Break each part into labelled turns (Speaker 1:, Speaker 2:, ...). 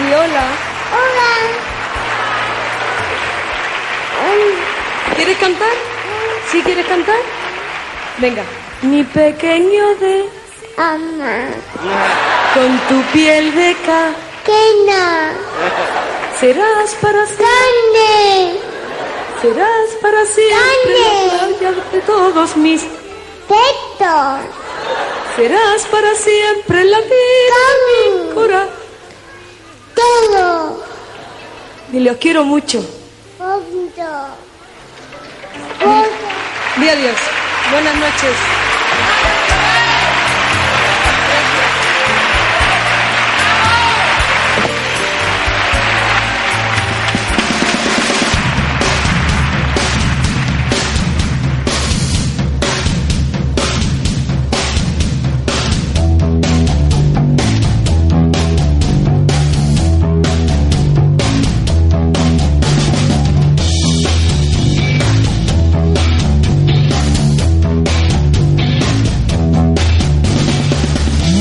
Speaker 1: Viola. ¿Quieres cantar? ¿Sí quieres cantar? Venga. Mi pequeño de
Speaker 2: Ana,
Speaker 1: con tu piel de ca
Speaker 2: Kena,
Speaker 1: serás para siempre.
Speaker 2: Grande,
Speaker 1: Serás para siempre la
Speaker 2: Grande.
Speaker 1: playa de todos mis.
Speaker 2: Teto,
Speaker 1: Serás para siempre la vida de mi
Speaker 2: Camu.
Speaker 1: cora.
Speaker 2: Todo,
Speaker 1: Y los quiero mucho.
Speaker 2: Punto, Punto.
Speaker 1: Di adiós. Buenas noches.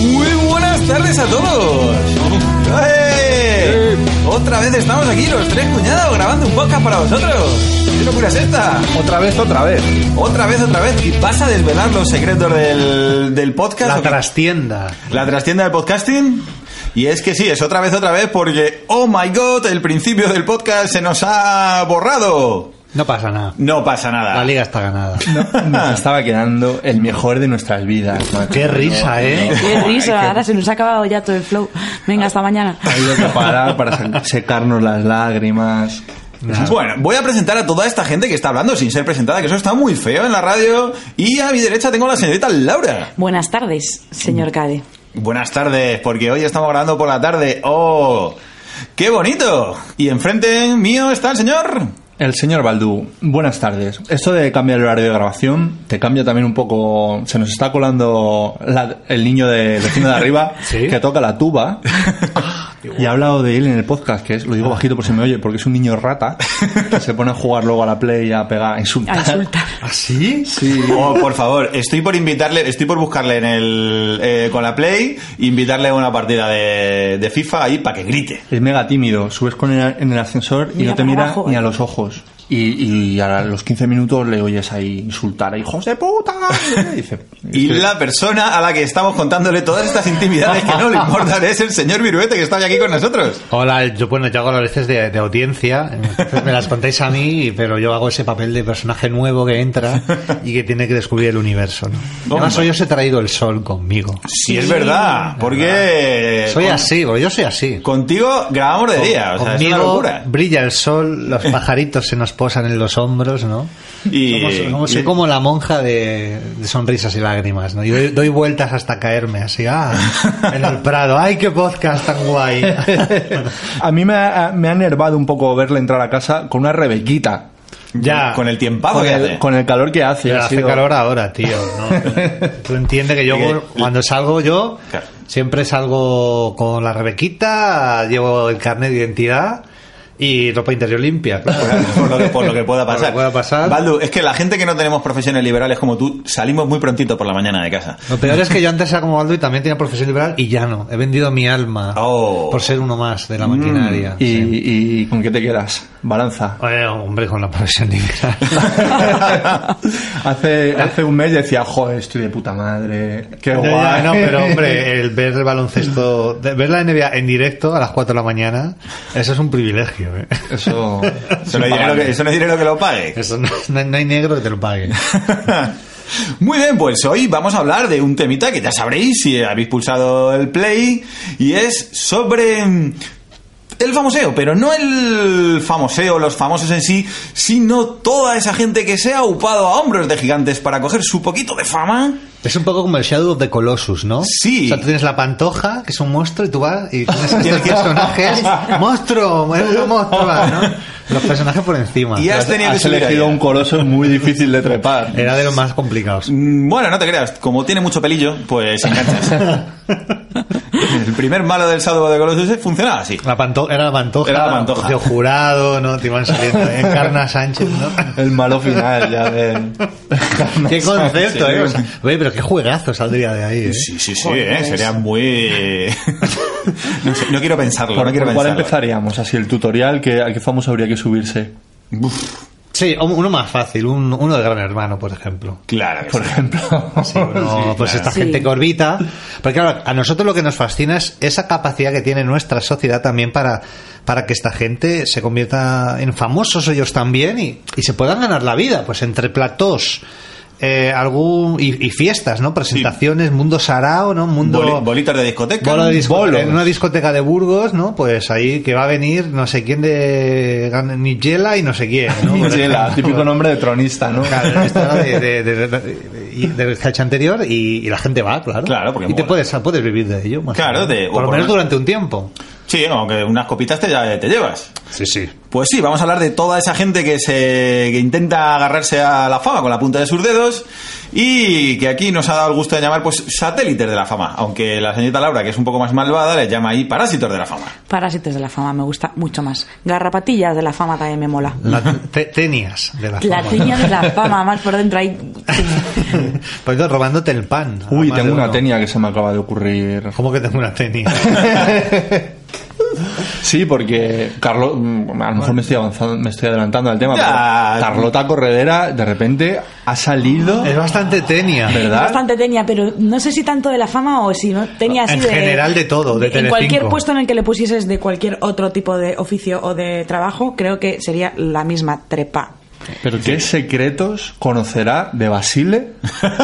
Speaker 3: Muy buenas tardes a todos. ¡Eh! Otra vez estamos aquí, los tres cuñados, grabando un podcast para vosotros. ¿Qué locura es esta?
Speaker 4: Otra vez, otra vez.
Speaker 3: Otra vez, otra vez. ¿Y vas a desvelar los secretos del, del podcast?
Speaker 4: La
Speaker 3: ¿o qué?
Speaker 4: trastienda.
Speaker 3: La trastienda del podcasting. Y es que sí, es otra vez, otra vez, porque, oh my god, el principio del podcast se nos ha borrado.
Speaker 4: No pasa nada.
Speaker 3: No pasa nada.
Speaker 4: La liga está ganada.
Speaker 5: Nos estaba quedando el mejor de nuestras vidas. macho.
Speaker 4: Qué risa, ¿eh?
Speaker 6: Qué risa, ahora se nos ha acabado ya todo el flow. Venga, hasta mañana.
Speaker 5: Ha habido que parar para sa- secarnos las lágrimas.
Speaker 4: Nada.
Speaker 3: Bueno, voy a presentar a toda esta gente que está hablando sin ser presentada, que eso está muy feo en la radio. Y a mi derecha tengo a la señorita Laura.
Speaker 6: Buenas tardes, señor Cade.
Speaker 3: Buenas tardes, porque hoy estamos grabando por la tarde. ¡Oh! ¡Qué bonito! Y enfrente mío está el señor.
Speaker 5: El señor Baldú, buenas tardes. Esto de cambiar el horario de grabación te cambia también un poco. Se nos está colando la- el niño de vecino de arriba
Speaker 4: ¿Sí?
Speaker 5: que toca la tuba. Y he hablado de él en el podcast, que es, lo digo bajito por si me oye, porque es un niño rata que se pone a jugar luego a la play, a pegar, a insultar.
Speaker 6: A insultar.
Speaker 4: ¿Ah, ¿Así?
Speaker 5: Sí.
Speaker 3: Oh, por favor, estoy por invitarle, estoy por buscarle en el, eh, con la Play, invitarle a una partida de, de FIFA ahí para que grite.
Speaker 5: Es mega tímido. Subes con el- en el ascensor y
Speaker 6: Mira
Speaker 5: no te
Speaker 6: para
Speaker 5: mira
Speaker 6: abajo. eh.
Speaker 5: ni a los ojos. Y, y a los 15 minutos le oyes ahí insultar, hijos de puta. Y dice,
Speaker 3: Y la persona a la que estamos contándole todas estas intimidades que no le importan es el señor Viruete que está hoy aquí con nosotros.
Speaker 4: Hola, yo bueno, yo hago las veces de, de audiencia, entonces me las contáis a mí, pero yo hago ese papel de personaje nuevo que entra y que tiene que descubrir el universo. ¿no? Además, hoy os he traído el sol conmigo.
Speaker 3: Sí, es verdad, porque
Speaker 4: Soy
Speaker 3: con-
Speaker 4: así, porque yo soy así.
Speaker 3: contigo grabamos de día, o sea, es una
Speaker 4: Conmigo
Speaker 3: locura.
Speaker 4: brilla el sol, los pajaritos se nos posan en los hombros, ¿no?
Speaker 3: Y-
Speaker 4: Somos- somos- soy
Speaker 3: y-
Speaker 4: eh, como la monja de, de sonrisas y lágrimas, ¿no? Y doy, doy vueltas hasta caerme, así, ah, en el Prado, ay, qué podcast tan guay.
Speaker 5: A mí me ha, me ha enervado un poco verle entrar a casa con una rebequita.
Speaker 4: ya,
Speaker 3: con el tiempazo
Speaker 5: Con
Speaker 3: que
Speaker 5: el,
Speaker 3: hace.
Speaker 5: con el calor que hace.
Speaker 4: Pero
Speaker 5: ha
Speaker 4: hace
Speaker 5: sido-
Speaker 4: calor ahora, tío. ¿no? Tú entiendes que yo
Speaker 3: Que-
Speaker 4: cuando salgo yo
Speaker 3: Claro.
Speaker 4: siempre salgo con la rebequita, llevo el carnet de identidad y ropa interior limpia. claro.
Speaker 3: por lo que, por lo que pueda
Speaker 4: Por lo
Speaker 3: pasar.
Speaker 4: que pueda pasar.
Speaker 3: Baldu, es que la gente que no tenemos profesiones liberales como tú, salimos muy prontito por la mañana de casa.
Speaker 4: Lo peor es que yo antes era como Aldo y también tenía profesión liberal y ya no. He vendido mi alma
Speaker 3: Oh.
Speaker 4: por ser uno más de la maquinaria.
Speaker 5: Y,
Speaker 4: sí.
Speaker 5: y con qué te quedas? Balanza.
Speaker 4: Eh, hombre, con la profesión liberal.
Speaker 5: hace, hace un mes decía, joder, estoy de puta madre. Qué
Speaker 4: Ya, ya,
Speaker 5: guay.
Speaker 4: no, pero hombre, el ver el baloncesto, de- ver la NBA en directo a las 4 de la mañana, eso es un privilegio. ¿eh?
Speaker 5: Eso.
Speaker 3: Eso no, hay dinero que, eso no hay dinero que lo pague.
Speaker 4: Eso no, no hay- no hay negro que te lo pague.
Speaker 3: Muy bien, pues hoy vamos a hablar de un temita que ya sabréis si habéis pulsado el play y es sobre mm, el famoseo, pero no el famoseo, los famosos en sí, sino toda esa gente que se ha upado a hombros de gigantes para coger su poquito de fama.
Speaker 4: Es un poco como el Shadow of the Colossus, ¿no?
Speaker 3: Sí.
Speaker 4: O sea, tú tienes la pantoja, que es un monstruo, y tú vas y tienes a
Speaker 3: Tienes
Speaker 4: estos
Speaker 3: que-
Speaker 4: personajes. ¡Monstruo! ¡Es una monstrua! ¿no? Los personajes por encima.
Speaker 3: Y has
Speaker 5: Has,
Speaker 3: tenido que
Speaker 5: has
Speaker 3: subir
Speaker 5: elegido
Speaker 3: ahí. ¿eh?
Speaker 5: un coloso muy difícil de trepar.
Speaker 4: Era de los más complicados.
Speaker 3: Mm, Bueno, no te creas, como tiene mucho pelillo, pues enganchas. el primer malo del sábado de Colossus funcionaba así.
Speaker 4: La panto- era la pantoja.
Speaker 3: Era la pantoja.
Speaker 4: Rocío jurado, ¿no? Te iban saliendo. Encarna Sánchez, ¿no?
Speaker 5: El malo final ya de...
Speaker 4: Qué concepto, ¿eh? O sea, oye, pero qué juegazo saldría de ahí. ¿eh?
Speaker 3: Sí, sí, sí, eh, sería muy... no, sé, no quiero pensarlo,
Speaker 5: ¿Por,
Speaker 3: no quiero
Speaker 5: por cuál
Speaker 3: pensarlo.
Speaker 5: empezaríamos? Así el tutorial, que, ¿a qué famoso habría que subirse?
Speaker 3: Uf,
Speaker 4: Sí, o- uno más fácil, un- uno de Gran Hermano, por ejemplo.
Speaker 3: claro que
Speaker 5: Por
Speaker 3: sí.
Speaker 5: ejemplo.
Speaker 4: Sí, uno, pues esta
Speaker 6: Sí.
Speaker 4: gente que orbita. Porque claro, a nosotros lo que nos fascina es esa capacidad que tiene nuestra sociedad también para, para que esta gente se convierta en famosos ellos también y, y se puedan ganar la vida, pues entre platós. eh, algún y, y fiestas, ¿no? Presentaciones, mundo sarao, ¿no? Mundo
Speaker 3: Boli- bolitas de discoteca.
Speaker 4: Bolo de disco-
Speaker 3: Bolos.
Speaker 4: En una discoteca de Burgos, ¿no? Pues ahí que va a venir no sé quién de Gan- Nigella y no sé quién, ¿no? Por
Speaker 5: Nigella,
Speaker 4: ejemplo.
Speaker 5: típico nombre de tronista, ¿no?
Speaker 4: Claro, esto era de, de- de- de- y- del catch anterior y, y la gente va, claro.
Speaker 3: Claro, porque
Speaker 4: y te
Speaker 3: mola.
Speaker 4: puedes, puedes vivir de ello. más
Speaker 3: Claro,
Speaker 4: o menos.
Speaker 3: de- o
Speaker 4: por lo
Speaker 3: por
Speaker 4: menos
Speaker 3: lo-
Speaker 4: durante un tiempo.
Speaker 3: Sí, aunque unas copitas te, ya- te llevas.
Speaker 4: Sí, sí.
Speaker 3: Pues sí, vamos a hablar de toda esa gente que se que intenta agarrarse a la fama con la punta de sus dedos y que aquí nos ha dado el gusto de llamar pues satélites de la fama, aunque la señorita Laura, que es un poco más malvada, les llama ahí parásitos de la fama.
Speaker 6: Parásitos de la fama, me gusta mucho más. Garrapatillas de la fama también me mola.
Speaker 4: La te- tenias de la
Speaker 6: La
Speaker 4: fama.
Speaker 6: teña de la fama, más por dentro ahí.
Speaker 4: Pues no, robándote el pan.
Speaker 5: Uy,
Speaker 4: además
Speaker 5: tengo
Speaker 4: de
Speaker 5: una
Speaker 4: uno.
Speaker 5: tenia que se me acaba de ocurrir.
Speaker 4: ¿Cómo que tengo una tenia?
Speaker 5: Sí, porque Carlos, mm, a lo mejor me estoy avanzando, me estoy adelantando al tema,
Speaker 3: Ya.
Speaker 5: pero Carlota Corredera de repente ha salido,
Speaker 4: es bastante tenia.
Speaker 5: ¿verdad?
Speaker 6: Bastante teña, pero no sé si tanto de la fama o si no tenía así
Speaker 4: En
Speaker 6: de.
Speaker 4: general de todo, de
Speaker 6: En
Speaker 4: Telecinco.
Speaker 6: cualquier puesto en el que le pusieses de cualquier otro tipo de oficio o de trabajo, creo que sería la misma trepa.
Speaker 5: Pero qué secretos conocerá de Basile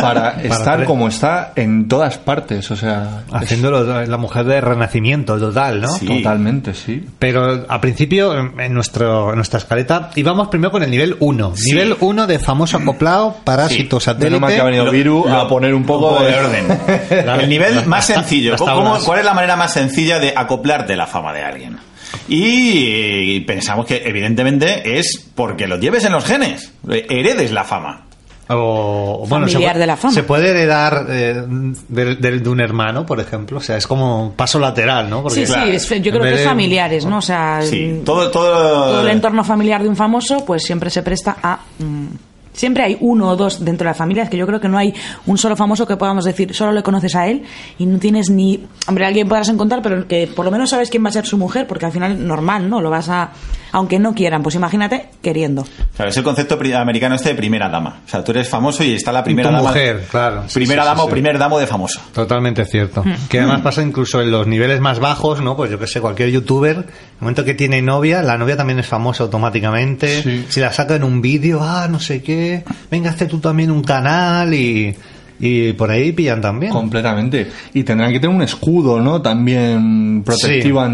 Speaker 5: para estar
Speaker 4: tener-
Speaker 5: como está en todas partes, o sea, es-
Speaker 4: Haciéndolo la mujer de renacimiento total, ¿no?
Speaker 3: Sí.
Speaker 5: totalmente, sí.
Speaker 4: Pero al principio, en, nuestro, en nuestra escaleta, íbamos primero con el nivel 1. Nivel 1 de famoso acoplado, parásito, satélite.
Speaker 5: Menos mal que ha venido Viru
Speaker 3: lo-
Speaker 5: a poner un poco
Speaker 3: de orden.
Speaker 4: Claro.
Speaker 3: el nivel
Speaker 4: Las-
Speaker 3: más
Speaker 4: las-
Speaker 3: sencillo.
Speaker 4: las
Speaker 3: ¿Cómo- cómo-
Speaker 4: tablas.
Speaker 3: ¿Cuál es la manera más sencilla de acoplarte la fama de alguien? Y, pensamos que evidentemente es porque lo lleves en los genes, eh, heredes la fama.
Speaker 4: O, bueno, se,
Speaker 6: Familiar
Speaker 4: puede-
Speaker 6: de la fama.
Speaker 4: se puede heredar eh, del- del- de un hermano, por ejemplo. O sea, es como un paso lateral, ¿no? Porque,
Speaker 6: Sí,
Speaker 4: claro,
Speaker 6: sí, es- yo
Speaker 4: en
Speaker 6: creo
Speaker 4: vez
Speaker 6: que es
Speaker 4: de-
Speaker 6: familiares, ¿no? O sea,
Speaker 3: Sí,
Speaker 6: mm,
Speaker 3: todo,
Speaker 6: todo
Speaker 3: todo,
Speaker 6: el
Speaker 4: Eh.
Speaker 6: entorno familiar de un famoso, pues siempre se presta a. mm, siempre hay uno o dos dentro de la familia. Es que yo creo que no hay un solo famoso que podamos decir, solo le conoces a él y no tienes ni. Hombre, alguien podrás encontrar, pero que por lo menos sabes quién va a ser su mujer, porque al final, normal, ¿no? Lo vas a. Aunque no quieran, pues imagínate queriendo.
Speaker 3: Claro, es el concepto pri- americano este de primera dama. O sea, tú eres famoso y está la primera
Speaker 4: Tu
Speaker 3: dama.
Speaker 4: mujer, claro. Sí,
Speaker 3: Primera
Speaker 4: sí, sí,
Speaker 3: dama o
Speaker 4: sí.
Speaker 3: primer damo de famoso.
Speaker 4: Totalmente cierto.
Speaker 6: Mm.
Speaker 4: Que además pasa incluso en los niveles más bajos, ¿no? Pues yo que sé, cualquier youtuber, en el momento que tiene novia, la novia también es famosa automáticamente.
Speaker 5: Sí.
Speaker 4: Si la saca en un vídeo, ah, no sé qué, venga, hazte tú también un canal y, y por ahí pillan también.
Speaker 5: Completamente. Y tendrán que tener un escudo, ¿no? También protectivo
Speaker 4: Sí.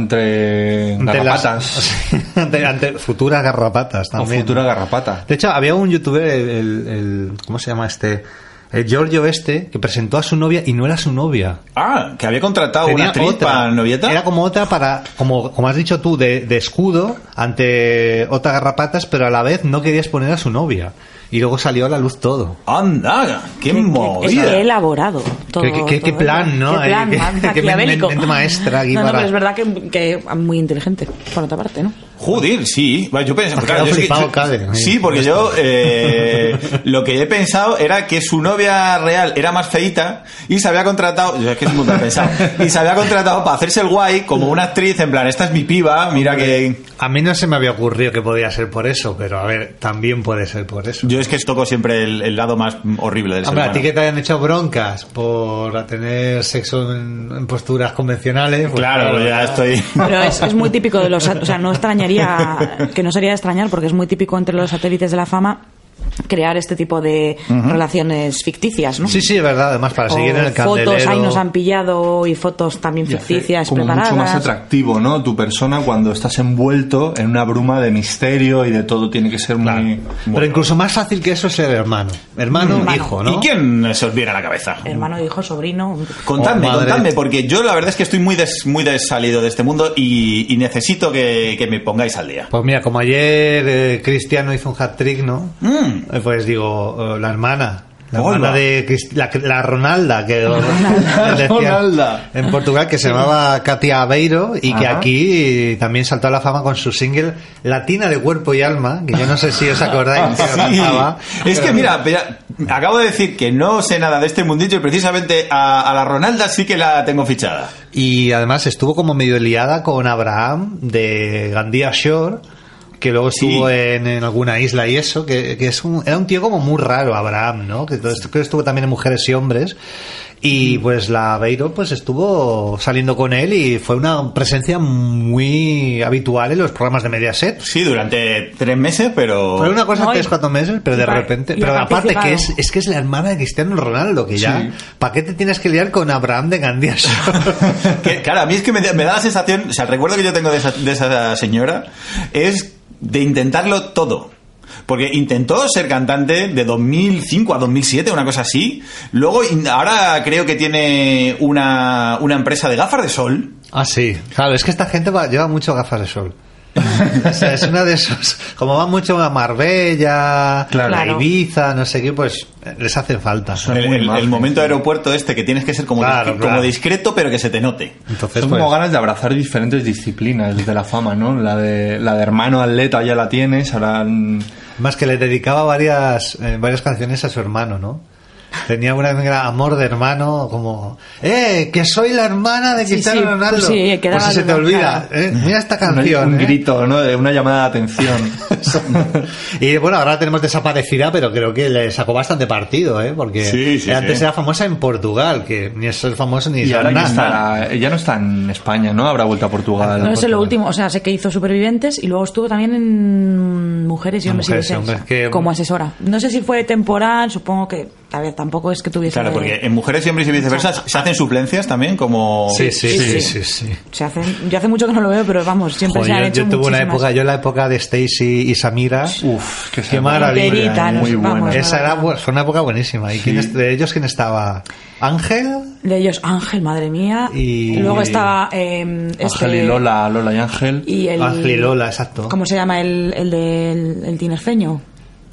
Speaker 5: entre,
Speaker 4: Ante las-
Speaker 5: garrapatas.
Speaker 4: ante, ante futuras garrapatas
Speaker 5: O
Speaker 4: también.
Speaker 5: futura garrapata.
Speaker 4: De hecho, había un youtuber, el, el- el- ¿cómo se llama este? El Giorgio este, que presentó a su novia y no era su novia.
Speaker 3: Ah, que había contratado
Speaker 4: Tenía
Speaker 3: una actriz
Speaker 4: otra.
Speaker 3: para novieta.
Speaker 4: Era como otra para, como, como has dicho tú, de, de escudo ante otra garrapatas, pero a la vez no querías poner a su novia. Y luego salió a la luz todo.
Speaker 3: Anda, qué,
Speaker 6: Qué- qué-
Speaker 3: movida.
Speaker 6: qué elaborado. Todo,
Speaker 4: Qué- qué- qué- qué
Speaker 6: todo. ¿eh?
Speaker 4: plan, ¿no?
Speaker 6: Qué plan,
Speaker 4: Ahí,
Speaker 6: más
Speaker 4: qué- qué men-
Speaker 6: maquiavélico.
Speaker 4: mente maestra aquí
Speaker 6: No, no,
Speaker 4: para-
Speaker 6: pero es verdad que, que muy inteligente, por otra parte, ¿no?
Speaker 3: Joder, sí. Bueno, Yo pensé,
Speaker 4: Ha
Speaker 3: claro,
Speaker 4: quedado
Speaker 3: yo es que-
Speaker 4: flipado, Cade.
Speaker 3: Sí, porque yo eh, lo que he pensado era que su novia real era más feita y se había contratado. Yo es que es muy mal pensado. Y se había contratado para hacerse el guay como una actriz, en plan, esta es mi piba, mira que.
Speaker 4: A mí no se me había ocurrido que podía ser por eso, pero a ver, también puede ser por eso.
Speaker 3: Yo es que toco siempre el, el lado más horrible del ser
Speaker 4: Hombre, a ti
Speaker 3: humano.
Speaker 4: que te hayan hecho broncas por tener sexo en, en posturas convencionales. pues
Speaker 3: Claro, ya estoy.
Speaker 6: Pero es, es muy típico de los... O sea, no extrañaría... Que no sería de extrañar porque es muy típico entre los satélites de la fama crear este tipo de relaciones ficticias, ¿no?
Speaker 4: Sí, sí, es verdad. Además, para seguir
Speaker 6: O
Speaker 4: en el candelero.
Speaker 6: fotos, ahí nos han pillado y fotos también
Speaker 5: Y hace
Speaker 6: ficticias
Speaker 5: como
Speaker 6: preparadas.
Speaker 5: mucho más atractivo, ¿no? Tu persona cuando estás envuelto en una bruma de misterio y de todo tiene que ser muy...
Speaker 4: Pero incluso más fácil que eso es ser hermano. Hermano,
Speaker 6: Hermano.
Speaker 4: hijo, ¿no?
Speaker 3: ¿Y quién se os viene a la cabeza?
Speaker 6: Hermano, hijo, sobrino...
Speaker 3: Contadme,
Speaker 4: Oh, madre.
Speaker 3: contadme, porque yo la verdad es que estoy muy des, muy desalido de este mundo y, y necesito que, que me pongáis al día.
Speaker 4: Pues mira, como ayer eh, Cristiano hizo un hat-trick, ¿no?
Speaker 3: Mm.
Speaker 4: Eh, Pues digo, eh, la hermana. La
Speaker 3: Hola.
Speaker 4: hermana de Crist- la, la Ronalda, que decía
Speaker 3: Ronalda.
Speaker 4: en Portugal, que se llamaba Katia Aveiro y que
Speaker 3: Ajá.
Speaker 4: aquí también saltó a la fama con su single Latina de Cuerpo y Alma, que yo no sé si os acordáis que lo
Speaker 3: Ah, Sí.
Speaker 4: cantaba.
Speaker 3: Es que mira, mira, acabo de decir que no sé nada de este mundillo y precisamente a, a la Ronalda sí que la tengo fichada.
Speaker 4: Y además estuvo como medio liada con Abraham de Gandía Shore, que luego
Speaker 3: Sí.
Speaker 4: estuvo en, en alguna isla y eso, que, que es un- era un tío como muy raro, Abraham, ¿no? Que todo esto- creo que estuvo también en Mujeres y Hombres. Y pues la Beiro pues estuvo saliendo con él y fue una presencia muy habitual en los programas de Mediaset.
Speaker 3: Sí, durante tres meses, pero...
Speaker 4: Fue una cosa
Speaker 6: No, y-
Speaker 4: tres, cuatro meses, pero
Speaker 6: y
Speaker 4: de
Speaker 6: pa-
Speaker 4: repente.
Speaker 6: y
Speaker 4: Pero
Speaker 6: ha
Speaker 4: aparte que es,
Speaker 6: participado.
Speaker 4: es que es la hermana de Cristiano Ronaldo, que ya.
Speaker 3: Sí.
Speaker 4: ¿Para qué te tienes que liar con Abraham de Gandía Shore?
Speaker 3: Que, claro, a mí es que me, me da la sensación, o sea, el recuerdo que yo tengo de esa, de esa señora es de intentarlo todo. Porque intentó ser cantante de 2005 a 2007, una cosa así. Luego, in- ahora creo que tiene una, una empresa de gafas de sol.
Speaker 4: Ah, sí. Claro, es que esta gente va- lleva mucho gafas de sol. o sea, es una de esos. Como van mucho a Marbella,
Speaker 5: Claro.
Speaker 4: a Ibiza, no sé qué, pues eh, les hacen falta.
Speaker 3: El,
Speaker 5: muy
Speaker 3: el- el
Speaker 5: imagen,
Speaker 3: momento aeropuerto este que tienes que ser como,
Speaker 4: Claro,
Speaker 3: discre-
Speaker 4: claro.
Speaker 3: como discreto, pero que se te note.
Speaker 4: Entonces,
Speaker 5: Son
Speaker 4: pues,
Speaker 5: como ganas de abrazar diferentes disciplinas desde la fama, ¿no? La de, la de hermano atleta ya la tienes, ahora... mm,
Speaker 4: más que le dedicaba varias, eh, varias canciones a su hermano, ¿no? Tenía una que era amor de hermano, como, ¡eh! Que soy la hermana de
Speaker 6: Sí,
Speaker 4: Cristiano
Speaker 6: sí, pues
Speaker 4: Ronaldo.
Speaker 6: sí,
Speaker 4: Por
Speaker 6: quedaba
Speaker 4: si se te
Speaker 6: algo,
Speaker 4: olvida, ¿eh? Mira esta canción.
Speaker 5: Un, un
Speaker 4: ¿eh?
Speaker 5: grito, ¿no? De una llamada de atención.
Speaker 4: y bueno, ahora la tenemos desaparecida, pero creo que le sacó bastante partido, ¿eh? Porque
Speaker 3: Sí, sí,
Speaker 4: antes
Speaker 3: sí.
Speaker 4: era famosa en Portugal, que ni es ser famoso ni
Speaker 5: y
Speaker 4: ser
Speaker 5: ahora
Speaker 4: nada.
Speaker 5: ya, estará- ya no está en España, ¿no? Habrá vuelto a Portugal.
Speaker 6: No sé
Speaker 5: Portugal.
Speaker 6: lo último, o sea, sé que hizo Supervivientes y luego estuvo también en Mujeres y
Speaker 4: En
Speaker 6: Hombres y
Speaker 4: Mujeres y
Speaker 6: Deseos,
Speaker 4: Hombres, que-
Speaker 6: como asesora. No sé si fue temporal, supongo que, a ver, tampoco es que tuviese...
Speaker 3: Claro, porque Eh, en mujeres y hombres y viceversa se hacen suplencias también, como...
Speaker 4: Sí, sí, sí,
Speaker 6: Sí,
Speaker 4: sí.
Speaker 6: sí.
Speaker 4: sí.
Speaker 6: Se hacen, yo hace mucho que no lo veo, pero vamos, siempre
Speaker 4: Joder,
Speaker 6: se han
Speaker 4: yo,
Speaker 6: hecho
Speaker 4: yo tuve una
Speaker 6: muchísimas.
Speaker 4: época, yo la época de Stacy y Samira.
Speaker 5: Uf, que
Speaker 4: Qué
Speaker 5: se-
Speaker 4: maravilla,
Speaker 6: Perita,
Speaker 5: muy
Speaker 6: nos- vamos, nos-
Speaker 5: buena.
Speaker 4: Esa era, bu- fue una época buenísima. ¿Y quién es- de ellos quién estaba? ¿Ángel?
Speaker 6: De ellos, Ángel, madre mía.
Speaker 4: Y-
Speaker 6: Luego estaba... eh,
Speaker 5: Ángel
Speaker 6: este-
Speaker 5: y Lola, Lola y Ángel.
Speaker 6: y el,
Speaker 4: Ángel y Lola, exacto.
Speaker 6: ¿Cómo se llama el, el del el tinerfeño?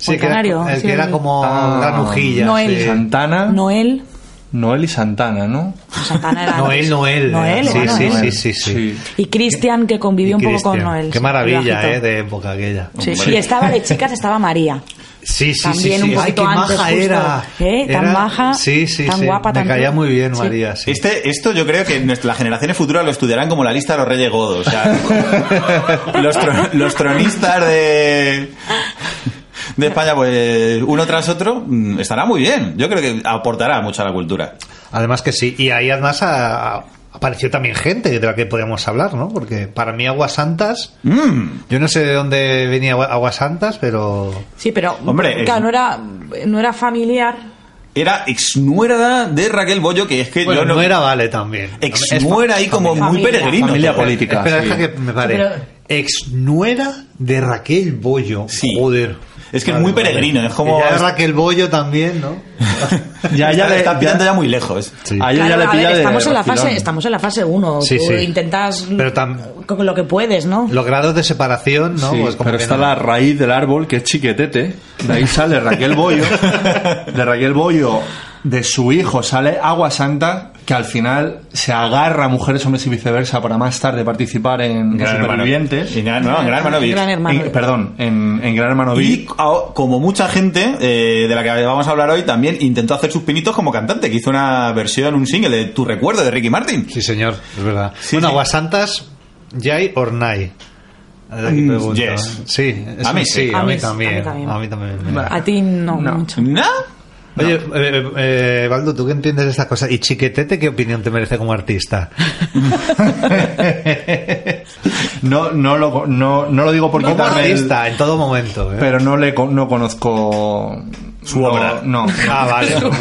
Speaker 6: ¿O el
Speaker 4: que era-
Speaker 6: canario?
Speaker 4: el
Speaker 6: Sí,
Speaker 4: que era como
Speaker 5: Ah,
Speaker 4: granujilla.
Speaker 6: Noel.
Speaker 4: sí.
Speaker 5: Santana.
Speaker 6: Noel.
Speaker 5: Noel y Santana, ¿no?
Speaker 6: Santana era-
Speaker 4: Noel, Noel.
Speaker 6: Noel,
Speaker 4: sí,
Speaker 6: era
Speaker 4: sí,
Speaker 6: Noel.
Speaker 4: sí, sí, sí.
Speaker 6: Y Cristian, que convivió
Speaker 4: Y
Speaker 6: un poco
Speaker 4: Cristian.
Speaker 6: con Noel.
Speaker 4: Qué
Speaker 6: sí,
Speaker 4: maravilla,
Speaker 6: bajito.
Speaker 4: ¿eh? De época aquella.
Speaker 6: Sí,
Speaker 3: Hombre.
Speaker 6: Y estaba de chicas, estaba María.
Speaker 4: Sí, sí,
Speaker 6: También
Speaker 4: sí, sí.
Speaker 6: un
Speaker 4: Ay,
Speaker 6: poquito
Speaker 4: qué
Speaker 6: antes,
Speaker 4: maja
Speaker 6: justo.
Speaker 4: era.
Speaker 6: ¿Eh? Tan
Speaker 4: Era-
Speaker 6: maja,
Speaker 4: Sí, sí,
Speaker 6: tan
Speaker 4: sí.
Speaker 6: guapa,
Speaker 4: Me
Speaker 6: tan
Speaker 4: caía
Speaker 6: dulce.
Speaker 4: muy bien,
Speaker 6: Sí.
Speaker 4: María. Sí.
Speaker 3: Este, esto yo creo que nuestra- las generaciones futuras lo estudiarán como la lista de los Reyes Godos. O sea, los, tro- los tronistas de, de España, pues uno tras otro, mm, estará muy bien. Yo creo que aportará mucho a la cultura.
Speaker 4: Además que sí. Y ahí además a- a- apareció también gente de la que podíamos hablar, ¿no? Porque para mí Aguas Santas.
Speaker 3: Mm,
Speaker 4: Yo no sé de dónde venía Agua- Aguas Santas, pero.
Speaker 6: Sí, pero
Speaker 3: Hombre,
Speaker 6: claro,
Speaker 5: eh,
Speaker 3: es-
Speaker 6: no era, no era familiar.
Speaker 3: era exnuera de Raquel Bollo, que es que
Speaker 4: Bueno,
Speaker 3: yo
Speaker 4: no,
Speaker 3: no...
Speaker 4: era Vale también.
Speaker 3: Exnuera ahí como muy
Speaker 6: Familia.
Speaker 3: peregrino.
Speaker 5: Familia
Speaker 3: pero-
Speaker 5: política.
Speaker 4: Espera,
Speaker 5: sí.
Speaker 4: deja que me pare.
Speaker 6: Pero-
Speaker 4: Ex nuera de Raquel Bollo.
Speaker 3: Sí.
Speaker 4: Joder.
Speaker 3: Es que es muy peregrino, es como-
Speaker 4: Ya Raquel Bollo también, ¿no?
Speaker 5: Ya, ya,
Speaker 3: está,
Speaker 5: le-
Speaker 3: está
Speaker 5: ya-
Speaker 3: pillando ya muy lejos.
Speaker 4: Sí.
Speaker 5: a ella
Speaker 6: Claro,
Speaker 5: ya le
Speaker 6: a
Speaker 5: pilla
Speaker 6: ver,
Speaker 5: de
Speaker 6: estamos en la
Speaker 5: refilón.
Speaker 6: fase, estamos en la fase 1.
Speaker 4: Sí, sí.
Speaker 6: intentas
Speaker 4: Pero tam-
Speaker 6: con lo que puedes, ¿no?
Speaker 4: Los grados de separación, ¿no?
Speaker 5: Sí,
Speaker 4: Pues como
Speaker 5: pero
Speaker 4: que
Speaker 5: está
Speaker 4: no.
Speaker 5: la raíz del árbol, que es chiquetete. De ahí sale Raquel Bollo. De Raquel Bollo, de su hijo, sale Agua Santa, que al final se agarra a mujeres, hombres y viceversa para más tarde participar en
Speaker 3: Gran hermano.
Speaker 5: Supervivientes.
Speaker 3: Y nada, no, Gran Hermano Beach.
Speaker 6: Gran Hermano.
Speaker 5: En- perdón, en, en Gran Hermano
Speaker 3: Y
Speaker 5: Vic.
Speaker 3: a- oh, como mucha gente eh, de la que vamos a hablar hoy, también intentó hacer sus pinitos como cantante, que hizo una versión, un single de Tu Recuerdo de Ricky Martin.
Speaker 4: Sí, señor, es verdad.
Speaker 3: Sí,
Speaker 4: bueno,
Speaker 3: sí.
Speaker 4: Aguasantas, Jai or Nay. A ver, aquí
Speaker 3: Mm,
Speaker 4: pregunto,
Speaker 3: yes.
Speaker 4: ¿eh? Sí, es
Speaker 3: A mí
Speaker 4: un
Speaker 3: sí.
Speaker 4: a
Speaker 6: A
Speaker 4: mí
Speaker 6: mí- a
Speaker 4: también.
Speaker 6: mí también.
Speaker 4: A mí también.
Speaker 6: A ti no,
Speaker 5: No.
Speaker 6: mucho.
Speaker 3: ¿No?
Speaker 4: Oye, eh, eh, eh, Baldu, ¿tú qué entiendes de estas cosas? ¿Y Chiquetete qué opinión te merece como artista?
Speaker 5: No, no, lo, no, no lo digo por
Speaker 4: Como
Speaker 5: quitarme el-
Speaker 4: artista, en todo momento. ¿eh?
Speaker 5: pero no le con- no conozco
Speaker 3: Su
Speaker 5: no,
Speaker 3: obra.
Speaker 5: No,
Speaker 4: Ah, vale. Bueno,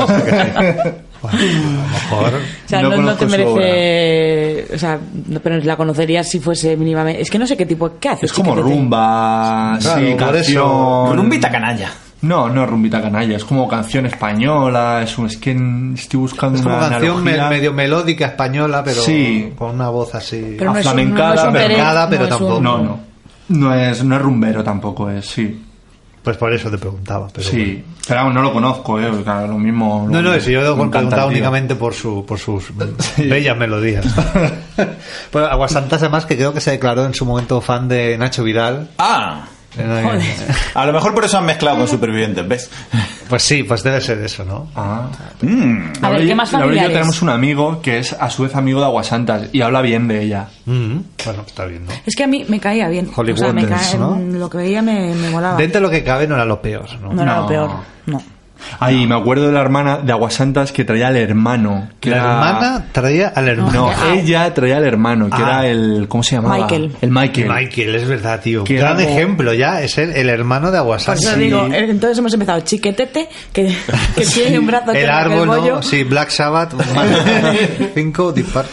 Speaker 4: a lo mejor.
Speaker 6: O sea, no,
Speaker 5: No
Speaker 6: no te
Speaker 5: conozco su
Speaker 6: merece. O sea, no, pero la conocerías si fuese mínimamente. Es que no sé qué tipo. ¿Qué haces?
Speaker 5: es como
Speaker 6: chiquitete?
Speaker 5: rumba,
Speaker 4: Claro,
Speaker 5: sí,
Speaker 4: por eso.
Speaker 5: canción.
Speaker 3: Rumbita canalla.
Speaker 5: No, no es rumbita canalla, es como canción española, es, un, es que en- estoy buscando
Speaker 4: Es como
Speaker 5: una
Speaker 4: canción me-
Speaker 5: analogía.
Speaker 4: medio melódica española, pero
Speaker 5: Sí.
Speaker 4: con una voz así.
Speaker 6: Pero no es un-
Speaker 5: aflamencada,
Speaker 6: no es un
Speaker 5: pero
Speaker 6: perez,
Speaker 4: nada, pero
Speaker 6: no es un-
Speaker 4: tampoco.
Speaker 5: No, no. No es, no es rumbero tampoco, es sí.
Speaker 4: Pues por eso te preguntaba. Pero
Speaker 5: sí,
Speaker 4: bueno.
Speaker 5: pero vamos, no lo conozco, ¿eh? Claro, lo mismo.
Speaker 4: No,
Speaker 5: lo-
Speaker 4: no, si yo lo
Speaker 5: me encanta
Speaker 4: preguntaba
Speaker 5: el tío.
Speaker 4: únicamente por, su, por sus bellas melodías. bueno, Aguasantas, Pues además, que creo que se declaró en su momento fan de Nacho Vidal. Eh,
Speaker 3: Ah,
Speaker 4: En el-
Speaker 3: a lo mejor por eso han mezclado con supervivientes, ¿ves?
Speaker 4: Pues sí, pues debe ser eso, ¿no?
Speaker 5: Ah.
Speaker 3: Mm.
Speaker 6: A ver,
Speaker 5: Laura y-
Speaker 6: ¿qué más
Speaker 5: Laura y yo
Speaker 6: familiares?
Speaker 5: tenemos un amigo que es a su vez amigo de Aguasantas y habla bien de ella.
Speaker 4: Mm, bueno, está bien, ¿no?
Speaker 6: Es que a mí me caía bien.
Speaker 4: Holly
Speaker 6: o sea, me
Speaker 4: Wonders,
Speaker 6: cae-
Speaker 4: ¿no?
Speaker 6: Lo que veía me, me molaba.
Speaker 4: Dentro de lo que cabe no era lo peor, ¿no?
Speaker 6: No era
Speaker 5: No.
Speaker 6: lo peor. No.
Speaker 5: Ay, me acuerdo de la hermana de Aguasantas que traía al hermano. Que
Speaker 4: La
Speaker 5: era-
Speaker 4: hermana traía al hermano.
Speaker 5: No, ella traía al hermano, que
Speaker 4: Ah.
Speaker 5: era el. ¿Cómo se llamaba?
Speaker 6: Ah. Michael.
Speaker 5: El Michael.
Speaker 4: Michael, es verdad, tío.
Speaker 5: Que
Speaker 4: Gran
Speaker 5: era como-
Speaker 4: ejemplo ya, es el, el hermano de
Speaker 6: Por eso
Speaker 4: Aguasantas.
Speaker 6: digo, eh, entonces hemos empezado chiquetete, que, que tiene un brazo que
Speaker 4: El
Speaker 6: arranca
Speaker 4: árbol,
Speaker 6: el bollo.
Speaker 4: ¿no? Sí, Black Sabbath, Mal- Cinco, dispar.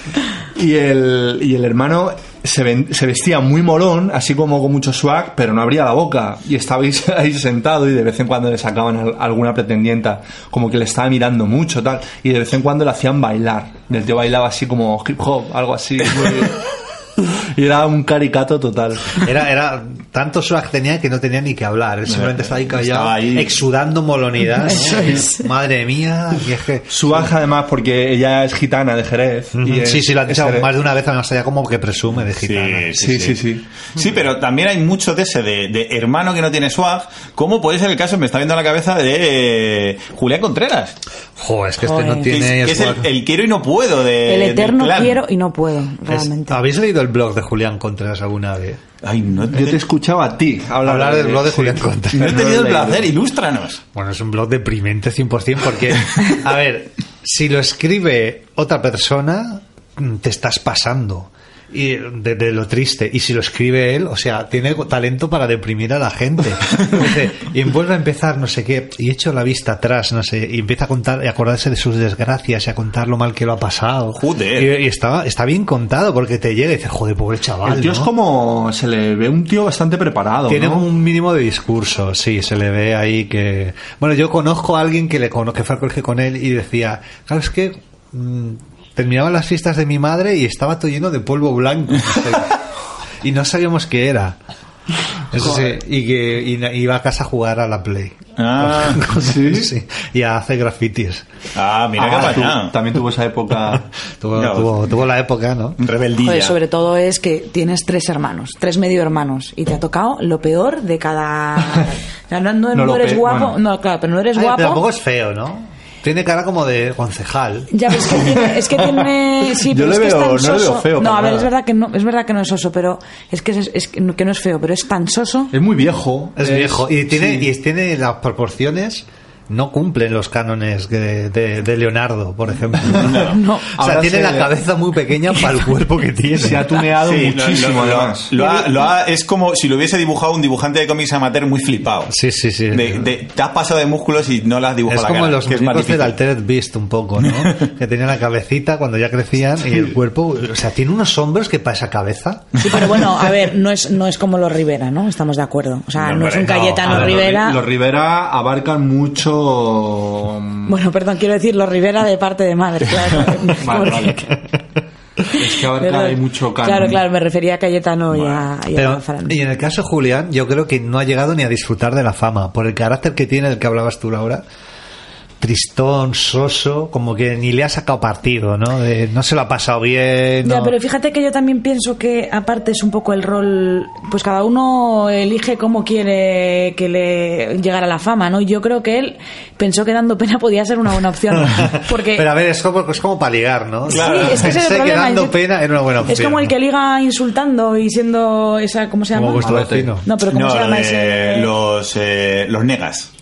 Speaker 5: Y el, y el hermano se, ven- se vestía muy molón, así como con mucho swag, pero no abría la boca. Y estabais ahí sentado y de vez en cuando le sacaban al- alguna pretendienta, como que le estaba mirando mucho, tal. Y de vez en cuando le hacían bailar. El tío bailaba así como hip hop, algo así. muy- y era un caricato total.
Speaker 4: Era, era, tanto swag tenía que no tenía ni que hablar. Él simplemente estaba ahí callado,
Speaker 3: Estaba ahí.
Speaker 4: exudando molonidad. ¿no?
Speaker 6: Eso es.
Speaker 4: Madre mía, y es que...
Speaker 5: Swag además, porque ella es gitana de Jerez.
Speaker 4: Ujú,
Speaker 5: y es-
Speaker 4: Sí, sí, lo han
Speaker 5: es
Speaker 4: echado
Speaker 5: Jerez.
Speaker 4: más de una vez, además allá como que presume de gitana.
Speaker 5: Sí, sí, sí.
Speaker 3: Sí, pero también hay mucho de ese, de, de hermano que no tiene swag, como puede ser el caso, me está viendo en la cabeza, de eh, Julián Contreras.
Speaker 4: Jo, es que este no
Speaker 6: Joder.
Speaker 3: Que es,
Speaker 4: tiene...
Speaker 3: que es
Speaker 4: swag.
Speaker 3: el, el quiero y no puedo de.
Speaker 6: El
Speaker 3: del
Speaker 6: eterno
Speaker 3: clan.
Speaker 6: quiero y no puedo,
Speaker 4: Es-
Speaker 6: realmente.
Speaker 4: ¿Habéis leído el blog de Julián Contreras alguna vez?
Speaker 3: Ay, no,
Speaker 5: Yo te escuchaba a ti hablar,
Speaker 4: Hablar del
Speaker 5: de-
Speaker 4: blog de
Speaker 5: sí.
Speaker 4: Julián Contreras.
Speaker 3: no he tenido el
Speaker 5: No lo he
Speaker 3: placer, ilústranos.
Speaker 4: Bueno, es un blog deprimente 100% porque, a ver, si lo escribe otra persona, mm, te estás pasando y de, de lo triste. Y si lo escribe él, o sea, tiene talento para deprimir a la gente. Dice, y vuelve a empezar no sé qué, y echo la vista atrás, no sé, y empieza a contar y acordarse de sus desgracias y a contar lo mal que lo ha pasado.
Speaker 3: Joder.
Speaker 4: Y, y está, está bien contado porque te llega y dices, joder, pobre chaval.
Speaker 5: El tío es
Speaker 4: ¿no?
Speaker 5: como. Se le ve un tío bastante preparado.
Speaker 4: Tiene
Speaker 5: ¿no?
Speaker 4: como un mínimo de discurso, sí, se le ve ahí que... Bueno, yo conozco a alguien que le cono- que fue al colegio con él y decía, claro, es que mm, terminaban las fiestas de mi madre y estaba todo lleno de polvo blanco. y no sabíamos qué era. Eso sí, y que y na- iba a casa a jugar a la Play.
Speaker 3: Ah,
Speaker 5: ¿sí?
Speaker 4: Sí, y a hacer grafitis.
Speaker 3: ah, mira
Speaker 5: Ah,
Speaker 3: qué
Speaker 5: tú-
Speaker 3: apañado.
Speaker 5: También tuvo esa época.
Speaker 4: Tuvo,
Speaker 3: Ya,
Speaker 4: tuvo- tuvo la época, ¿no?
Speaker 3: Rebeldilla.
Speaker 6: Joder, sobre todo es que tienes tres hermanos, tres medio hermanos, y te ha tocado lo peor de cada. O sea, No, no-
Speaker 5: No lo
Speaker 6: no eres
Speaker 5: pe-
Speaker 6: guapo,
Speaker 5: bueno.
Speaker 6: no, claro, pero no eres
Speaker 4: Ay, pero
Speaker 6: guapo.
Speaker 4: tampoco es feo, ¿no? Tiene cara como de concejal.
Speaker 6: Ya ves que tiene, es que tiene, sí,
Speaker 5: Yo
Speaker 6: pero
Speaker 5: le
Speaker 6: es que es
Speaker 5: veo-
Speaker 6: tan
Speaker 5: no le veo
Speaker 6: soso.
Speaker 5: feo
Speaker 6: No,
Speaker 5: para
Speaker 6: a ver,
Speaker 5: nada.
Speaker 6: es verdad que no, es verdad que no es oso, pero es que es, es que no- que no es feo, pero es tan soso.
Speaker 5: Es muy viejo. Eh,
Speaker 4: Es viejo. Y tiene,
Speaker 5: sí.
Speaker 4: y tiene las proporciones. No cumplen los cánones de, de- de Leonardo, por ejemplo.
Speaker 6: No.
Speaker 4: O sea,
Speaker 5: Ahora
Speaker 4: tiene
Speaker 5: se-
Speaker 4: la cabeza muy pequeña para el cuerpo que tiene.
Speaker 5: se ha tuneado
Speaker 3: Sí, lo-
Speaker 5: muchísimo,
Speaker 3: lo- lo-
Speaker 5: además.
Speaker 3: lo ha- lo ha- es como si lo hubiese dibujado un dibujante de cómics amateur muy flipado.
Speaker 4: Sí, sí, sí.
Speaker 3: De- de- te has pasado de músculos y no las has dibujado
Speaker 4: es
Speaker 3: la
Speaker 4: como
Speaker 3: cara,
Speaker 4: los
Speaker 3: que es más
Speaker 4: muñecos del
Speaker 3: difícil.
Speaker 4: Altered Beast un poco, ¿no? que tenía la cabecita cuando ya crecían y el cuerpo... O sea, tiene unos hombros que para esa cabeza...
Speaker 6: Sí, pero bueno, a ver, no es, no es como los Rivera, ¿no? Estamos de acuerdo. O sea,
Speaker 3: No,
Speaker 6: no, es
Speaker 3: hombre,
Speaker 6: un
Speaker 3: no.
Speaker 6: Cayetano
Speaker 5: A ver, los
Speaker 6: Rivera.
Speaker 5: Ri- Los Rivera abarcan mucho. mm,
Speaker 6: Bueno, perdón, quiero decir los Rivera de parte de madre, claro. Porque-
Speaker 5: Vale, vale. Es que abarca
Speaker 6: Perdón.
Speaker 5: hay mucho canon.
Speaker 6: Claro, claro, me refería a Cayetano y a, y a
Speaker 4: Pero,
Speaker 6: Fran.
Speaker 4: y en el caso de Julián, yo creo que no ha llegado ni a disfrutar de la fama, por el carácter que tiene del que hablabas tú, Laura. Tristón, soso, como que ni le ha sacado partido, ¿no? De, no se lo ha pasado bien.
Speaker 6: Ya,
Speaker 4: no.
Speaker 6: pero fíjate que yo también pienso que aparte es un poco el rol, pues cada uno elige cómo quiere que le llegara la fama, ¿no? Yo creo que él pensó que dando pena podía ser una buena opción, porque
Speaker 4: Pero a ver, es como, es como para ligar, ¿no?
Speaker 6: Sí, es que ese es
Speaker 4: Sé
Speaker 6: el problema.
Speaker 4: dando
Speaker 6: Yo-
Speaker 4: pena era una buena opción.
Speaker 6: Es como el que liga insultando y siendo esa, ¿cómo se llama?
Speaker 4: Como vuestro
Speaker 5: Malote.
Speaker 4: vecino.
Speaker 6: No, pero ¿cómo
Speaker 3: No, eh,
Speaker 6: se
Speaker 3: lo
Speaker 6: llama
Speaker 3: de
Speaker 6: ese?
Speaker 3: los, eh, los negas.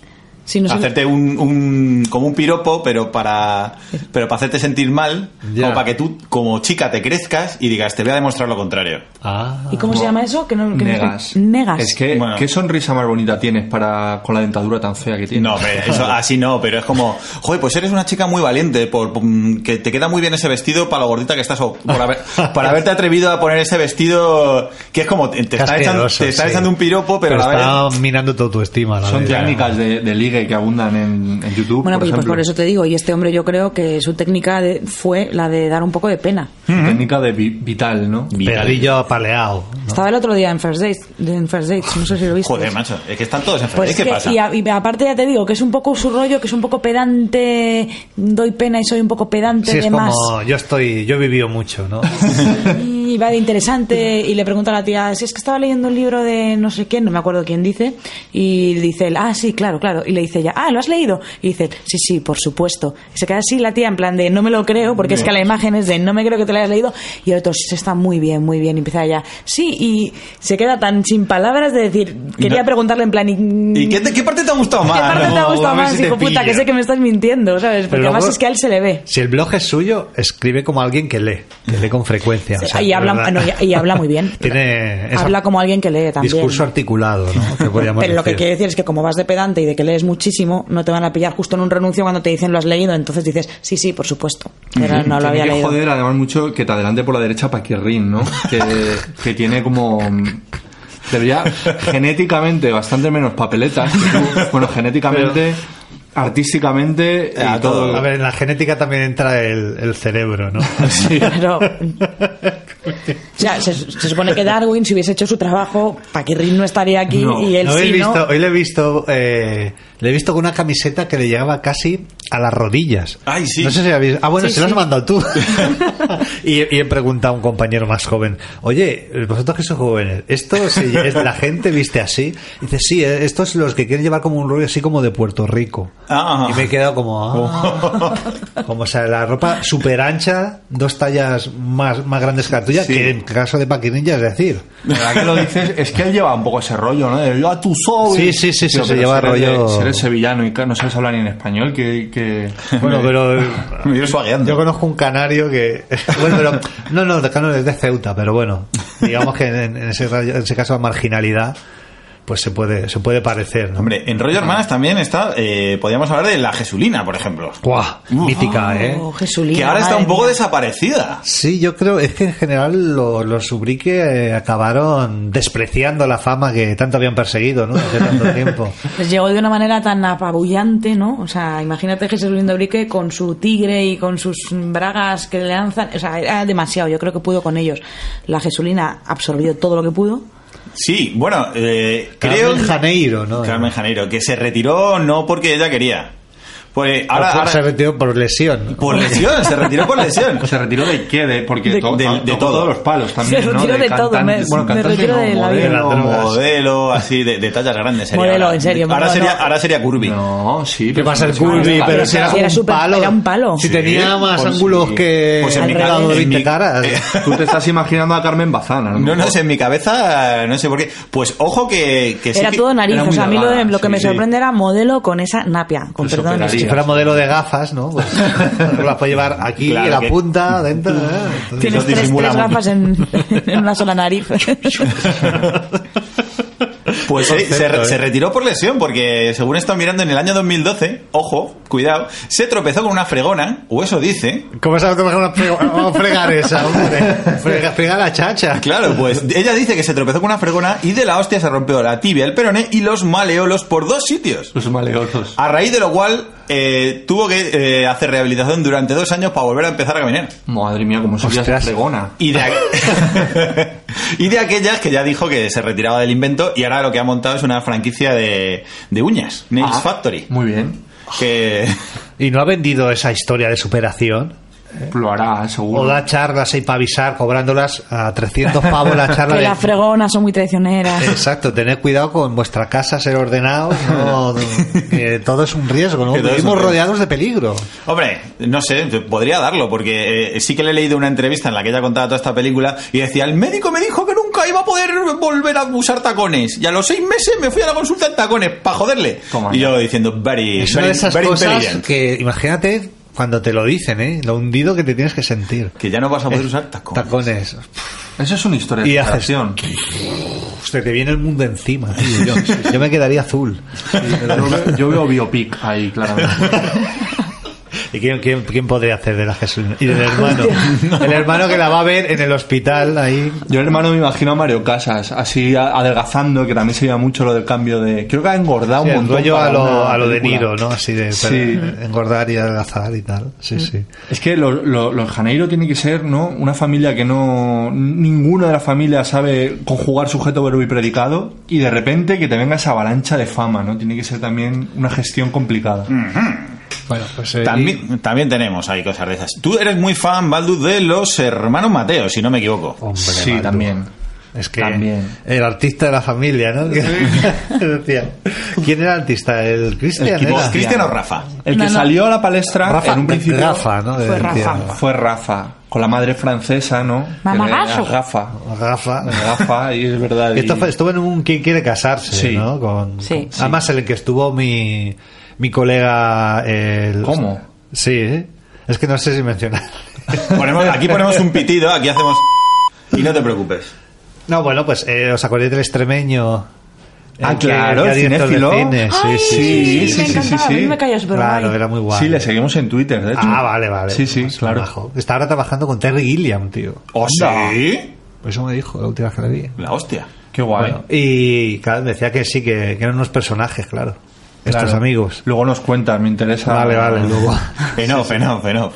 Speaker 6: Sí, no sé-
Speaker 3: hacerte un, un- como un piropo pero para pero para hacerte sentir mal
Speaker 4: Ya.
Speaker 3: como para que tú como chica te crezcas y digas te voy a demostrar lo contrario
Speaker 4: Ah.
Speaker 6: ¿Y cómo se llama eso? Que no, que no-
Speaker 5: Negas.
Speaker 6: Negas.
Speaker 5: Es que,
Speaker 3: Bueno.
Speaker 5: ¿qué sonrisa más bonita tienes para con la dentadura tan fea que tienes?
Speaker 3: no pero eso así no pero es como joder pues eres una chica muy valiente por, por- que te queda muy bien ese vestido para lo gordita que estás o por haber- para haberte atrevido a poner ese vestido que es como te, te
Speaker 4: Qué
Speaker 3: está echando,
Speaker 4: asqueroso,
Speaker 3: te está
Speaker 4: sí.
Speaker 3: echando un piropo pero, a la vez
Speaker 4: está minando toda tu estima. la
Speaker 5: Son
Speaker 4: verdad.
Speaker 5: técnicas de, de ligue que, que abundan en, en YouTube.
Speaker 6: Bueno, pues,
Speaker 5: por
Speaker 6: pues
Speaker 5: ejemplo.
Speaker 6: por eso te digo, y este hombre yo creo que su técnica de- fue la de dar un poco de pena.
Speaker 5: Su Técnica de vi- vital, ¿no?
Speaker 4: Pegadillo apaleado. ¿no?
Speaker 6: Estaba el otro día en First Dates, de- en First Dates, no sé si lo viste.
Speaker 3: Joder, macho, es que están todos enfermos.
Speaker 6: Pues
Speaker 3: ¿Qué
Speaker 6: es que-
Speaker 3: pasa?
Speaker 6: Y, a- y aparte ya te digo que es un poco su rollo, que es un poco pedante, doy pena y soy un poco pedante
Speaker 4: Sí, es
Speaker 6: de más.
Speaker 4: como yo estoy, yo he vivido mucho, ¿no?
Speaker 6: Y va de interesante y le pregunta a la tía, si es que estaba leyendo un libro de no sé quién, no me acuerdo quién dice, y dice él, ah, sí, claro, claro, y le dice ella, ah, ¿lo has leído? Y dice, sí, sí, por supuesto. Y se queda así la tía en plan de, no me lo creo, porque es que la imagen es de, no me creo que te lo hayas leído, y el otro, sí, está muy bien, muy bien, y empieza ella, sí, y se queda tan sin palabras de decir, quería
Speaker 3: No.
Speaker 6: preguntarle en plan, y...
Speaker 3: ¿Y qué, te- qué parte te ha gustado
Speaker 6: ¿Qué
Speaker 3: más?
Speaker 6: parte te ha
Speaker 3: No,
Speaker 6: gustado
Speaker 3: a ver
Speaker 6: más,
Speaker 3: si te
Speaker 6: hijo puta?
Speaker 3: pillo.
Speaker 6: Que sé que me estás mintiendo, ¿sabes? Porque
Speaker 4: Pero
Speaker 6: además
Speaker 4: luego-
Speaker 6: es que a él se le ve.
Speaker 4: Si el blog es suyo, escribe como alguien que lee, que lee con frecuencia. o sea,
Speaker 6: y, habla,
Speaker 4: ¿verdad?
Speaker 6: no, y- y habla muy bien.
Speaker 4: Tiene esa-
Speaker 6: habla como alguien que lee también.
Speaker 4: discurso articulado, ¿no? Que podríamos
Speaker 6: Pero lo que
Speaker 4: decir.
Speaker 6: quiere decir es que como vas de pedante y de que lees muchísimo, no te van a pillar justo en un renuncio cuando te dicen lo has leído. Entonces dices, sí, sí, por supuesto. Pero no lo
Speaker 5: Tiene
Speaker 6: había
Speaker 5: que
Speaker 6: leído.
Speaker 5: joder además mucho que te adelante por la derecha Paquirrin, ¿no? Que, que tiene como... mm, Debería genéticamente bastante menos papeletas. que tú. Bueno, genéticamente, artísticamente y
Speaker 3: A todo.
Speaker 5: todo.
Speaker 4: A ver, en la genética también entra el, el cerebro, ¿no?
Speaker 6: Pero- o sea, se, se supone que Darwin, si hubiese hecho su trabajo, Paquirrin no estaría aquí
Speaker 5: No,
Speaker 6: y él
Speaker 4: Hoy,
Speaker 6: sí,
Speaker 4: he visto,
Speaker 6: ¿no?
Speaker 4: hoy le he visto, eh, le he visto con una camiseta que le llegaba casi a las rodillas.
Speaker 3: Ay, sí.
Speaker 4: No sé si habéis. Ah, bueno,
Speaker 6: Sí,
Speaker 4: se lo has
Speaker 6: sí.
Speaker 4: mandado tú. y, y he preguntado a un compañero más joven, oye, vosotros que sois jóvenes, esto se- es, la gente viste así. Y dice, sí, eh, estos los que quieren llevar como un rollo así como de Puerto Rico.
Speaker 3: Ah.
Speaker 4: Y me he quedado como, ah. como o sea, la ropa súper ancha, dos tallas más, más grandes que la tuya,
Speaker 5: Sí.
Speaker 4: que en caso de Paquinilla, es decir.
Speaker 5: La verdad que lo dices, es que él lleva un poco ese rollo, ¿no? De yo a tu
Speaker 4: Sí,
Speaker 5: soy.
Speaker 4: sí, sí, sí,
Speaker 5: Tío,
Speaker 4: se
Speaker 5: pero
Speaker 4: lleva
Speaker 5: si eres de-
Speaker 4: rollo-
Speaker 5: Si eres sevillano y claro, no sabes hablar ni en español, que... que...
Speaker 4: Bueno, pero
Speaker 3: Me iba suagueando.
Speaker 4: Yo conozco un canario que. Bueno, pero. No, no, el canario es de Ceuta, pero bueno. Digamos que en, en ese, rayo- en ese caso la marginalidad, pues se puede, se puede parecer, ¿no?
Speaker 3: Hombre, en Rollo Hermanas también está, eh, podríamos hablar de la Jesulina, por ejemplo.
Speaker 4: ¡Guau!
Speaker 3: Uf.
Speaker 4: Mítica, ¿eh?
Speaker 6: Oh, Jesulina,
Speaker 3: que ahora está
Speaker 6: madre
Speaker 3: un poco
Speaker 6: mía.
Speaker 3: desaparecida.
Speaker 4: Sí, yo creo, es que en general lo- los Ubrique eh, acabaron despreciando la fama que tanto habían perseguido, ¿no? Hace tanto tiempo.
Speaker 6: Pues llegó de una manera tan apabullante, ¿no? O sea, imagínate a Jesús Lindo Brique con su tigre y con sus bragas que le lanzan. O sea, era demasiado. Yo creo que pudo con ellos. La Jesulina absorbió todo lo que pudo.
Speaker 3: Sí, bueno, eh, creo.
Speaker 4: Carmen Janeiro, ¿no?
Speaker 3: Carmen Janeiro, que se retiró no porque ella quería. Pues ahora.
Speaker 4: Ahora,
Speaker 3: ahora-
Speaker 4: se retiró por lesión. ¿no?
Speaker 3: por lesión, se retiró por lesión.
Speaker 5: ¿Se retiró de qué? De, porque
Speaker 6: De-
Speaker 5: to-
Speaker 3: de-
Speaker 5: to-
Speaker 3: de
Speaker 5: tocó
Speaker 3: todo.
Speaker 5: todos los palos también,
Speaker 6: Se
Speaker 5: ¿no?
Speaker 6: retiró de todo,
Speaker 5: cantante-
Speaker 6: me-
Speaker 5: bueno,
Speaker 6: me
Speaker 5: cantante
Speaker 6: retiró
Speaker 5: no,
Speaker 6: de la
Speaker 5: modelo.
Speaker 6: vida.
Speaker 4: De las drogas.
Speaker 3: modelo así de, de tallas grandes sería
Speaker 6: Modelo,
Speaker 3: ahora.
Speaker 6: en serio,
Speaker 3: ahora
Speaker 6: modelo,
Speaker 3: sería
Speaker 6: no.
Speaker 3: ahora sería curvy
Speaker 5: No, sí.
Speaker 4: ¿Qué pasa el
Speaker 5: pero-
Speaker 4: curvy?
Speaker 6: era-
Speaker 4: Pero si era,
Speaker 6: era
Speaker 4: un
Speaker 6: súper-
Speaker 4: palo.
Speaker 6: era un palo.
Speaker 4: Si
Speaker 5: Sí,
Speaker 4: tenía más
Speaker 5: pues
Speaker 4: ángulos
Speaker 5: sí.
Speaker 4: que.
Speaker 3: Pues en
Speaker 4: han
Speaker 3: mi
Speaker 4: regalado
Speaker 3: caso, en
Speaker 4: 20
Speaker 3: mi- eh,
Speaker 4: caras.
Speaker 5: Tú te estás imaginando a Carmen Bazana, ¿no?
Speaker 3: No, no sé, en mi cabeza, no sé por qué. Pues ojo que, que sí
Speaker 6: era
Speaker 3: que-
Speaker 6: todo nariz.
Speaker 5: era muy
Speaker 6: O sea, a mí lo, de-
Speaker 5: delgada,
Speaker 6: lo que
Speaker 5: sí,
Speaker 6: me
Speaker 5: sí.
Speaker 6: sorprende era modelo con esa napia. Con
Speaker 5: Pues
Speaker 6: perdón.
Speaker 5: operaría.
Speaker 4: Si fuera modelo de gafas, ¿no? Pues, las puede llevar aquí,
Speaker 3: Claro
Speaker 4: en la
Speaker 3: que-
Speaker 4: punta, dentro. ¿eh? Entonces-
Speaker 6: Tienes
Speaker 3: Los
Speaker 6: tres, tres
Speaker 3: disimulamos.
Speaker 6: gafas en, en una sola nariz.
Speaker 3: Pues sí,
Speaker 4: Concepto,
Speaker 3: se, re-
Speaker 4: ¿eh?
Speaker 3: se retiró por lesión porque, según están mirando, en el año 2012, ojo, cuidado, se tropezó con una fregona, o eso dice.
Speaker 4: ¿Cómo sabes que me van a fre- vamos a fregar esa, hombre? Frega, frega la chacha.
Speaker 3: Claro, pues ella dice que se tropezó con una fregona y de la hostia se rompió la tibia, el peroné y los maleolos por dos sitios.
Speaker 5: Los maleolos.
Speaker 3: A raíz de lo cual, eh, tuvo que eh, hacer rehabilitación durante dos años para volver a empezar a caminar.
Speaker 5: Madre mía, cómo subías de
Speaker 4: Ostras.
Speaker 5: fregona.
Speaker 3: Y de, aqu- y de aquellas que ya dijo que se retiraba del invento y ahora lo que ha montado es una franquicia de, de uñas, Nails
Speaker 5: Ah,
Speaker 3: Factory.
Speaker 5: Muy bien.
Speaker 3: Que
Speaker 4: Y no ha vendido esa historia de superación.
Speaker 5: Lo hará,
Speaker 4: O
Speaker 5: ah, seguro.
Speaker 4: da charlas ahí para avisar, cobrándolas a 300 pavos la charla
Speaker 6: que
Speaker 4: de-
Speaker 6: las fregonas son muy traicioneras.
Speaker 4: Exacto, tened cuidado con vuestra casa, ser ordenados, no- que todo es un riesgo, ¿no?
Speaker 3: Que todo es un
Speaker 4: Vivimos
Speaker 3: riesgo.
Speaker 4: rodeados de peligro.
Speaker 3: Hombre, no sé, podría darlo, porque eh, sí que le he leído una entrevista en la que ella contaba toda esta película y decía, el médico me dijo que nunca iba a poder volver a usar tacones. Y a los seis meses me fui a la consulta en tacones, para joderle.
Speaker 5: Toma
Speaker 3: y
Speaker 5: ya.
Speaker 3: yo diciendo, very,
Speaker 4: Es una de
Speaker 3: very-
Speaker 4: esas
Speaker 3: very
Speaker 4: cosas
Speaker 3: intelligent".
Speaker 4: que, imagínate cuando te lo dicen, ¿eh? Lo hundido que te tienes que sentir.
Speaker 3: Que ya no vas a poder usar tacones.
Speaker 4: Tacones.
Speaker 5: Eso es una historia
Speaker 4: Y
Speaker 5: de
Speaker 4: haces-
Speaker 5: superación.
Speaker 4: Usted Pues te viene el mundo encima, tío. Yo, yo me quedaría azul.
Speaker 5: Yo veo- Yo veo biopic ahí, claramente.
Speaker 4: ¿Y quién, quién, quién podría hacer de la Jesús? Y del hermano. El hermano que la va a ver en el hospital ahí.
Speaker 5: Yo, hermano, me imagino a Mario Casas, así a- adelgazando, que también se veía mucho lo del cambio de. Creo que ha engordado
Speaker 4: Sí,
Speaker 5: un
Speaker 4: el
Speaker 5: montón.
Speaker 4: rollo
Speaker 5: para
Speaker 4: a lo,
Speaker 5: una
Speaker 4: a lo de
Speaker 5: película.
Speaker 4: Niro, ¿no? Así de
Speaker 5: Sí. Mm.
Speaker 4: pero, eh, engordar y adelgazar y tal. Sí, sí.
Speaker 5: Es que lo- lo- los Janeiro tiene que ser, ¿no? Una familia que no. Ninguna de las familias sabe conjugar sujeto, verbo y predicado. Y de repente que te venga esa avalancha de fama, ¿no? Tiene que ser también una gestión complicada.
Speaker 4: Mm. Bueno, pues. eh,
Speaker 3: También, también tenemos ahí cosas de esas. Tú eres muy fan, Baldu, de los hermanos Mateo, si no me equivoco.
Speaker 4: y- hombre,
Speaker 5: sí,
Speaker 4: Baldu.
Speaker 5: también.
Speaker 4: Es que
Speaker 5: También.
Speaker 4: el artista de la familia, ¿no? Decía. ¿Quién era el artista? El Cristian.
Speaker 5: El
Speaker 4: era?
Speaker 5: Cristian.
Speaker 3: Cristiano Rafa.
Speaker 5: El que
Speaker 6: No, no.
Speaker 5: salió a la palestra
Speaker 4: Rafa,
Speaker 5: en un principio.
Speaker 4: Rafa, ¿no?
Speaker 6: Fue
Speaker 4: Decía,
Speaker 6: Rafa.
Speaker 5: Fue Rafa, con la madre francesa, ¿no?
Speaker 6: Mamá
Speaker 5: Que le-
Speaker 6: Gaso.
Speaker 5: Rafa.
Speaker 4: Rafa.
Speaker 5: Rafa, y es verdad. y-
Speaker 4: Esto fue- estuvo en un Quien quiere casarse,
Speaker 5: Sí.
Speaker 4: ¿no? Con,
Speaker 6: Sí.
Speaker 4: con- Además, el que estuvo mi, mi colega. El,
Speaker 5: ¿Cómo?
Speaker 4: Sí, ¿eh? es que no sé si mencionar.
Speaker 3: Ponemos- aquí ponemos un pitido, aquí hacemos. Y no te preocupes.
Speaker 4: No, bueno, pues eh, os acordáis del extremeño.
Speaker 5: Ah,
Speaker 4: El que-
Speaker 5: claro,
Speaker 4: que era
Speaker 5: el
Speaker 4: director de
Speaker 5: cinéfilo.
Speaker 4: cine, Sí,
Speaker 6: Ay,
Speaker 4: sí,
Speaker 5: sí, sí,
Speaker 6: me
Speaker 5: sí,
Speaker 6: encantaba,
Speaker 5: sí,
Speaker 6: a mí
Speaker 5: sí.
Speaker 6: me caía súper
Speaker 4: Claro,
Speaker 6: guay.
Speaker 4: era muy guay.
Speaker 5: Sí, le seguimos en Twitter, de hecho.
Speaker 4: Ah, vale, vale.
Speaker 5: Sí, sí,
Speaker 4: Pues,
Speaker 5: claro.
Speaker 4: majo. Está ahora trabajando con Terry Gilliam, tío.
Speaker 3: ¿O sí?
Speaker 5: Pues
Speaker 4: Por eso me dijo la última vez que la vi.
Speaker 3: La hostia.
Speaker 5: Qué guay.
Speaker 4: Bueno, y claro, decía que sí, que, que eran unos personajes, claro. Estos
Speaker 5: Claro.
Speaker 4: amigos.
Speaker 5: Luego nos cuentas, me interesa.
Speaker 4: Vale, vale, luego.
Speaker 3: Fenof, fenof, fenof.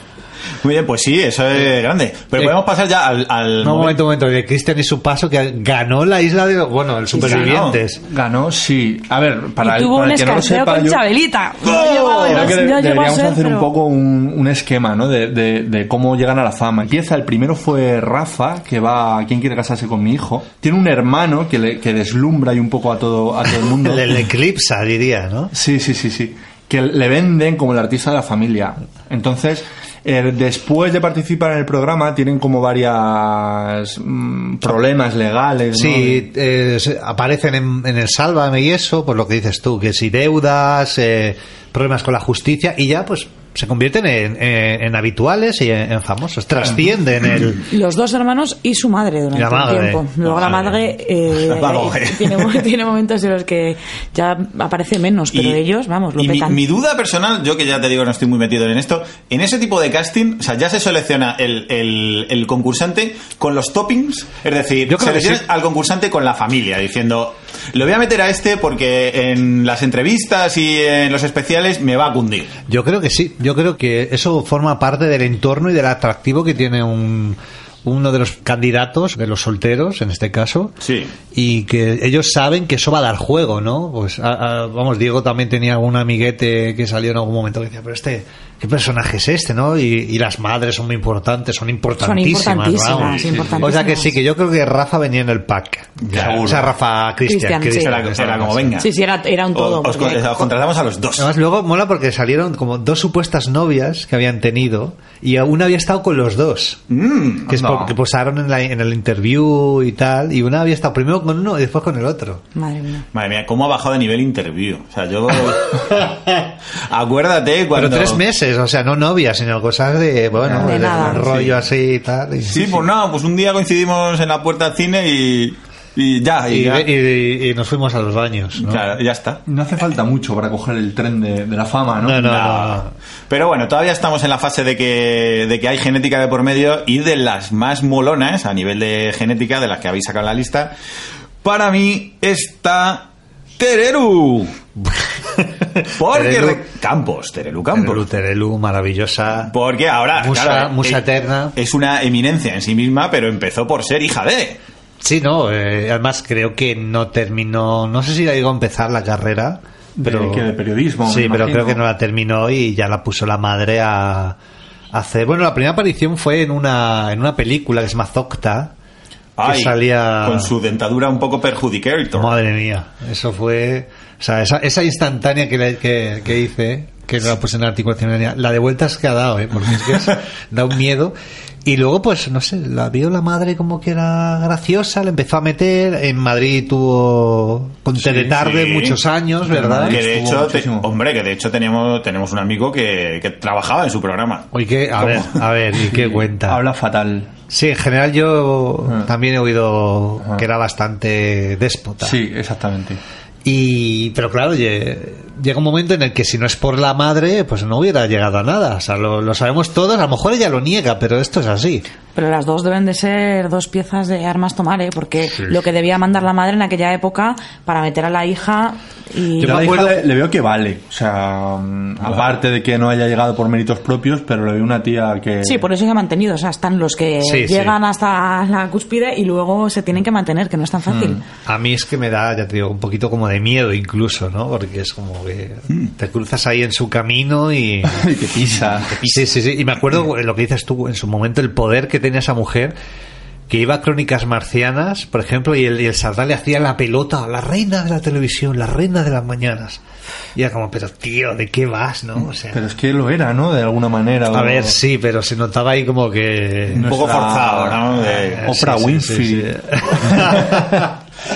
Speaker 3: Muy bien, pues sí, eso es grande. Pero
Speaker 4: Eh,
Speaker 3: podemos pasar ya al. al
Speaker 4: No, un
Speaker 3: momento-
Speaker 4: momento, un momento. Que Christian y su paso que ganó la isla de. Bueno, el supervivientes.
Speaker 5: Ganó, sí. A ver, para
Speaker 6: y
Speaker 5: el,
Speaker 6: tuvo
Speaker 5: para
Speaker 6: un
Speaker 5: el que no lo
Speaker 6: escaseo
Speaker 5: sepa,
Speaker 6: con
Speaker 5: yo-
Speaker 6: Chabelita. No
Speaker 3: ¡Oh!
Speaker 6: llegó,
Speaker 5: Creo
Speaker 6: no-
Speaker 5: que
Speaker 6: no llegó a
Speaker 5: deberíamos
Speaker 6: ser,
Speaker 5: hacer un
Speaker 6: pero-
Speaker 5: poco un, un esquema, ¿no? De, de- de cómo llegan a la fama. Empieza, el primero fue Rafa, que va a quien quiere casarse con mi hijo. Tiene un hermano que, le, que deslumbra y un poco a todo, a todo el mundo.
Speaker 4: El, el eclipsa, diría, ¿no?
Speaker 5: Sí, sí, sí, sí. Que le venden como el artista de la familia. Entonces, eh, después de participar en el programa, tienen como varias mm, problemas legales. ¿no?
Speaker 4: Sí, eh, se- aparecen en, en el Sálvame y eso, pues lo que dices tú, que si deudas, eh, problemas con la justicia, y ya pues se convierten en, eh, en- en habituales y en, en famosos. Trascienden el.
Speaker 6: Los dos hermanos y su madre durante
Speaker 4: La madre.
Speaker 6: un tiempo. Luego la
Speaker 4: Madre.
Speaker 6: madre, eh,
Speaker 3: Vamos, eh.
Speaker 6: tiene, mo- tiene momentos en los que ya aparece menos, pero
Speaker 3: Y-
Speaker 6: ellos, vamos, lo
Speaker 3: y mi,
Speaker 6: petan.
Speaker 3: mi duda personal, yo que ya te digo no estoy muy metido en esto, en ese tipo de casting, o sea, ya se selecciona el, el- el concursante con los toppings, es decir,
Speaker 4: Yo creo que
Speaker 3: seleccionas
Speaker 4: sí.
Speaker 3: al concursante con la familia, diciendo, lo voy a meter a este porque en las entrevistas y en los especiales me va a cundir.
Speaker 4: Yo creo que sí, yo creo que eso forma parte del entorno y del atractivo que tiene un, uno de los candidatos, de los solteros en este caso.
Speaker 3: Sí.
Speaker 4: y que ellos saben que eso va a dar juego, ¿no? Pues, a- a- vamos, Diego también tenía algún amiguete que salió en algún momento que decía, pero este, ¿qué personaje es este, no? Y, y las madres son muy importantes, son importantísimas,
Speaker 6: importantísimas,
Speaker 4: vamos.
Speaker 6: sí,
Speaker 4: O sea que
Speaker 6: importantísimas.
Speaker 4: sí, que yo creo que Rafa venía en el pack.
Speaker 3: Seguro.
Speaker 4: O sea, Rafa Cristian.
Speaker 6: Cristian, sí.
Speaker 4: Cristian,
Speaker 3: Era,
Speaker 4: Cristian,
Speaker 3: era como
Speaker 4: Cristian.
Speaker 3: venga.
Speaker 6: Sí, sí, era, era un todo.
Speaker 3: O- os,
Speaker 6: porque-
Speaker 3: con- os contratamos a los dos.
Speaker 4: Además, luego mola porque salieron como dos supuestas novias que habían tenido y una había estado con los dos.
Speaker 3: Mm,
Speaker 4: Que, es
Speaker 3: anda.
Speaker 4: por- que posaron en, la- en el interview y tal, y una había estado primero con uno y después con el otro.
Speaker 6: Madre mía.
Speaker 3: Madre mía, cómo ha bajado de nivel interview. O sea, yo... Acuérdate cuando...
Speaker 4: Pero tres meses, o sea, no novia, sino cosas de, bueno,
Speaker 6: De
Speaker 4: de
Speaker 6: nada.
Speaker 4: rollo así y tal. Y,
Speaker 3: Sí, pues no, pues un día coincidimos en la puerta del cine y, y ya, y,
Speaker 4: y,
Speaker 3: ya,
Speaker 4: y- y nos fuimos a los baños, ¿no?
Speaker 3: Claro, y ya está.
Speaker 5: No hace falta mucho para coger el tren de, de la fama, ¿no?
Speaker 4: No, no,
Speaker 3: No.
Speaker 4: no, no.
Speaker 3: Pero bueno, todavía estamos en la fase de que, de que hay genética de por medio y de las más molonas a nivel de genética de las que habéis sacado en la lista. Para mí está Tereru. Porque
Speaker 4: Tereru.
Speaker 3: re- Campos, Tereru Campos.
Speaker 4: Terelu, Terelu, maravillosa.
Speaker 3: Porque ahora,
Speaker 4: Musa-
Speaker 3: claro,
Speaker 4: musa
Speaker 3: eh,
Speaker 4: eterna.
Speaker 3: es una eminencia en sí misma, pero empezó por ser hija de.
Speaker 4: Sí, no, eh, además creo que no terminó, no sé si la llegó a empezar la carrera, pero...
Speaker 5: que de periodismo,
Speaker 4: Sí,
Speaker 5: me
Speaker 4: pero
Speaker 5: imagino.
Speaker 4: creo que no la terminó y ya la puso la madre a, a hacer... Bueno, la primera aparición fue en una, en una película que se llama Zocta, que
Speaker 3: Ay,
Speaker 4: salía...
Speaker 3: con su dentadura un poco perjudicada.
Speaker 4: Madre mía, eso fue. O sea, esa, esa instantánea que, le- que, que hice, que la puse en la articulación, la de vueltas que ha dado, ¿eh? porque es que es- da un miedo. Y luego, pues, no sé, la vio la madre como que era graciosa, la empezó a meter. En Madrid tuvo con Té de tarde
Speaker 3: sí.
Speaker 4: muchos años, ¿verdad?
Speaker 3: Que de
Speaker 5: Estuvo
Speaker 3: hecho, te-
Speaker 5: muchísimo.
Speaker 3: hombre, que de hecho tenemos, tenemos un amigo que, que trabajaba en su programa.
Speaker 4: Oye, que, a
Speaker 3: ¿Cómo?
Speaker 4: ver, a ver, ¿y qué cuenta?
Speaker 5: Habla fatal.
Speaker 4: Sí, en general yo
Speaker 5: Ah.
Speaker 4: también he oído
Speaker 3: Ah.
Speaker 5: Ajá.
Speaker 4: que era bastante déspota.
Speaker 5: Sí, exactamente.
Speaker 4: Y, pero claro, oye, llega un momento en el que si no es por la madre, pues no hubiera llegado a nada. O sea, lo, lo sabemos todos. A lo mejor ella lo niega, pero esto es así.
Speaker 6: Pero las dos deben de ser dos piezas de armas tomar, ¿eh? porque
Speaker 4: Sí.
Speaker 6: lo que debía mandar la madre en aquella época para meter a la hija y...
Speaker 5: Yo
Speaker 4: me
Speaker 5: a la hija
Speaker 4: acuerdo-
Speaker 5: le, le veo que vale. O sea, mm, aparte de que no haya llegado por méritos propios, pero le veo una tía que.
Speaker 6: Sí, por eso se ha mantenido. O sea, están los que
Speaker 4: Sí, sí.
Speaker 6: llegan hasta la cúspide y luego se tienen que mantener, que no es tan fácil.
Speaker 3: Mm.
Speaker 4: A mí es que me da, ya te digo, un poquito como de miedo incluso, ¿no? Porque es como que te cruzas ahí en su camino y...
Speaker 5: Y que pisa.
Speaker 4: Sí, sí, sí. Y me acuerdo lo que dices tú en su momento, el poder que tenía esa mujer, que iba a crónicas marcianas, por ejemplo, y el, y el Sardá le hacía la pelota, la reina de la televisión, la reina de las mañanas. Y era como, pero tío, ¿de qué vas, no? O sea,
Speaker 5: Pero es que lo era, ¿no? De alguna manera.
Speaker 4: a
Speaker 5: o-
Speaker 4: ver, sí, pero se notaba ahí como que...
Speaker 3: Un poco
Speaker 5: Nuestra-
Speaker 3: forzado, ¿no? De-
Speaker 5: Oprah
Speaker 4: Sí, sí,
Speaker 5: Winfrey.
Speaker 4: sí, sí.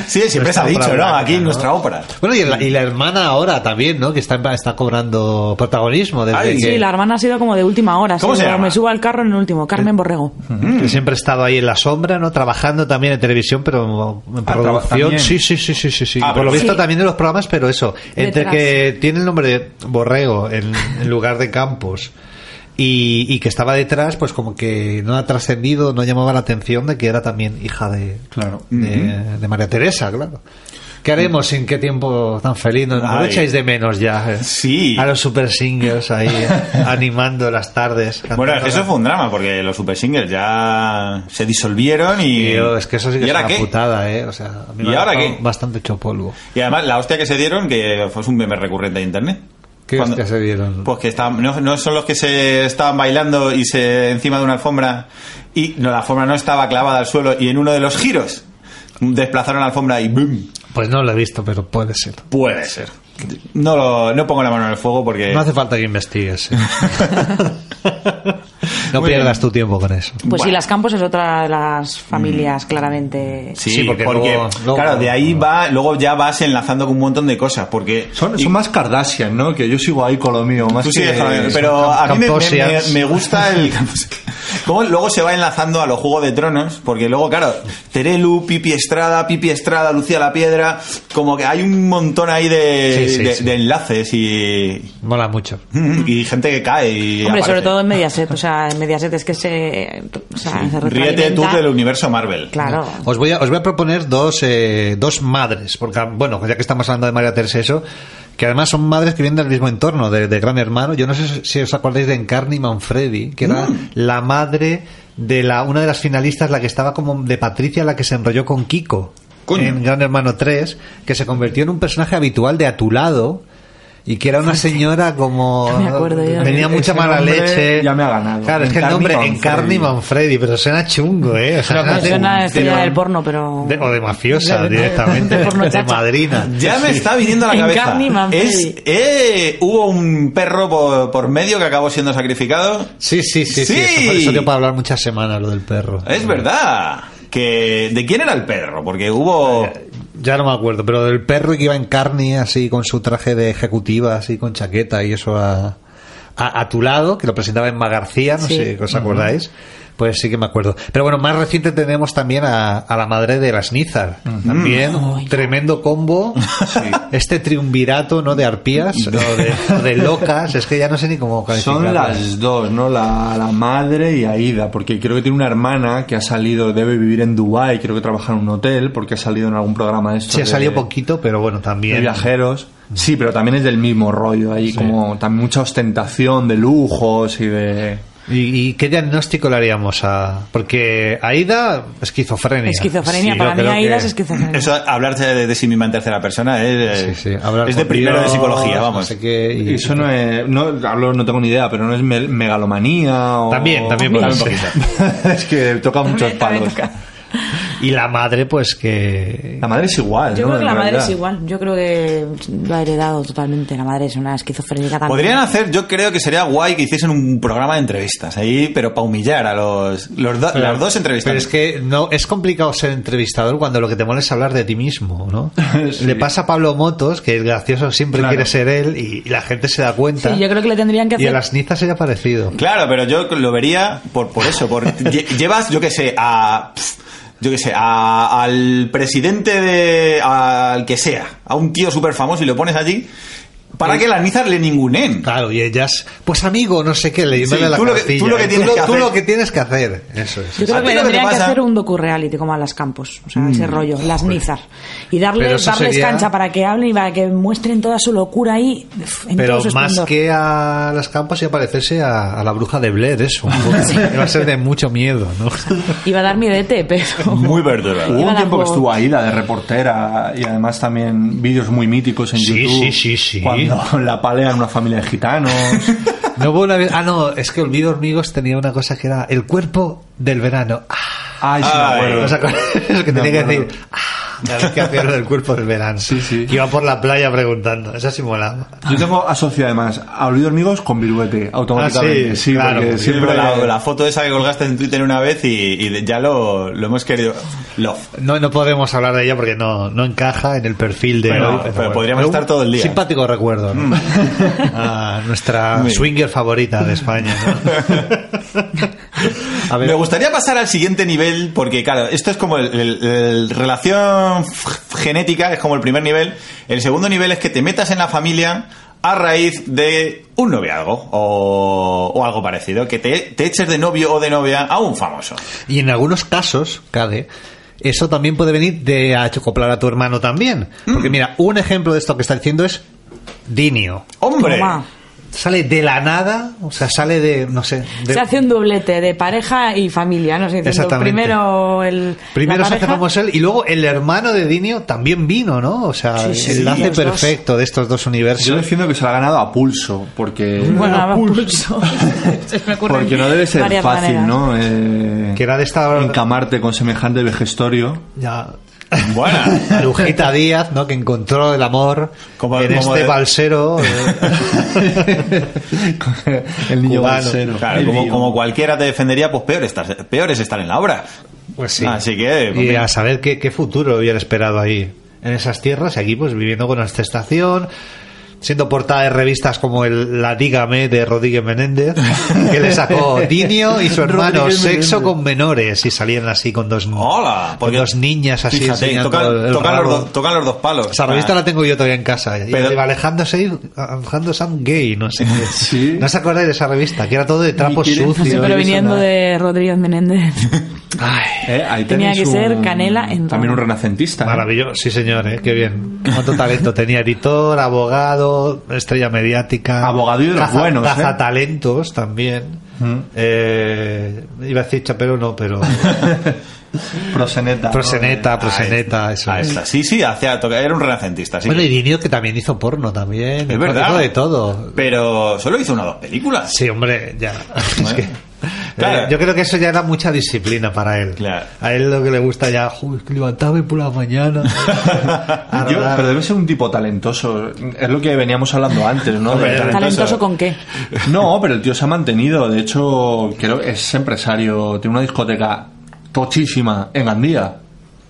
Speaker 3: Sí, siempre se ha
Speaker 4: Nuestra
Speaker 3: dicho,
Speaker 4: ópera
Speaker 3: ¿no?
Speaker 4: blanca,
Speaker 3: Aquí en
Speaker 4: ¿no?
Speaker 3: nuestra ópera.
Speaker 4: Bueno, y la, y la hermana ahora también, ¿no? Que está, está cobrando protagonismo desde
Speaker 3: Ay,
Speaker 4: que...
Speaker 6: Sí, la hermana ha sido como de última hora.
Speaker 3: ¿Cómo
Speaker 6: sí,
Speaker 3: se
Speaker 6: como
Speaker 3: llama? Eh,
Speaker 6: Me subo al carro en el último. Carmen Borrego. Pues
Speaker 3: Mm.
Speaker 4: que siempre ha estado ahí en la sombra, ¿no? Trabajando también en televisión, pero en
Speaker 5: Ah,
Speaker 4: producción.
Speaker 5: también.
Speaker 4: Sí, sí, sí, sí, sí, sí.
Speaker 3: Ah,
Speaker 4: Por lo
Speaker 3: pero-
Speaker 4: visto
Speaker 6: Sí.
Speaker 4: también en los programas, pero eso, entre
Speaker 6: Detrás.
Speaker 4: que tiene el nombre de Borrego en, en lugar de Campos y, y que estaba detrás, pues como que no ha trascendido, no llamaba la atención de que era también hija de,
Speaker 5: Claro.
Speaker 4: de, de María Teresa, claro. ¿Qué haremos en qué tiempo tan feliz? ¿No, no lo
Speaker 3: Ay.
Speaker 4: echáis de menos ya? eh?
Speaker 3: Sí.
Speaker 4: A los super singles ahí animando las tardes.
Speaker 3: Bueno,
Speaker 4: cantando
Speaker 3: eso fue un drama porque los Super Singles ya se disolvieron y.
Speaker 4: Tío, es que eso sí que
Speaker 3: ¿Y
Speaker 4: es
Speaker 3: ahora
Speaker 4: una
Speaker 3: qué?
Speaker 4: putada, ¿eh? O sea, a mí me
Speaker 3: ¿Y
Speaker 4: ha
Speaker 3: ahora
Speaker 4: dejado
Speaker 3: qué?
Speaker 4: bastante hecho polvo.
Speaker 3: Y además, la hostia que se dieron, que fue un meme recurrente de internet.
Speaker 4: ¿Qué
Speaker 3: Cuando-
Speaker 4: hostias se dieron?
Speaker 3: Pues que estaban, no, no son los que se estaban bailando y se encima de una alfombra y no, la alfombra no estaba clavada al suelo y en uno de los giros desplazaron la alfombra y ¡boom!
Speaker 4: Pues no lo he visto, pero puede ser.
Speaker 3: Puede ser. No, lo- no pongo la mano en el fuego porque...
Speaker 4: No hace falta que investigues. ¿eh? no
Speaker 3: Muy
Speaker 4: pierdas
Speaker 3: bien.
Speaker 4: tu tiempo con eso.
Speaker 6: Pues sí,
Speaker 3: Bueno. Mm.
Speaker 6: las Campos es otra de las familias claramente...
Speaker 3: Sí,
Speaker 4: Sí, porque
Speaker 3: porque,
Speaker 4: luego- luego-
Speaker 3: claro, de ahí va, luego ya vas enlazando con un montón de cosas, porque...
Speaker 5: Son,
Speaker 3: y-
Speaker 5: son más Kardashian, ¿no? Que yo sigo ahí con lo mío. Más
Speaker 3: Tú sí,
Speaker 5: que-
Speaker 3: déjalo, pero
Speaker 4: son
Speaker 3: a mí me, me-
Speaker 4: camposians.
Speaker 3: me- me gusta el... Cómo luego se va enlazando a los Juegos de Tronos, porque luego, claro, Terelu, Pipi Estrada, Pipi Estrada, Lucía la Piedra, como que hay un montón ahí de,
Speaker 4: Sí, sí,
Speaker 3: de-
Speaker 4: sí.
Speaker 3: de enlaces y,
Speaker 4: Mola mucho.
Speaker 3: y gente que cae. Y
Speaker 6: Hombre, sobre
Speaker 3: aparece.
Speaker 6: todo en Mediaset. O sea, en Mediaset es que se... O sea,
Speaker 3: Ríete tú
Speaker 6: se retroalimenta.
Speaker 3: del universo Marvel.
Speaker 6: Claro.
Speaker 4: Os voy a, os voy a proponer dos, eh, dos madres, porque, bueno, ya que estamos hablando de María Teresa, eso, que además son madres que vienen del mismo entorno, de, de Gran Hermano. Yo no sé si os acordáis de Encarni Manfredi, que era
Speaker 5: Mm.
Speaker 4: la madre de la una de las finalistas, la que estaba como de Patricia, la que se enrolló con Kiko
Speaker 3: Coño.
Speaker 4: en Gran Hermano 3, que se convirtió en un personaje habitual de a tu lado. Y que era una señora como...
Speaker 6: No me acuerdo yo.
Speaker 4: Tenía mucha
Speaker 5: Ese
Speaker 4: mala
Speaker 5: nombre
Speaker 4: leche.
Speaker 5: ya me ha ganado.
Speaker 4: Claro, es que el
Speaker 5: Encarni
Speaker 4: nombre
Speaker 5: Manfredi.
Speaker 4: Encarni Manfredi, pero suena chungo, ¿eh? O sea,
Speaker 6: Pero
Speaker 4: de-
Speaker 6: suena
Speaker 4: de-
Speaker 6: estrella del porno, pero...
Speaker 4: de- o de mafiosa
Speaker 6: Claro,
Speaker 4: directamente,
Speaker 6: de porno
Speaker 4: de
Speaker 6: chacha.
Speaker 4: madrina.
Speaker 3: Ya me está viniendo a la
Speaker 6: En
Speaker 3: cabeza.
Speaker 6: Carni Manfredi.
Speaker 3: Es, eh, hubo un perro por, por medio que acabó siendo sacrificado.
Speaker 4: Sí, sí, sí, sí.
Speaker 3: Sí.
Speaker 4: Eso, fue- eso dio para hablar muchas semanas lo del perro.
Speaker 3: Es verdad. Que, ¿De quién era el perro? Porque hubo...
Speaker 4: Ya no me acuerdo, pero del perro que iba en carne así con su traje de ejecutiva, así con chaqueta y eso a, a, a tu lado, que lo presentaba Emma García, no
Speaker 6: Sí.
Speaker 4: sé, ¿os acordáis? Pues sí que me acuerdo. Pero bueno, más reciente tenemos también a, a la madre de las Nizar. También,
Speaker 6: Ay.
Speaker 4: tremendo combo. Este triunvirato, ¿no? De arpías, no, de, o de locas. Es que ya no sé ni cómo
Speaker 5: Son
Speaker 4: calificarlas.
Speaker 5: las dos, ¿no? La, la madre y Aida, porque creo que tiene una hermana que ha salido, debe vivir en Dubai, creo que trabaja en un hotel, porque ha salido en algún programa de estos
Speaker 4: Sí, ha
Speaker 5: de-
Speaker 4: salido poquito, pero bueno,
Speaker 5: de
Speaker 4: también.
Speaker 5: viajeros. Sí, pero también es del mismo rollo, ahí como también mucha ostentación de lujos y de...
Speaker 4: ¿Y, y qué diagnóstico le haríamos a.? Porque Aida, esquizofrenia.
Speaker 6: Esquizofrenia.
Speaker 4: Sí,
Speaker 6: Para
Speaker 4: yo
Speaker 6: mí
Speaker 4: creo
Speaker 6: Aida
Speaker 4: que-
Speaker 6: es esquizofrenia.
Speaker 3: Eso, hablarse de, de sí misma en tercera persona es, eh,
Speaker 4: Sí, sí, hablar
Speaker 3: es de
Speaker 4: con
Speaker 3: primero de
Speaker 4: Dios,
Speaker 3: psicología, vamos.
Speaker 4: no sé qué, y-
Speaker 5: Eso no es... No, hablo, no tengo ni idea, pero no es me- megalomanía o...
Speaker 4: También, también puede
Speaker 5: También
Speaker 4: ser.
Speaker 5: poquito. es que toca muchos
Speaker 6: También, también
Speaker 5: palos.
Speaker 6: toca.
Speaker 4: Y la madre, pues que.
Speaker 5: La madre es igual,
Speaker 6: Yo
Speaker 5: ¿no?
Speaker 6: creo que
Speaker 5: En
Speaker 6: la madre es
Speaker 5: realidad.
Speaker 6: igual. Yo creo que lo ha heredado totalmente. La madre es una esquizofrénica también.
Speaker 3: Podrían hacer, yo creo que sería guay que hiciesen un programa de entrevistas ahí, pero para humillar a los, los do- las dos entrevistas.
Speaker 4: Pero es que no, es complicado ser entrevistador cuando lo que te mola es hablar de ti mismo, ¿no?
Speaker 5: Sí.
Speaker 4: Le pasa a Pablo Motos, que el gracioso siempre
Speaker 5: Claro.
Speaker 4: quiere ser él y, y la gente se da cuenta.
Speaker 6: Sí, yo creo que le tendrían
Speaker 4: y
Speaker 6: que hacer...
Speaker 4: a las nizas sería parecido.
Speaker 3: Claro, pero yo lo vería por, por eso. Por, lle- llevas, yo que sé, a. pf, Yo que sé, a- al presidente de. al que sea, a un tío súper famoso y lo pones allí. para que las nizas le ningunen.
Speaker 4: Claro, y ellas, pues amigo, no sé qué, leyéndole
Speaker 3: Sí,
Speaker 4: la
Speaker 3: tú lo que-
Speaker 4: cartilla.
Speaker 3: tú lo que
Speaker 4: ¿eh?
Speaker 3: tienes
Speaker 4: lo-
Speaker 3: que
Speaker 4: tú
Speaker 3: hacer.
Speaker 4: lo que tienes que hacer. Eso es.
Speaker 3: ¿A ti
Speaker 6: Yo creo que
Speaker 3: lo que te
Speaker 6: tendrían que,
Speaker 3: pasa?
Speaker 6: hacer un docu-reality como a las campos, o sea, ese rollo, las nizas. Y darle,
Speaker 4: Mm, Pero eso
Speaker 6: darles
Speaker 4: sería-
Speaker 6: cancha para que hablen y para que muestren toda su locura ahí. uf, en
Speaker 4: Pero
Speaker 6: todo su
Speaker 4: más
Speaker 6: esplendor.
Speaker 4: que a las campas y parecerse a, a la bruja de Blair, eso. un poco. Va a ser de mucho miedo, ¿no?
Speaker 6: Iba a dar mi DT, pero.
Speaker 3: Muy verdadera.
Speaker 6: Iba a
Speaker 5: Hubo un
Speaker 6: dar
Speaker 5: tiempo que
Speaker 6: por-
Speaker 5: estuvo ahí, la de reportera, y además también vídeos muy míticos en
Speaker 4: Sí,
Speaker 5: YouTube.
Speaker 4: sí, sí, sí.
Speaker 5: Cuando la palean una familia de gitanos.
Speaker 4: No hubo una vez- Ah, no, es que Olvido Hormigos tenía una cosa que era el cuerpo del verano. Ah,
Speaker 5: Ay, sí, me
Speaker 3: Ay.
Speaker 5: acuerdo.
Speaker 4: ¿os acordáis? Es que
Speaker 5: Me
Speaker 4: tenía que
Speaker 5: acuerdo.
Speaker 4: decir. Ah, cada vez que hacía lo del cuerpo del verano.
Speaker 5: Sí, sí.
Speaker 4: Que iba por la playa preguntando. Esa sí molaba.
Speaker 5: Yo tengo asociado además a Olvido Hormigos con Viruete, automáticamente.
Speaker 4: Ah, sí, claro,
Speaker 5: porque
Speaker 4: porque
Speaker 5: siempre
Speaker 3: la, la foto esa que colgaste en Twitter una vez y, y ya lo, lo hemos querido. Lo,
Speaker 4: No, no podemos hablar de ella porque no, no encaja en el perfil de.
Speaker 3: Pero-
Speaker 4: hoy.
Speaker 3: pero podríamos
Speaker 4: un
Speaker 3: estar todo el día. Mm.
Speaker 4: Simpático recuerdo, ¿no? A nuestra
Speaker 3: Muy bien.
Speaker 4: swinger favorita de España, ¿no? A ver.
Speaker 3: Me gustaría pasar al siguiente nivel porque, claro, esto es como el, el- el relación f- genética, es como el primer nivel. El segundo nivel es que te metas en la familia a raíz de un noviazgo o, o algo parecido, que te, te eches de novio o de novia a un famoso.
Speaker 4: Y en algunos casos, Cade, eso también puede venir de achocoplar a tu hermano también.
Speaker 3: Mm.
Speaker 4: Porque mira, un ejemplo de esto que está diciendo es Dinio.
Speaker 3: ¡Hombre!
Speaker 6: Toma.
Speaker 4: Sale de la nada, o sea, sale de, no sé, de-
Speaker 6: Se hace un doblete de pareja y familia, ¿no? Se dice,
Speaker 4: Exactamente.
Speaker 6: Primero el.
Speaker 4: Primero
Speaker 6: la
Speaker 4: se hace
Speaker 6: pareja,
Speaker 4: famoso él y luego el hermano de Dinio también vino, ¿no? O sea,
Speaker 6: Sí, sí,
Speaker 4: el enlace
Speaker 6: los dos.
Speaker 4: perfecto de estos dos
Speaker 5: Yo
Speaker 4: universos.
Speaker 5: defiendo que se la ha ganado a pulso, porque.
Speaker 6: Bueno, a pulso. Se me ocurren
Speaker 5: Porque no debe ser
Speaker 6: varias
Speaker 5: fácil,
Speaker 6: maneras.
Speaker 5: ¿no? Eh,
Speaker 4: Que era de esta-
Speaker 5: Encamarte con semejante vejestorio.
Speaker 4: Ya.
Speaker 3: Bueno,
Speaker 4: Lujita Díaz, ¿no? Que encontró el amor
Speaker 3: Como-
Speaker 4: en
Speaker 3: como
Speaker 4: este
Speaker 3: de-
Speaker 4: balsero. eh.
Speaker 5: El niño
Speaker 4: Cubano.
Speaker 5: balsero.
Speaker 3: claro,
Speaker 5: El
Speaker 3: como,
Speaker 5: niño.
Speaker 3: como cualquiera te defendería, pues peor, estás, peor es estar en la obra.
Speaker 4: Pues sí.
Speaker 3: Así que, pues
Speaker 4: y
Speaker 3: mira.
Speaker 4: a saber qué, qué futuro hubiera esperado ahí, en esas tierras, y aquí pues viviendo con esta estación, siendo portada de revistas como el La Dígame de Rodríguez Menéndez, que le sacó Dinio y su hermano
Speaker 5: Rodríguez
Speaker 4: Sexo
Speaker 5: Menéndez.
Speaker 4: con menores, y salían así con dos,
Speaker 3: ¡Hola!
Speaker 4: con dos niñas así.
Speaker 3: Fíjate,
Speaker 4: enseñando
Speaker 3: tocan,
Speaker 4: el
Speaker 3: tocan los
Speaker 4: rabo.
Speaker 3: dos, tocan los dos palos.
Speaker 4: Esa revista la tengo yo todavía en casa. y
Speaker 3: Pero-
Speaker 4: lleva Alejandro, Seid- Alejandro Sam Gay, no sé qué.
Speaker 5: Sí.
Speaker 4: Eh, ¿No se acordáis de esa revista? Que era todo de trapos
Speaker 5: quieren-
Speaker 4: sucios.
Speaker 5: Sí,
Speaker 6: Pero
Speaker 5: Oye,
Speaker 6: viniendo
Speaker 5: Sandra.
Speaker 6: de Rodríguez Menéndez.
Speaker 5: Eh, ahí
Speaker 6: Tenía
Speaker 5: tenéis
Speaker 6: que ser
Speaker 5: un-
Speaker 6: canela en
Speaker 5: También
Speaker 6: rama.
Speaker 5: un renacentista. ¿eh?
Speaker 4: Maravilloso, sí señor, ¿eh? qué bien. Cuánto talento tenía, editor, abogado, estrella mediática.
Speaker 5: Abogado y de los
Speaker 4: Caza-
Speaker 5: buenos, ¿eh? Mm.
Speaker 4: cazatalentos también. Eh, iba a decir chapero, no, pero
Speaker 5: Proseneta. ¿no?
Speaker 4: proseneta, proseneta, eso.
Speaker 3: Ah,
Speaker 4: es.
Speaker 3: esta. Sí, sí, hacía toca- era un renacentista. Sí.
Speaker 4: Bueno, y Dinio que también hizo porno
Speaker 3: Es
Speaker 4: también. hizo-
Speaker 3: verdad.
Speaker 4: hizo de todo.
Speaker 3: Pero solo hizo una o dos películas.
Speaker 4: Sí, hombre, ya. Es que-
Speaker 3: Claro.
Speaker 4: Eh, yo creo que eso ya era mucha disciplina para él.
Speaker 3: Claro.
Speaker 4: A él lo que le gusta ya, "Joder, que levantarme por la mañana. a
Speaker 5: Yo-
Speaker 4: rodar".
Speaker 5: pero debe ser un tipo talentoso. Es lo que veníamos hablando antes, ¿no?
Speaker 3: Hombre,
Speaker 5: De-
Speaker 3: talentoso.
Speaker 6: ¿Talentoso con qué?
Speaker 5: No, pero el tío se ha mantenido. De hecho, creo que es empresario. Tiene una discoteca tochísima en Gandía.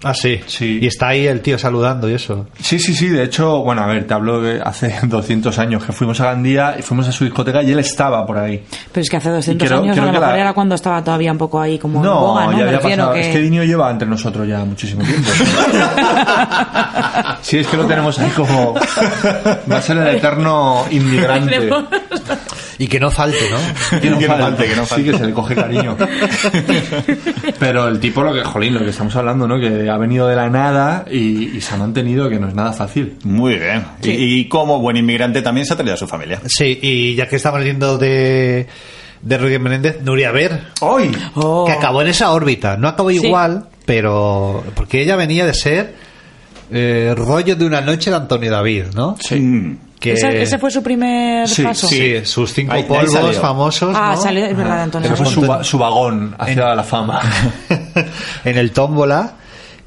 Speaker 4: Ah, sí.
Speaker 5: Sí.
Speaker 4: Y está ahí el tío saludando y eso.
Speaker 5: Sí, sí, sí. De hecho, bueno, a ver, te hablo de hace 200 años que fuimos a Gandía y fuimos a su discoteca y él estaba por ahí.
Speaker 6: Pero es que hace 200
Speaker 5: creo-
Speaker 6: años,
Speaker 5: creo
Speaker 6: a
Speaker 5: que
Speaker 6: lo mejor
Speaker 5: la-
Speaker 6: era cuando estaba todavía un poco ahí como en
Speaker 5: No,
Speaker 6: boga, ¿no?
Speaker 5: ya
Speaker 6: Me
Speaker 5: había
Speaker 6: refiero
Speaker 5: pasado.
Speaker 6: que-
Speaker 5: Es que Dinio lleva entre nosotros ya muchísimo tiempo. sí, es que lo tenemos ahí como. Va a ser el eterno inmigrante.
Speaker 4: Y que no falte, ¿no?
Speaker 5: Que no
Speaker 3: Que no
Speaker 5: falte,
Speaker 3: falte, que no falte.
Speaker 5: Sí, que se le coge cariño. Pero el tipo, lo que, jolín, lo que estamos hablando, ¿no? Que ha venido de la nada y, y se ha mantenido, que no es nada fácil.
Speaker 3: Muy bien.
Speaker 6: Sí.
Speaker 3: Y, y como buen inmigrante también se ha traído a su familia.
Speaker 4: Sí, y ya que estamos yendo de, de Rodríguez Menéndez, Nuria Ver,
Speaker 3: ¡Hoy!
Speaker 6: Oh.
Speaker 4: que acabó en esa órbita. No acabó
Speaker 6: Sí.
Speaker 4: igual, pero. Porque ella venía de ser eh, rollo de una noche de Antonio David, ¿no?
Speaker 3: Sí.
Speaker 5: Mm.
Speaker 4: Que,
Speaker 6: ¿Ese, ese fue su primer
Speaker 5: Sí,
Speaker 6: paso.
Speaker 4: Sí, sus cinco
Speaker 3: Ahí- ahí
Speaker 4: polvos
Speaker 3: salió.
Speaker 4: famosos.
Speaker 6: Ah,
Speaker 4: ¿no?
Speaker 6: salió, es verdad, Antonio.
Speaker 5: Pero fue
Speaker 6: David.
Speaker 5: su, va- su vagón hacia la fama.
Speaker 4: en el tómbola.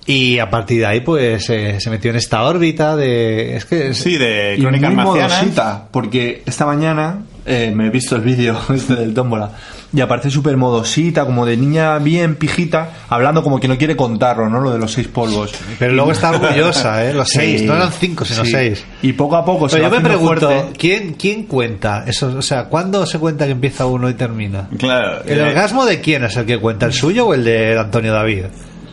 Speaker 4: Y a partir de ahí, pues eh, se metió en esta órbita de. Es que.
Speaker 3: Sí, de eh,
Speaker 5: Y
Speaker 3: Crónicas
Speaker 5: muy
Speaker 3: Marcianas.
Speaker 5: modosita, porque esta mañana eh, me he visto el vídeo este del tómbola y aparece súper modosita, como de niña bien pijita, hablando como que no quiere contarlo, ¿no? Lo de los seis polvos.
Speaker 4: Pero luego está orgullosa, ¿eh? Los seis,
Speaker 5: Sí,
Speaker 4: no eran cinco, sino
Speaker 5: sí.
Speaker 4: seis.
Speaker 5: Y poco a poco se
Speaker 4: Pero yo
Speaker 5: va
Speaker 4: me
Speaker 5: haciendo
Speaker 4: pregunto,
Speaker 5: fuerte.
Speaker 4: ¿quién, ¿quién cuenta? Eso, o sea, ¿cuándo se cuenta que empieza uno y termina?
Speaker 3: Claro.
Speaker 4: ¿El
Speaker 3: Eh,
Speaker 4: orgasmo de quién es el que cuenta? ¿El suyo o el de Antonio David?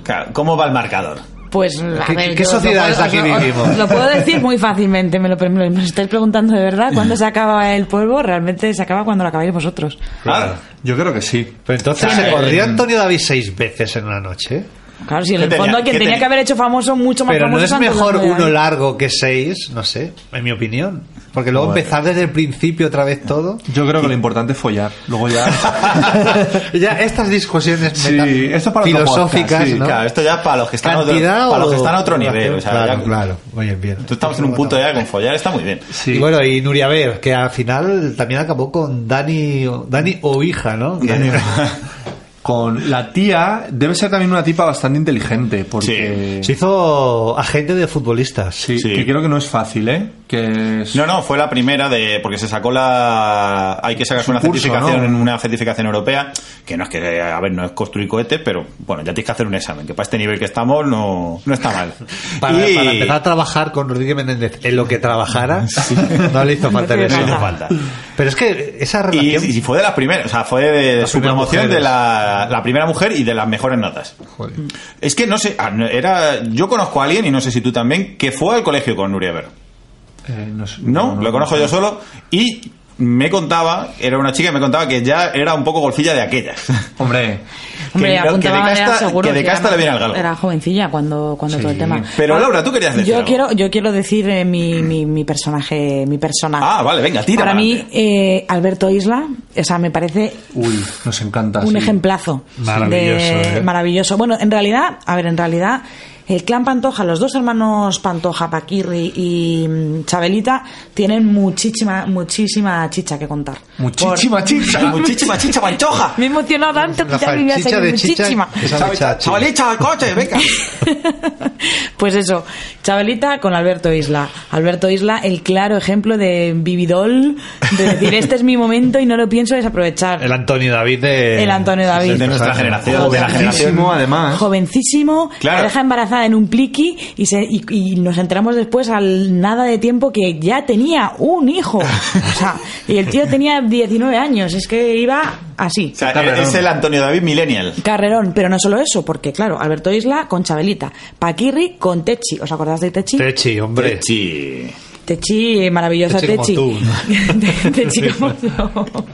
Speaker 3: claro, Eh, ¿Cómo va el marcador?
Speaker 6: Pues, a
Speaker 4: ¿Qué-
Speaker 6: ver,
Speaker 4: qué
Speaker 6: yo
Speaker 4: sociedad
Speaker 6: lo
Speaker 4: es la que
Speaker 6: os lo- os-
Speaker 4: vivimos?
Speaker 6: Lo puedo decir muy fácilmente, me lo, me lo- me lo estáis preguntando de verdad. ¿Cuándo se acaba el polvo? Realmente se acaba cuando lo acabáis vosotros.
Speaker 3: Claro.
Speaker 5: Ah, Yo creo que sí.
Speaker 4: Pero entonces
Speaker 3: Claro.
Speaker 4: se corría Antonio David seis veces en una noche.
Speaker 6: Claro, si en
Speaker 3: ¿Qué
Speaker 6: el
Speaker 3: tenía-
Speaker 6: fondo
Speaker 3: qué
Speaker 6: quien tenía
Speaker 3: tenía?
Speaker 6: que haber hecho famoso mucho más
Speaker 4: Pero no
Speaker 6: famoso
Speaker 4: es
Speaker 6: Antonio
Speaker 4: mejor
Speaker 6: David.
Speaker 4: uno largo que seis, no sé, en mi opinión. Porque luego empezar desde el principio otra vez todo.
Speaker 5: Yo creo que lo importante es follar. Luego ya.
Speaker 4: ya estas discusiones
Speaker 5: Sí,
Speaker 4: meta-
Speaker 5: esto es para otro
Speaker 4: filosóficas,
Speaker 5: podcast, sí,
Speaker 4: ¿no?
Speaker 3: Claro, esto ya es para los que están, a otro,
Speaker 4: Cantidad
Speaker 3: para los que
Speaker 4: o-
Speaker 3: están a otro nivel. O sea,
Speaker 4: claro,
Speaker 3: ya-
Speaker 4: claro. Oye, bien.
Speaker 3: Tú estamos en un punto ya con follar, está muy bien.
Speaker 5: Sí.
Speaker 4: Y bueno, y Nuria Ver, que al final también acabó con Dani, Dani o hija, ¿no?
Speaker 5: Dani- Con la tía, debe ser también una tipa bastante inteligente, porque.
Speaker 4: Se hizo agente de futbolistas.
Speaker 5: Sí,
Speaker 3: Sí.
Speaker 5: que creo que no es fácil, ¿eh? Que es-
Speaker 3: No, no, fue la primera de. Porque se sacó la. Hay que sacarse
Speaker 5: un
Speaker 3: una
Speaker 5: curso,
Speaker 3: certificación,
Speaker 5: ¿no?
Speaker 3: una certificación europea. Que no es que, a ver, no es construir cohetes, pero bueno, ya tienes que hacer un examen. Que para este nivel que estamos no, no está mal.
Speaker 4: Para,
Speaker 3: Y-
Speaker 4: para empezar a trabajar con Rodríguez Menéndez en lo que trabajara, no le hizo falta
Speaker 6: No
Speaker 4: el
Speaker 6: hizo
Speaker 4: examen.
Speaker 3: falta.
Speaker 4: Pero es que esa
Speaker 3: Y,
Speaker 4: relación.
Speaker 3: y fue de las primeras, o sea, fue de
Speaker 4: Las
Speaker 3: su
Speaker 4: primeras
Speaker 3: promoción
Speaker 4: mujeres.
Speaker 3: de la, la primera mujer y de las mejores notas.
Speaker 4: Joder.
Speaker 3: Es que no sé, ah, no, era, yo conozco a alguien, y no sé si tú también, que fue al colegio con Nuria Vero.
Speaker 5: eh, no sé-
Speaker 3: No,
Speaker 5: no, no,
Speaker 3: lo conozco yo solo y me contaba, era una chica que me contaba que ya era un poco golfilla de aquellas.
Speaker 5: Hombre,
Speaker 6: Hombre,
Speaker 3: que no- que
Speaker 6: apuntaba
Speaker 3: de
Speaker 6: maneras
Speaker 3: casta-
Speaker 6: seguro
Speaker 3: que de
Speaker 6: era
Speaker 3: casta le viene
Speaker 6: más-
Speaker 3: al galgo.
Speaker 6: Era jovencilla cuando, cuando
Speaker 5: Sí.
Speaker 6: todo el tema.
Speaker 3: Pero,
Speaker 6: Ah,
Speaker 3: Laura, tú querías decir
Speaker 6: Yo
Speaker 3: algo.
Speaker 6: quiero, yo quiero decir eh, mi, mi, mi personaje, mi personaje.
Speaker 3: Ah, vale, venga, tira.
Speaker 6: Para mí,
Speaker 3: adelante.
Speaker 6: eh, Alberto Isla, o sea, me parece
Speaker 5: uy, nos
Speaker 3: Ah,
Speaker 5: encanta.
Speaker 6: un
Speaker 5: sí.
Speaker 6: ejemplazo.
Speaker 4: Maravilloso,
Speaker 6: de-
Speaker 4: ¿eh?
Speaker 6: Maravilloso. Bueno, en realidad, a ver, en realidad, el clan Pantoja, los dos hermanos Pantoja, Paquirri y mm, Chabelita, tienen muchísima, muchísima chicha que contar.
Speaker 5: Muchísima chicha.
Speaker 3: Muchísima chicha panchoja.
Speaker 6: Me he emocionado tanto que
Speaker 4: La
Speaker 6: ya me voy a
Speaker 4: salchicha
Speaker 6: salir
Speaker 4: de chicha.
Speaker 6: muchísima.
Speaker 4: que sabe chachi.
Speaker 3: Chavalita, al coche, venga.
Speaker 6: pues eso, Chabelita con Alberto Isla. Alberto Isla, el claro ejemplo de vividol, de decir, este es mi momento y no lo pienso desaprovechar.
Speaker 4: El Antonio David de.
Speaker 6: El Antonio David.
Speaker 4: Sí,
Speaker 3: De nuestra
Speaker 4: sí, sí.
Speaker 3: generación, de la generación.
Speaker 5: Muchísimo, además.
Speaker 6: jovencísimo,
Speaker 3: Claro.
Speaker 6: la deja embarazada en un pliqui y, se, y, y nos enteramos después al nada de tiempo que ya tenía un hijo. O sea, y el tío tenía 19 años, es que iba así.
Speaker 3: O sea, e-
Speaker 5: Cabrón.
Speaker 3: es el Antonio David Millennial.
Speaker 6: Carrerón, pero no solo eso, porque claro, Alberto Isla con Chabelita, Paquirri con Techi, ¿os acordás de Techi?
Speaker 4: Techi, hombre.
Speaker 3: Sí.
Speaker 6: Techi, eh, maravillosa
Speaker 4: Techi como
Speaker 6: Techi.
Speaker 4: tú,
Speaker 6: Techi como tú.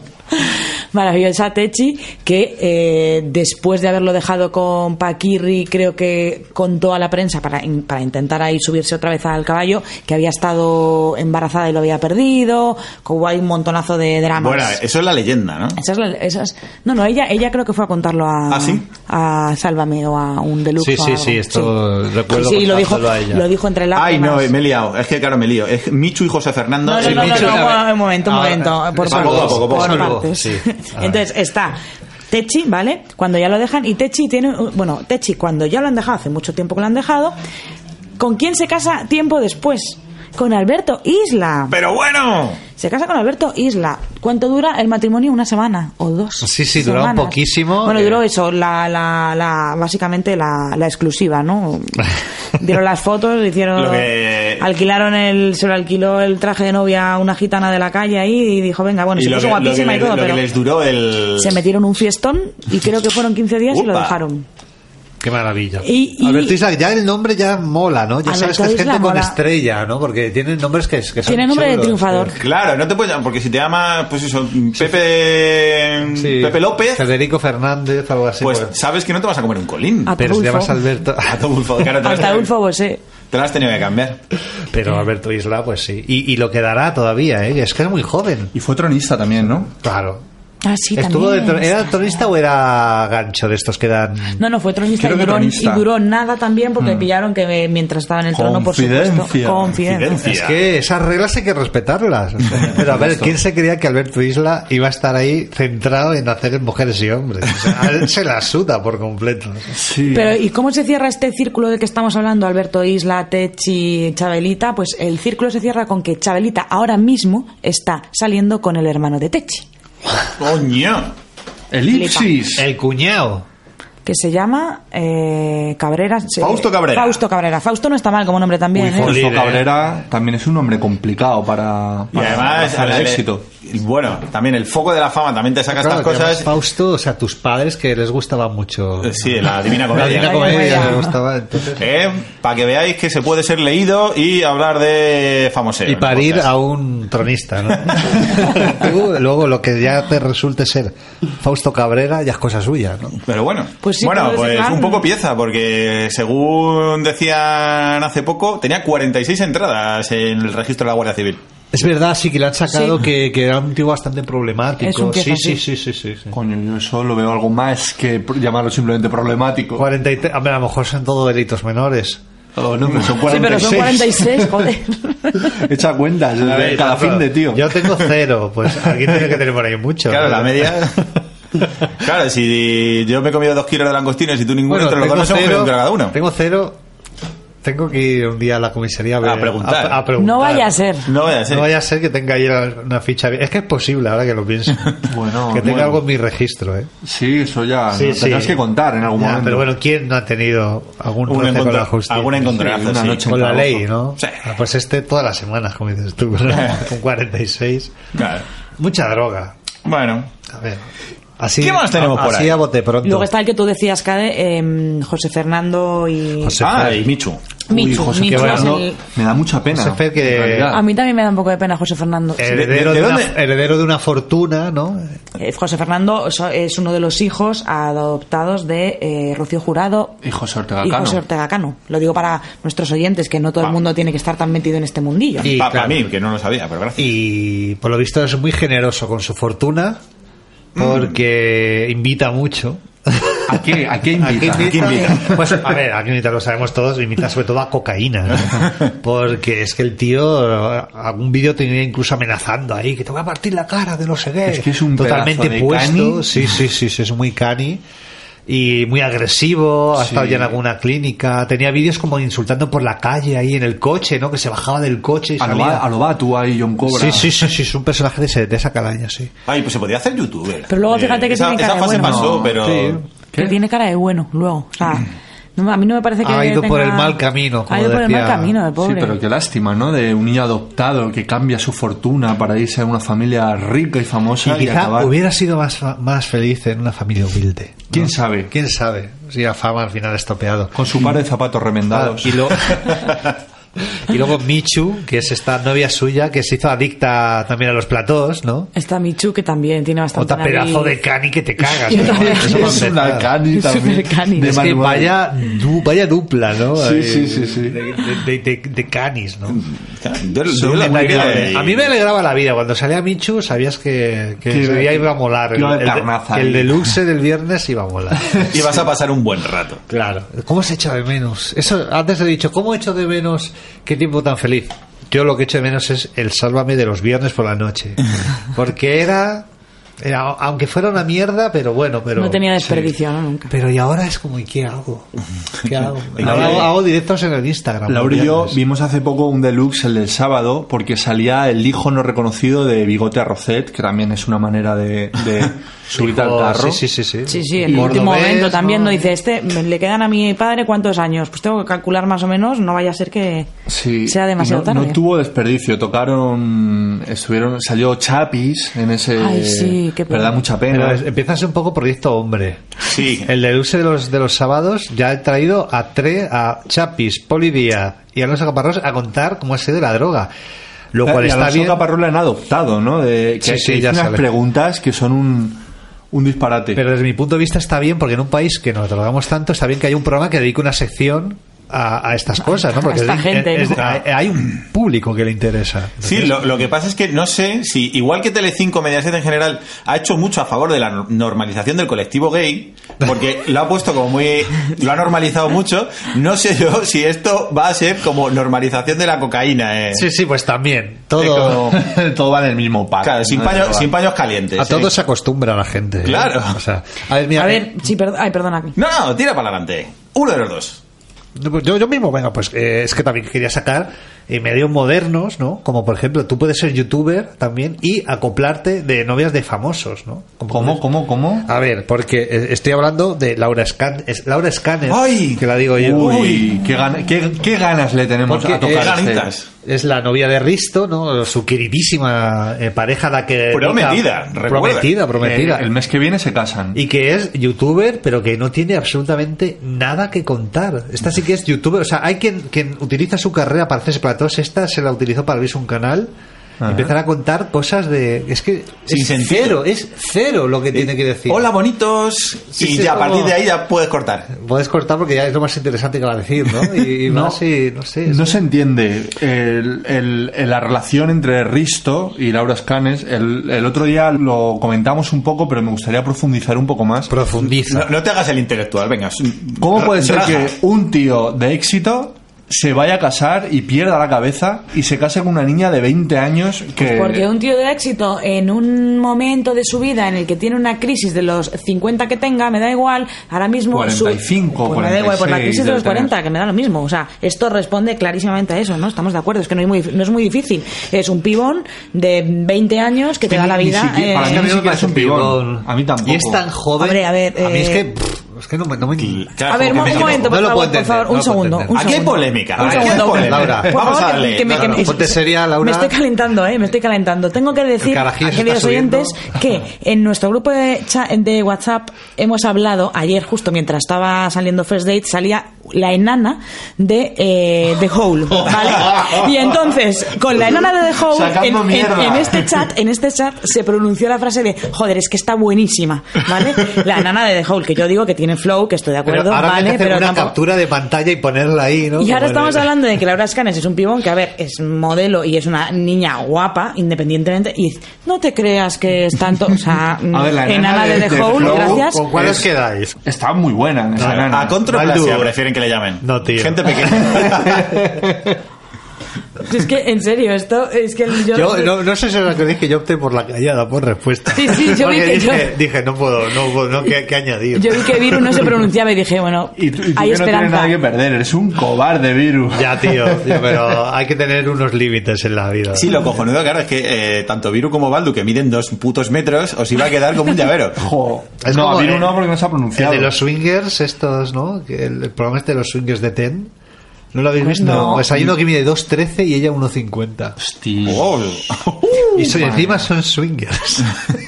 Speaker 6: Maravillosa Techi, que eh, después de haberlo dejado con Paquirri, creo que contó a la prensa para, in- para intentar ahí subirse otra vez al caballo, que había estado embarazada y lo había perdido, como hay un montonazo de dramas.
Speaker 3: Bueno, eso es la leyenda, ¿no?
Speaker 6: Esa es la- esa es- no, no, ella, ella creo que fue a contarlo a,
Speaker 3: ¿Ah, sí?
Speaker 6: a Sálvame o a un
Speaker 4: Sí,
Speaker 6: deluxe. o
Speaker 4: sí,
Speaker 6: algo.
Speaker 4: sí, esto recuerdo
Speaker 6: Sí, sí, lo dijo,
Speaker 4: contárselo a ella.
Speaker 6: lo dijo entre lágrimas.
Speaker 3: Ay, no, me he liado. Es que claro, me lío. Es Michu y José Fernando.
Speaker 6: No, no,
Speaker 3: Sí,
Speaker 6: no, no,
Speaker 3: Michu-
Speaker 6: no,
Speaker 4: a ver.
Speaker 6: un momento, un
Speaker 4: Ahora,
Speaker 6: momento. Por
Speaker 4: es algo,
Speaker 6: partes,
Speaker 4: poco, poco,
Speaker 6: por
Speaker 4: es algo,
Speaker 6: partes.
Speaker 4: sí. A ver.
Speaker 6: Entonces, está Techi, ¿vale? Cuando ya lo dejan, y Techi tiene. Bueno, Techi, cuando ya lo han dejado, hace mucho tiempo que lo han dejado, ¿con quién se casa tiempo después? Con Alberto Isla.
Speaker 3: Pero bueno.
Speaker 6: Se casa con Alberto Isla. ¿Cuánto dura el matrimonio? Una semana o dos.
Speaker 4: Sí, sí, duraba
Speaker 6: semanas.
Speaker 4: poquísimo.
Speaker 6: Bueno,
Speaker 4: Eh.
Speaker 6: duró eso, la, la, la, básicamente la, la exclusiva, ¿no? Dieron las fotos, hicieron.
Speaker 3: Lo que-
Speaker 6: Alquilaron el. Se lo alquiló el traje de novia a una gitana de la calle ahí y dijo, venga, bueno,
Speaker 3: y
Speaker 6: se
Speaker 3: lo
Speaker 6: puso
Speaker 3: que, lo que
Speaker 6: guapísima
Speaker 3: le-
Speaker 6: y todo,
Speaker 3: lo que
Speaker 6: pero.
Speaker 3: les duró el.
Speaker 6: Se metieron un fiestón y creo que fueron 15 días y lo
Speaker 3: Upa.
Speaker 6: dejaron.
Speaker 4: Qué maravilla.
Speaker 6: Y- y-
Speaker 4: Alberto Isla, ya el nombre ya mola, ¿no? Ya sabes que
Speaker 6: Alberto
Speaker 4: es gente
Speaker 6: Isla
Speaker 4: con
Speaker 6: mola.
Speaker 4: estrella, ¿no? Porque tienen nombres que, que son.
Speaker 6: Tiene nombre de
Speaker 4: chulos,
Speaker 6: triunfador.
Speaker 4: pero-
Speaker 3: Claro, no te puedes llamar, porque si te llamas, pues eso, Pepe,
Speaker 4: Sí.
Speaker 3: Pepe López,
Speaker 4: Federico Fernández, algo así.
Speaker 3: pues
Speaker 4: pues.
Speaker 3: sabes que no te vas a comer un colín.
Speaker 6: A-
Speaker 4: Pero si
Speaker 6: Ataulfo.
Speaker 4: llamas Alberto.
Speaker 3: Ataulfo, claro, te lo has
Speaker 6: Hasta
Speaker 3: tenido-
Speaker 6: Adolfo Bosé.
Speaker 3: Te lo has tenido que cambiar.
Speaker 4: Pero Alberto Isla, pues sí. Y, y lo quedará todavía, ¿eh? Es que es muy joven.
Speaker 5: Y fue tronista también, ¿no?
Speaker 4: Claro.
Speaker 6: Ah, sí,
Speaker 4: Estuvo de
Speaker 6: también.
Speaker 4: tro- ¿Era tronista o era gancho de estos que dan?
Speaker 6: No, no, fue tronista y
Speaker 5: Creo que
Speaker 6: duró,
Speaker 5: tronista.
Speaker 6: y duró nada también porque pillaron que eh, mientras estaba en el trono, por
Speaker 5: Confidencia.
Speaker 6: supuesto. Confidencia.
Speaker 4: Es que esas reglas hay que respetarlas. O sea, Pero a ver, ¿quién se creía que Alberto Isla iba a estar ahí centrado en hacer mujeres y hombres? O sea, a él se la suda por completo.
Speaker 5: Sí.
Speaker 6: Pero ¿y cómo se cierra este círculo del que estamos hablando, Alberto Isla, Techi, Chabelita? Pues el círculo se cierra con que Chabelita ahora mismo está saliendo con el hermano de Techi,
Speaker 3: ¡Coño!
Speaker 5: Elipsis.
Speaker 4: El cuñado.
Speaker 6: que se llama eh, Cabrera. se-
Speaker 3: Fausto Cabrera.
Speaker 6: Fausto Cabrera. Fausto no está mal como nombre también.
Speaker 5: Uy,
Speaker 6: ¿eh?
Speaker 5: Fausto
Speaker 4: líder.
Speaker 5: Cabrera también es un hombre complicado para,
Speaker 3: Y
Speaker 5: para
Speaker 3: además,
Speaker 5: hacer
Speaker 3: a ver,
Speaker 5: éxito.
Speaker 3: eh, y bueno, también el foco de la fama también te saca
Speaker 4: Claro, que
Speaker 3: estas
Speaker 4: además
Speaker 3: cosas.
Speaker 4: Fausto, o sea, tus padres que les gustaba mucho.
Speaker 3: Eh, Sí, la Divina
Speaker 4: La
Speaker 3: Comedia. Eh,
Speaker 4: Divina Comedia les gustaba. entonces.
Speaker 3: para que veáis que se puede ser leído y hablar de famosos.
Speaker 4: Y parir a un tronista, ¿no? Tú, luego lo que ya te resulte ser Fausto Cabrera ya es cosa suya, ¿no?
Speaker 3: Pero bueno,
Speaker 6: Pues sí,
Speaker 3: bueno,
Speaker 6: pero
Speaker 3: pues
Speaker 6: claro.
Speaker 3: un poco pieza, porque según decían hace poco, tenía 46 entradas en el registro de la Guardia Civil.
Speaker 4: Es verdad, sí que le han sacado
Speaker 6: Sí.
Speaker 4: que, que era un tío bastante problemático.
Speaker 6: Es un
Speaker 4: sí,
Speaker 6: pieza,
Speaker 4: sí, sí,
Speaker 6: sí.
Speaker 4: sí, sí, sí.
Speaker 5: Coño, yo eso lo veo algo más que pr- llamarlo simplemente problemático.
Speaker 4: 43, hombre, a lo mejor son todo delitos menores.
Speaker 5: Oh, no, pero son
Speaker 6: Sí, pero
Speaker 5: 46.
Speaker 6: son 46, joder.
Speaker 5: Echa cuentas,
Speaker 4: A ver,
Speaker 5: cada
Speaker 4: yo-
Speaker 5: fin de tío.
Speaker 4: Yo tengo cero, pues aquí tiene que tener por ahí mucho.
Speaker 3: Claro,
Speaker 4: ¿no?
Speaker 3: la media. claro, si yo me he comido dos kilos de langostinos y tú ninguno,
Speaker 4: Bueno,
Speaker 3: entre los dos
Speaker 4: tengo
Speaker 3: no somos
Speaker 4: cero,
Speaker 3: un kilo cada uno.
Speaker 4: tengo cero. Tengo que ir un día a la comisaría a, ver-
Speaker 3: preguntar.
Speaker 4: a- a preguntar.
Speaker 6: No vaya a ser.
Speaker 3: No vaya a ser.
Speaker 4: No vaya a ser que tenga ahí una ficha. bien. Es que es posible, ahora que lo pienso.
Speaker 5: Bueno,
Speaker 4: que tenga
Speaker 5: bueno.
Speaker 4: algo en mi registro, ¿eh?
Speaker 5: Sí, eso ya
Speaker 4: Sí,
Speaker 5: no,
Speaker 4: sí.
Speaker 5: tendrás que contar en algún
Speaker 4: Ya,
Speaker 5: momento.
Speaker 4: Pero bueno, ¿quién no ha tenido algún
Speaker 3: Un
Speaker 4: roce con
Speaker 3: encontro-
Speaker 4: la justicia?
Speaker 3: algún encontronazo,
Speaker 5: una
Speaker 3: sí.
Speaker 5: noche
Speaker 4: Con la
Speaker 5: en
Speaker 4: ley,
Speaker 5: trabajo.
Speaker 4: ¿no?
Speaker 3: Sí.
Speaker 4: Ah, Pues este todas las semanas, como dices tú, ¿no? con 46.
Speaker 3: Claro.
Speaker 4: Mucha droga.
Speaker 3: Bueno,
Speaker 4: A ver. Así,
Speaker 3: ¿Qué más tenemos
Speaker 4: a-
Speaker 3: por
Speaker 4: así
Speaker 3: ahí?
Speaker 4: a bote pronto.
Speaker 6: Luego está el que tú decías, Cade, em, José Fernando y...
Speaker 4: José
Speaker 3: ah,
Speaker 4: Fer.
Speaker 3: y Michu.
Speaker 5: Uy,
Speaker 6: Michu.
Speaker 5: José
Speaker 6: Michu es
Speaker 5: Fernando,
Speaker 6: el-
Speaker 5: Me da mucha pena.
Speaker 4: José Fer, que-
Speaker 5: en realidad.
Speaker 6: A mí también me da un poco de pena José Fernando.
Speaker 4: Heredero,
Speaker 3: ¿De-
Speaker 4: de,
Speaker 3: de
Speaker 4: una,
Speaker 3: dónde?
Speaker 4: heredero de una fortuna, ¿no?
Speaker 6: Eh, José Fernando so- es uno de los hijos adoptados de eh, Rocío Jurado
Speaker 5: Y José Ortega
Speaker 6: y
Speaker 5: Cano.
Speaker 6: José Ortega Cano. Lo digo para nuestros oyentes, que no todo el
Speaker 3: Ah.
Speaker 6: mundo tiene que estar tan metido en este mundillo.
Speaker 4: Y
Speaker 3: Para
Speaker 4: claro.
Speaker 3: mí, que no lo sabía, pero gracias.
Speaker 4: Y por lo visto es muy generoso con su fortuna porque invita mucho.
Speaker 5: ¿A qué, a qué invita?
Speaker 4: ¿A qué
Speaker 3: ¿A qué invita?
Speaker 4: Pues a ver, aquí invita, lo sabemos todos, invita sobre todo a cocaína. ¿no? Porque es que el tío, eh, algún vídeo tenía incluso amenazando ahí, que te voy a partir la cara de no sé qué.
Speaker 5: Es que es un
Speaker 4: Totalmente
Speaker 5: pedazo de
Speaker 4: puesto.
Speaker 5: cani.
Speaker 4: Sí, sí, sí, sí, es muy cani. Y muy agresivo, ha
Speaker 5: Sí.
Speaker 4: estado ya en alguna clínica. Tenía vídeos como insultando por la calle ahí en el coche, ¿no? Que se bajaba del coche y
Speaker 5: A lo,
Speaker 4: salía.
Speaker 5: va, a lo va tú ahí, John Cobra.
Speaker 4: Sí, sí, sí, sí, es un personaje de, ese- de esa calaña, sí.
Speaker 3: Ay, pues se podía hacer youtuber.
Speaker 6: Pero luego fíjate que
Speaker 3: esa,
Speaker 6: tiene
Speaker 3: esa
Speaker 6: cara de
Speaker 3: fase
Speaker 6: bueno.
Speaker 3: pasó, pero.
Speaker 4: Sí.
Speaker 6: Que tiene cara de bueno, luego. O sea, no, a mí no me parece que.
Speaker 4: Ha ido
Speaker 6: tenga-
Speaker 4: por el mal camino, como
Speaker 6: ha ido por el
Speaker 4: decía-
Speaker 6: mal camino, el
Speaker 5: Sí,
Speaker 6: Ah, pobre.
Speaker 5: pero qué lástima, ¿no? De un niño adoptado que cambia su fortuna para irse a una familia rica y famosa
Speaker 4: Y
Speaker 5: y,
Speaker 4: quizá
Speaker 5: acabar-
Speaker 4: hubiera sido más, fa- más feliz en una familia humilde. ¿no?
Speaker 5: ¿Quién sabe?
Speaker 4: ¿Quién sabe? Si la fama al final ha estropeado.
Speaker 5: Con su par de zapatos
Speaker 4: Ah,
Speaker 5: remendados.
Speaker 4: y, lo- y luego Michu, que es esta novia suya, que se hizo adicta también a los platós, ¿no?
Speaker 6: Está Michu, que también tiene bastante.
Speaker 4: Otra pedazo de cani que te cagas. ¿no? Eso para
Speaker 5: es una
Speaker 4: empezar.
Speaker 5: cani
Speaker 6: Es
Speaker 5: también.
Speaker 6: súper cani.
Speaker 5: de
Speaker 4: Es que
Speaker 5: manual.
Speaker 4: vaya, du- vaya dupla, ¿no?
Speaker 5: Sí,
Speaker 4: Eh,
Speaker 5: sí, sí, sí.
Speaker 4: De, de- de- de canis, ¿no?
Speaker 3: Yo- yo
Speaker 4: Son
Speaker 3: la
Speaker 4: detalles
Speaker 3: verdad
Speaker 4: que-
Speaker 3: que-
Speaker 4: A mí me alegraba la vida. Cuando salía Michu, sabías que, que
Speaker 5: Que
Speaker 4: ese día
Speaker 5: iba-
Speaker 4: iba a molar. El,
Speaker 5: iba de
Speaker 4: el de-
Speaker 5: carnaza
Speaker 4: el
Speaker 5: ahí.
Speaker 4: deluxe del viernes iba a molar.
Speaker 3: Y vas a pasar un buen rato.
Speaker 4: Claro. ¿Cómo se echa de menos? Eso antes he dicho, ¿cómo he hecho de menos qué tiempo tan feliz? Yo lo que echo de menos es el sálvame de los viernes por la noche. Porque era, era- aunque fuera una mierda, pero bueno, pero
Speaker 6: No tenía desperdicio, ¿no? Nunca.
Speaker 4: Pero y ahora es como, ¿y qué hago? ¿Qué hago?
Speaker 5: Y
Speaker 4: Ahora
Speaker 5: Laura-
Speaker 4: hago, hago directos en el Instagram.
Speaker 5: Laura y
Speaker 4: los
Speaker 5: yo
Speaker 4: viernes.
Speaker 5: vimos hace poco un deluxe el del sábado porque salía el hijo no reconocido de Bigote Arrocet, que también es una manera de, de subirte al
Speaker 4: Oh,
Speaker 5: tarro.
Speaker 4: Sí, sí, sí. sí.
Speaker 6: Sí, sí, en
Speaker 4: Y
Speaker 6: el último
Speaker 4: cordobés,
Speaker 6: momento también
Speaker 4: ¿no?
Speaker 6: no dice, este, me- le quedan a mi padre cuántos años. Pues tengo que calcular más o menos, no vaya a ser que
Speaker 5: Sí.
Speaker 6: sea demasiado
Speaker 5: no,
Speaker 6: tarde.
Speaker 5: No tuvo desperdicio, tocaron, estuvieron, salió Chapis en ese...
Speaker 6: Ay, sí, qué pena.
Speaker 5: Me da mucha
Speaker 4: Pero
Speaker 5: pena.
Speaker 4: es- empieza a ser un poco proyecto hombre.
Speaker 3: Sí.
Speaker 4: El deluxe de los, de los sábados ya he traído a Tre, a Chapis, Polidía y a Alonso Caparrós a contar cómo ha sido la droga. Lo
Speaker 3: Eh,
Speaker 4: cual
Speaker 5: Y
Speaker 4: está
Speaker 5: Alonso
Speaker 4: bien.
Speaker 5: Caparrós la han adoptado, ¿no? De,
Speaker 4: Sí,
Speaker 5: que
Speaker 4: sí,
Speaker 5: que hizo
Speaker 4: ya
Speaker 5: unas
Speaker 4: sale.
Speaker 5: preguntas que son un, un disparate.
Speaker 4: Pero desde mi punto de vista está bien porque en un país que nos drogamos tanto está bien que haya un programa que dedique una sección a, a estas cosas, ¿no? Porque
Speaker 6: A esta
Speaker 4: es-
Speaker 6: gente,
Speaker 4: es-
Speaker 6: ¿no?
Speaker 4: hay, hay un público que le interesa.
Speaker 3: Sí, lo, lo que pasa es que no sé si, igual que Telecinco, Mediaset en general, ha hecho mucho a favor de la nor- normalización del colectivo gay, porque lo ha puesto como muy... lo ha normalizado mucho, no sé yo si esto va a ser como normalización de la cocaína. Eh.
Speaker 4: Sí, sí, pues también. Todo,
Speaker 5: todo, todo va en el mismo pack.
Speaker 3: Claro, sin,
Speaker 5: ¿no?
Speaker 3: paño-
Speaker 5: Todo va.
Speaker 3: sin paños calientes. eh.
Speaker 4: a
Speaker 3: sí.
Speaker 4: todos se acostumbra la gente. ¿eh?
Speaker 3: Claro.
Speaker 4: O sea, a ver,
Speaker 5: Eh,
Speaker 4: mira,
Speaker 6: A ver, sí, perdón, ay, perdona.
Speaker 3: No, no, tira para adelante. Uno de los dos.
Speaker 4: Yo, yo mismo, bueno, pues eh, es que también quería sacar eh, medios modernos, ¿no? Como por ejemplo, tú puedes ser youtuber también y acoplarte de novias de famosos, ¿no? Como
Speaker 5: ¿Cómo, cómo, cómo?
Speaker 4: A ver, porque eh, estoy hablando de Laura Scan, es- Laura Scanner,
Speaker 3: ¡Ay!
Speaker 4: que la digo yo.
Speaker 5: Uy, qué, gana- qué- qué ganas le tenemos
Speaker 4: Porque
Speaker 5: a tocar
Speaker 4: es-
Speaker 5: a este.
Speaker 3: Ganitas.
Speaker 4: es la novia de Risto, ¿no? Su queridísima eh, pareja, la que...
Speaker 3: Prometida, recuerda.
Speaker 4: prometida, prometida.
Speaker 5: El, el mes que viene se casan.
Speaker 4: Y que es youtuber, pero que no tiene absolutamente nada que contar. Esta sí que es youtuber. O sea, hay quien, quien utiliza su carrera para hacerse platos. Esta se la utilizó para abrirse un canal. y
Speaker 5: Ajá.
Speaker 4: Empezar a contar cosas de. Es que.
Speaker 3: Sin
Speaker 4: es
Speaker 3: sentido.
Speaker 4: cero, es cero lo que tiene que decir.
Speaker 3: Hola, bonitos.
Speaker 4: Sí,
Speaker 3: y
Speaker 4: sí,
Speaker 3: ya a partir
Speaker 4: como-
Speaker 3: de ahí ya puedes cortar.
Speaker 4: Puedes cortar porque ya es lo más interesante que va a decir, ¿no? Y, y
Speaker 5: No.
Speaker 4: más y- no sé. es-
Speaker 5: No se entiende el- el- el- la relación entre Risto y Laura Scanes. El, el otro día lo comentamos un poco, pero me gustaría profundizar un poco más.
Speaker 4: Profundiza.
Speaker 3: No, no te hagas el intelectual, venga.
Speaker 5: ¿Cómo puede ser
Speaker 3: Raja.
Speaker 5: que un tío de éxito se vaya a casar y pierda la cabeza y se case con una niña de 20 años que...
Speaker 6: Pues Porque un tío de éxito en un momento de su vida en el que tiene una crisis de los 50 que tenga, me da igual, ahora mismo...
Speaker 5: 45,
Speaker 6: pues me da igual, por la
Speaker 5: 46
Speaker 6: crisis de los
Speaker 5: debe tener.
Speaker 6: 40, que me da lo mismo. O sea, esto responde clarísimamente a eso, ¿no? Estamos de acuerdo, es que no es muy, no es muy difícil. Es un pibón de 20 años que te da la
Speaker 5: Ni
Speaker 6: vida...
Speaker 5: siquiera-
Speaker 6: eh,
Speaker 5: para
Speaker 4: Es que a mí
Speaker 5: ni
Speaker 4: me
Speaker 5: siquiera
Speaker 4: parece
Speaker 5: es un pibón.
Speaker 4: pibón.
Speaker 5: A mí tampoco.
Speaker 4: Y es tan joven.
Speaker 6: Hombre, a ver,
Speaker 4: A mí es
Speaker 6: eh,
Speaker 4: que. pff, Es que no, me- no me.
Speaker 3: Claro,
Speaker 6: A ver,
Speaker 3: como
Speaker 6: un
Speaker 3: que me-
Speaker 6: momento, por
Speaker 4: no lo
Speaker 6: favor,
Speaker 4: puedo
Speaker 6: por
Speaker 4: entender,
Speaker 6: favor, un
Speaker 4: no lo puedo
Speaker 6: segundo.
Speaker 4: entender.
Speaker 6: un
Speaker 3: Aquí hay
Speaker 6: segundo.
Speaker 3: polémica,
Speaker 6: Un
Speaker 3: aquí hay
Speaker 6: segundo.
Speaker 3: polémica.
Speaker 4: Laura.
Speaker 6: Por
Speaker 3: Vamos
Speaker 6: favor,
Speaker 3: a darle,
Speaker 6: que me- que
Speaker 3: Laura,
Speaker 6: me-
Speaker 4: ponte seria, Laura.
Speaker 6: Me estoy calentando, eh, me estoy calentando. Tengo que decir,
Speaker 4: carajillo se
Speaker 6: queridos
Speaker 4: está subiendo.
Speaker 6: oyentes, que en nuestro grupo de, cha- de WhatsApp hemos hablado, ayer justo mientras estaba saliendo First Date, salía la enana de eh, The Hole, ¿vale? Y entonces, con la enana de The Hole, en,
Speaker 5: Sacando
Speaker 6: en-
Speaker 5: mierda.
Speaker 6: en este chat, en este chat se pronunció la frase de, joder, es que está buenísima, ¿vale? La enana de The Hole, que yo digo que tiene flow, que estoy de
Speaker 4: Pero
Speaker 6: acuerdo,
Speaker 4: ahora hay que
Speaker 6: vale,
Speaker 4: hacer
Speaker 6: pero
Speaker 4: una
Speaker 6: tampoco...
Speaker 4: captura de pantalla y ponerla ahí, ¿no?
Speaker 6: Y
Speaker 4: Como
Speaker 6: ahora estamos
Speaker 4: de-
Speaker 6: hablando de que Laura Scanes es un pibón que, a ver, es modelo y es una niña guapa, independientemente. Y no te creas que es tanto. O sea,
Speaker 5: A ver, la
Speaker 6: enana,
Speaker 5: enana
Speaker 6: de
Speaker 5: de-
Speaker 6: The
Speaker 5: de
Speaker 6: Hole,
Speaker 5: Flow,
Speaker 6: gracias.
Speaker 4: ¿Con cuál os
Speaker 5: Es-
Speaker 4: quedáis?
Speaker 5: Está muy buena esa
Speaker 3: A,
Speaker 5: nana.
Speaker 3: a controplasia
Speaker 4: Baldu.
Speaker 3: prefieren que le llamen.
Speaker 4: No, tío.
Speaker 3: Gente pequeña.
Speaker 6: Es que, en serio, esto es que yo.
Speaker 4: Yo no, no sé si os acordéis que yo opté por la callada, por respuesta.
Speaker 6: Sí, sí, yo vi
Speaker 4: Porque
Speaker 6: que yo-
Speaker 4: dije, dije, no puedo, no, puedo, no, ¿qué, qué añadir?
Speaker 6: yo vi que Viru no se pronunciaba y dije, bueno,
Speaker 5: Y tú, y tú
Speaker 6: hay
Speaker 5: que no tienes
Speaker 6: esperanza.
Speaker 5: nada que perder, eres un cobarde, virus.
Speaker 4: Ya, tío, tío, pero hay que tener unos límites en la vida.
Speaker 3: Sí, lo cojonudo, claro, es que eh, tanto Viru como Baldu, que miden dos putos metros, os iba a quedar como un llavero.
Speaker 5: Jo.
Speaker 4: Es
Speaker 5: no,
Speaker 4: como
Speaker 5: a Viru
Speaker 4: el-
Speaker 5: no porque no se ha
Speaker 4: El
Speaker 5: pronunciado.
Speaker 4: de los swingers, estos, ¿no? Que El, el programa este de los swingers de Ten. ¿No lo habéis visto?
Speaker 5: No.
Speaker 4: Pues hay uno que mide 2.13 y ella 1.50.
Speaker 5: Hostia.
Speaker 3: Oh,
Speaker 4: y son- encima son swingers.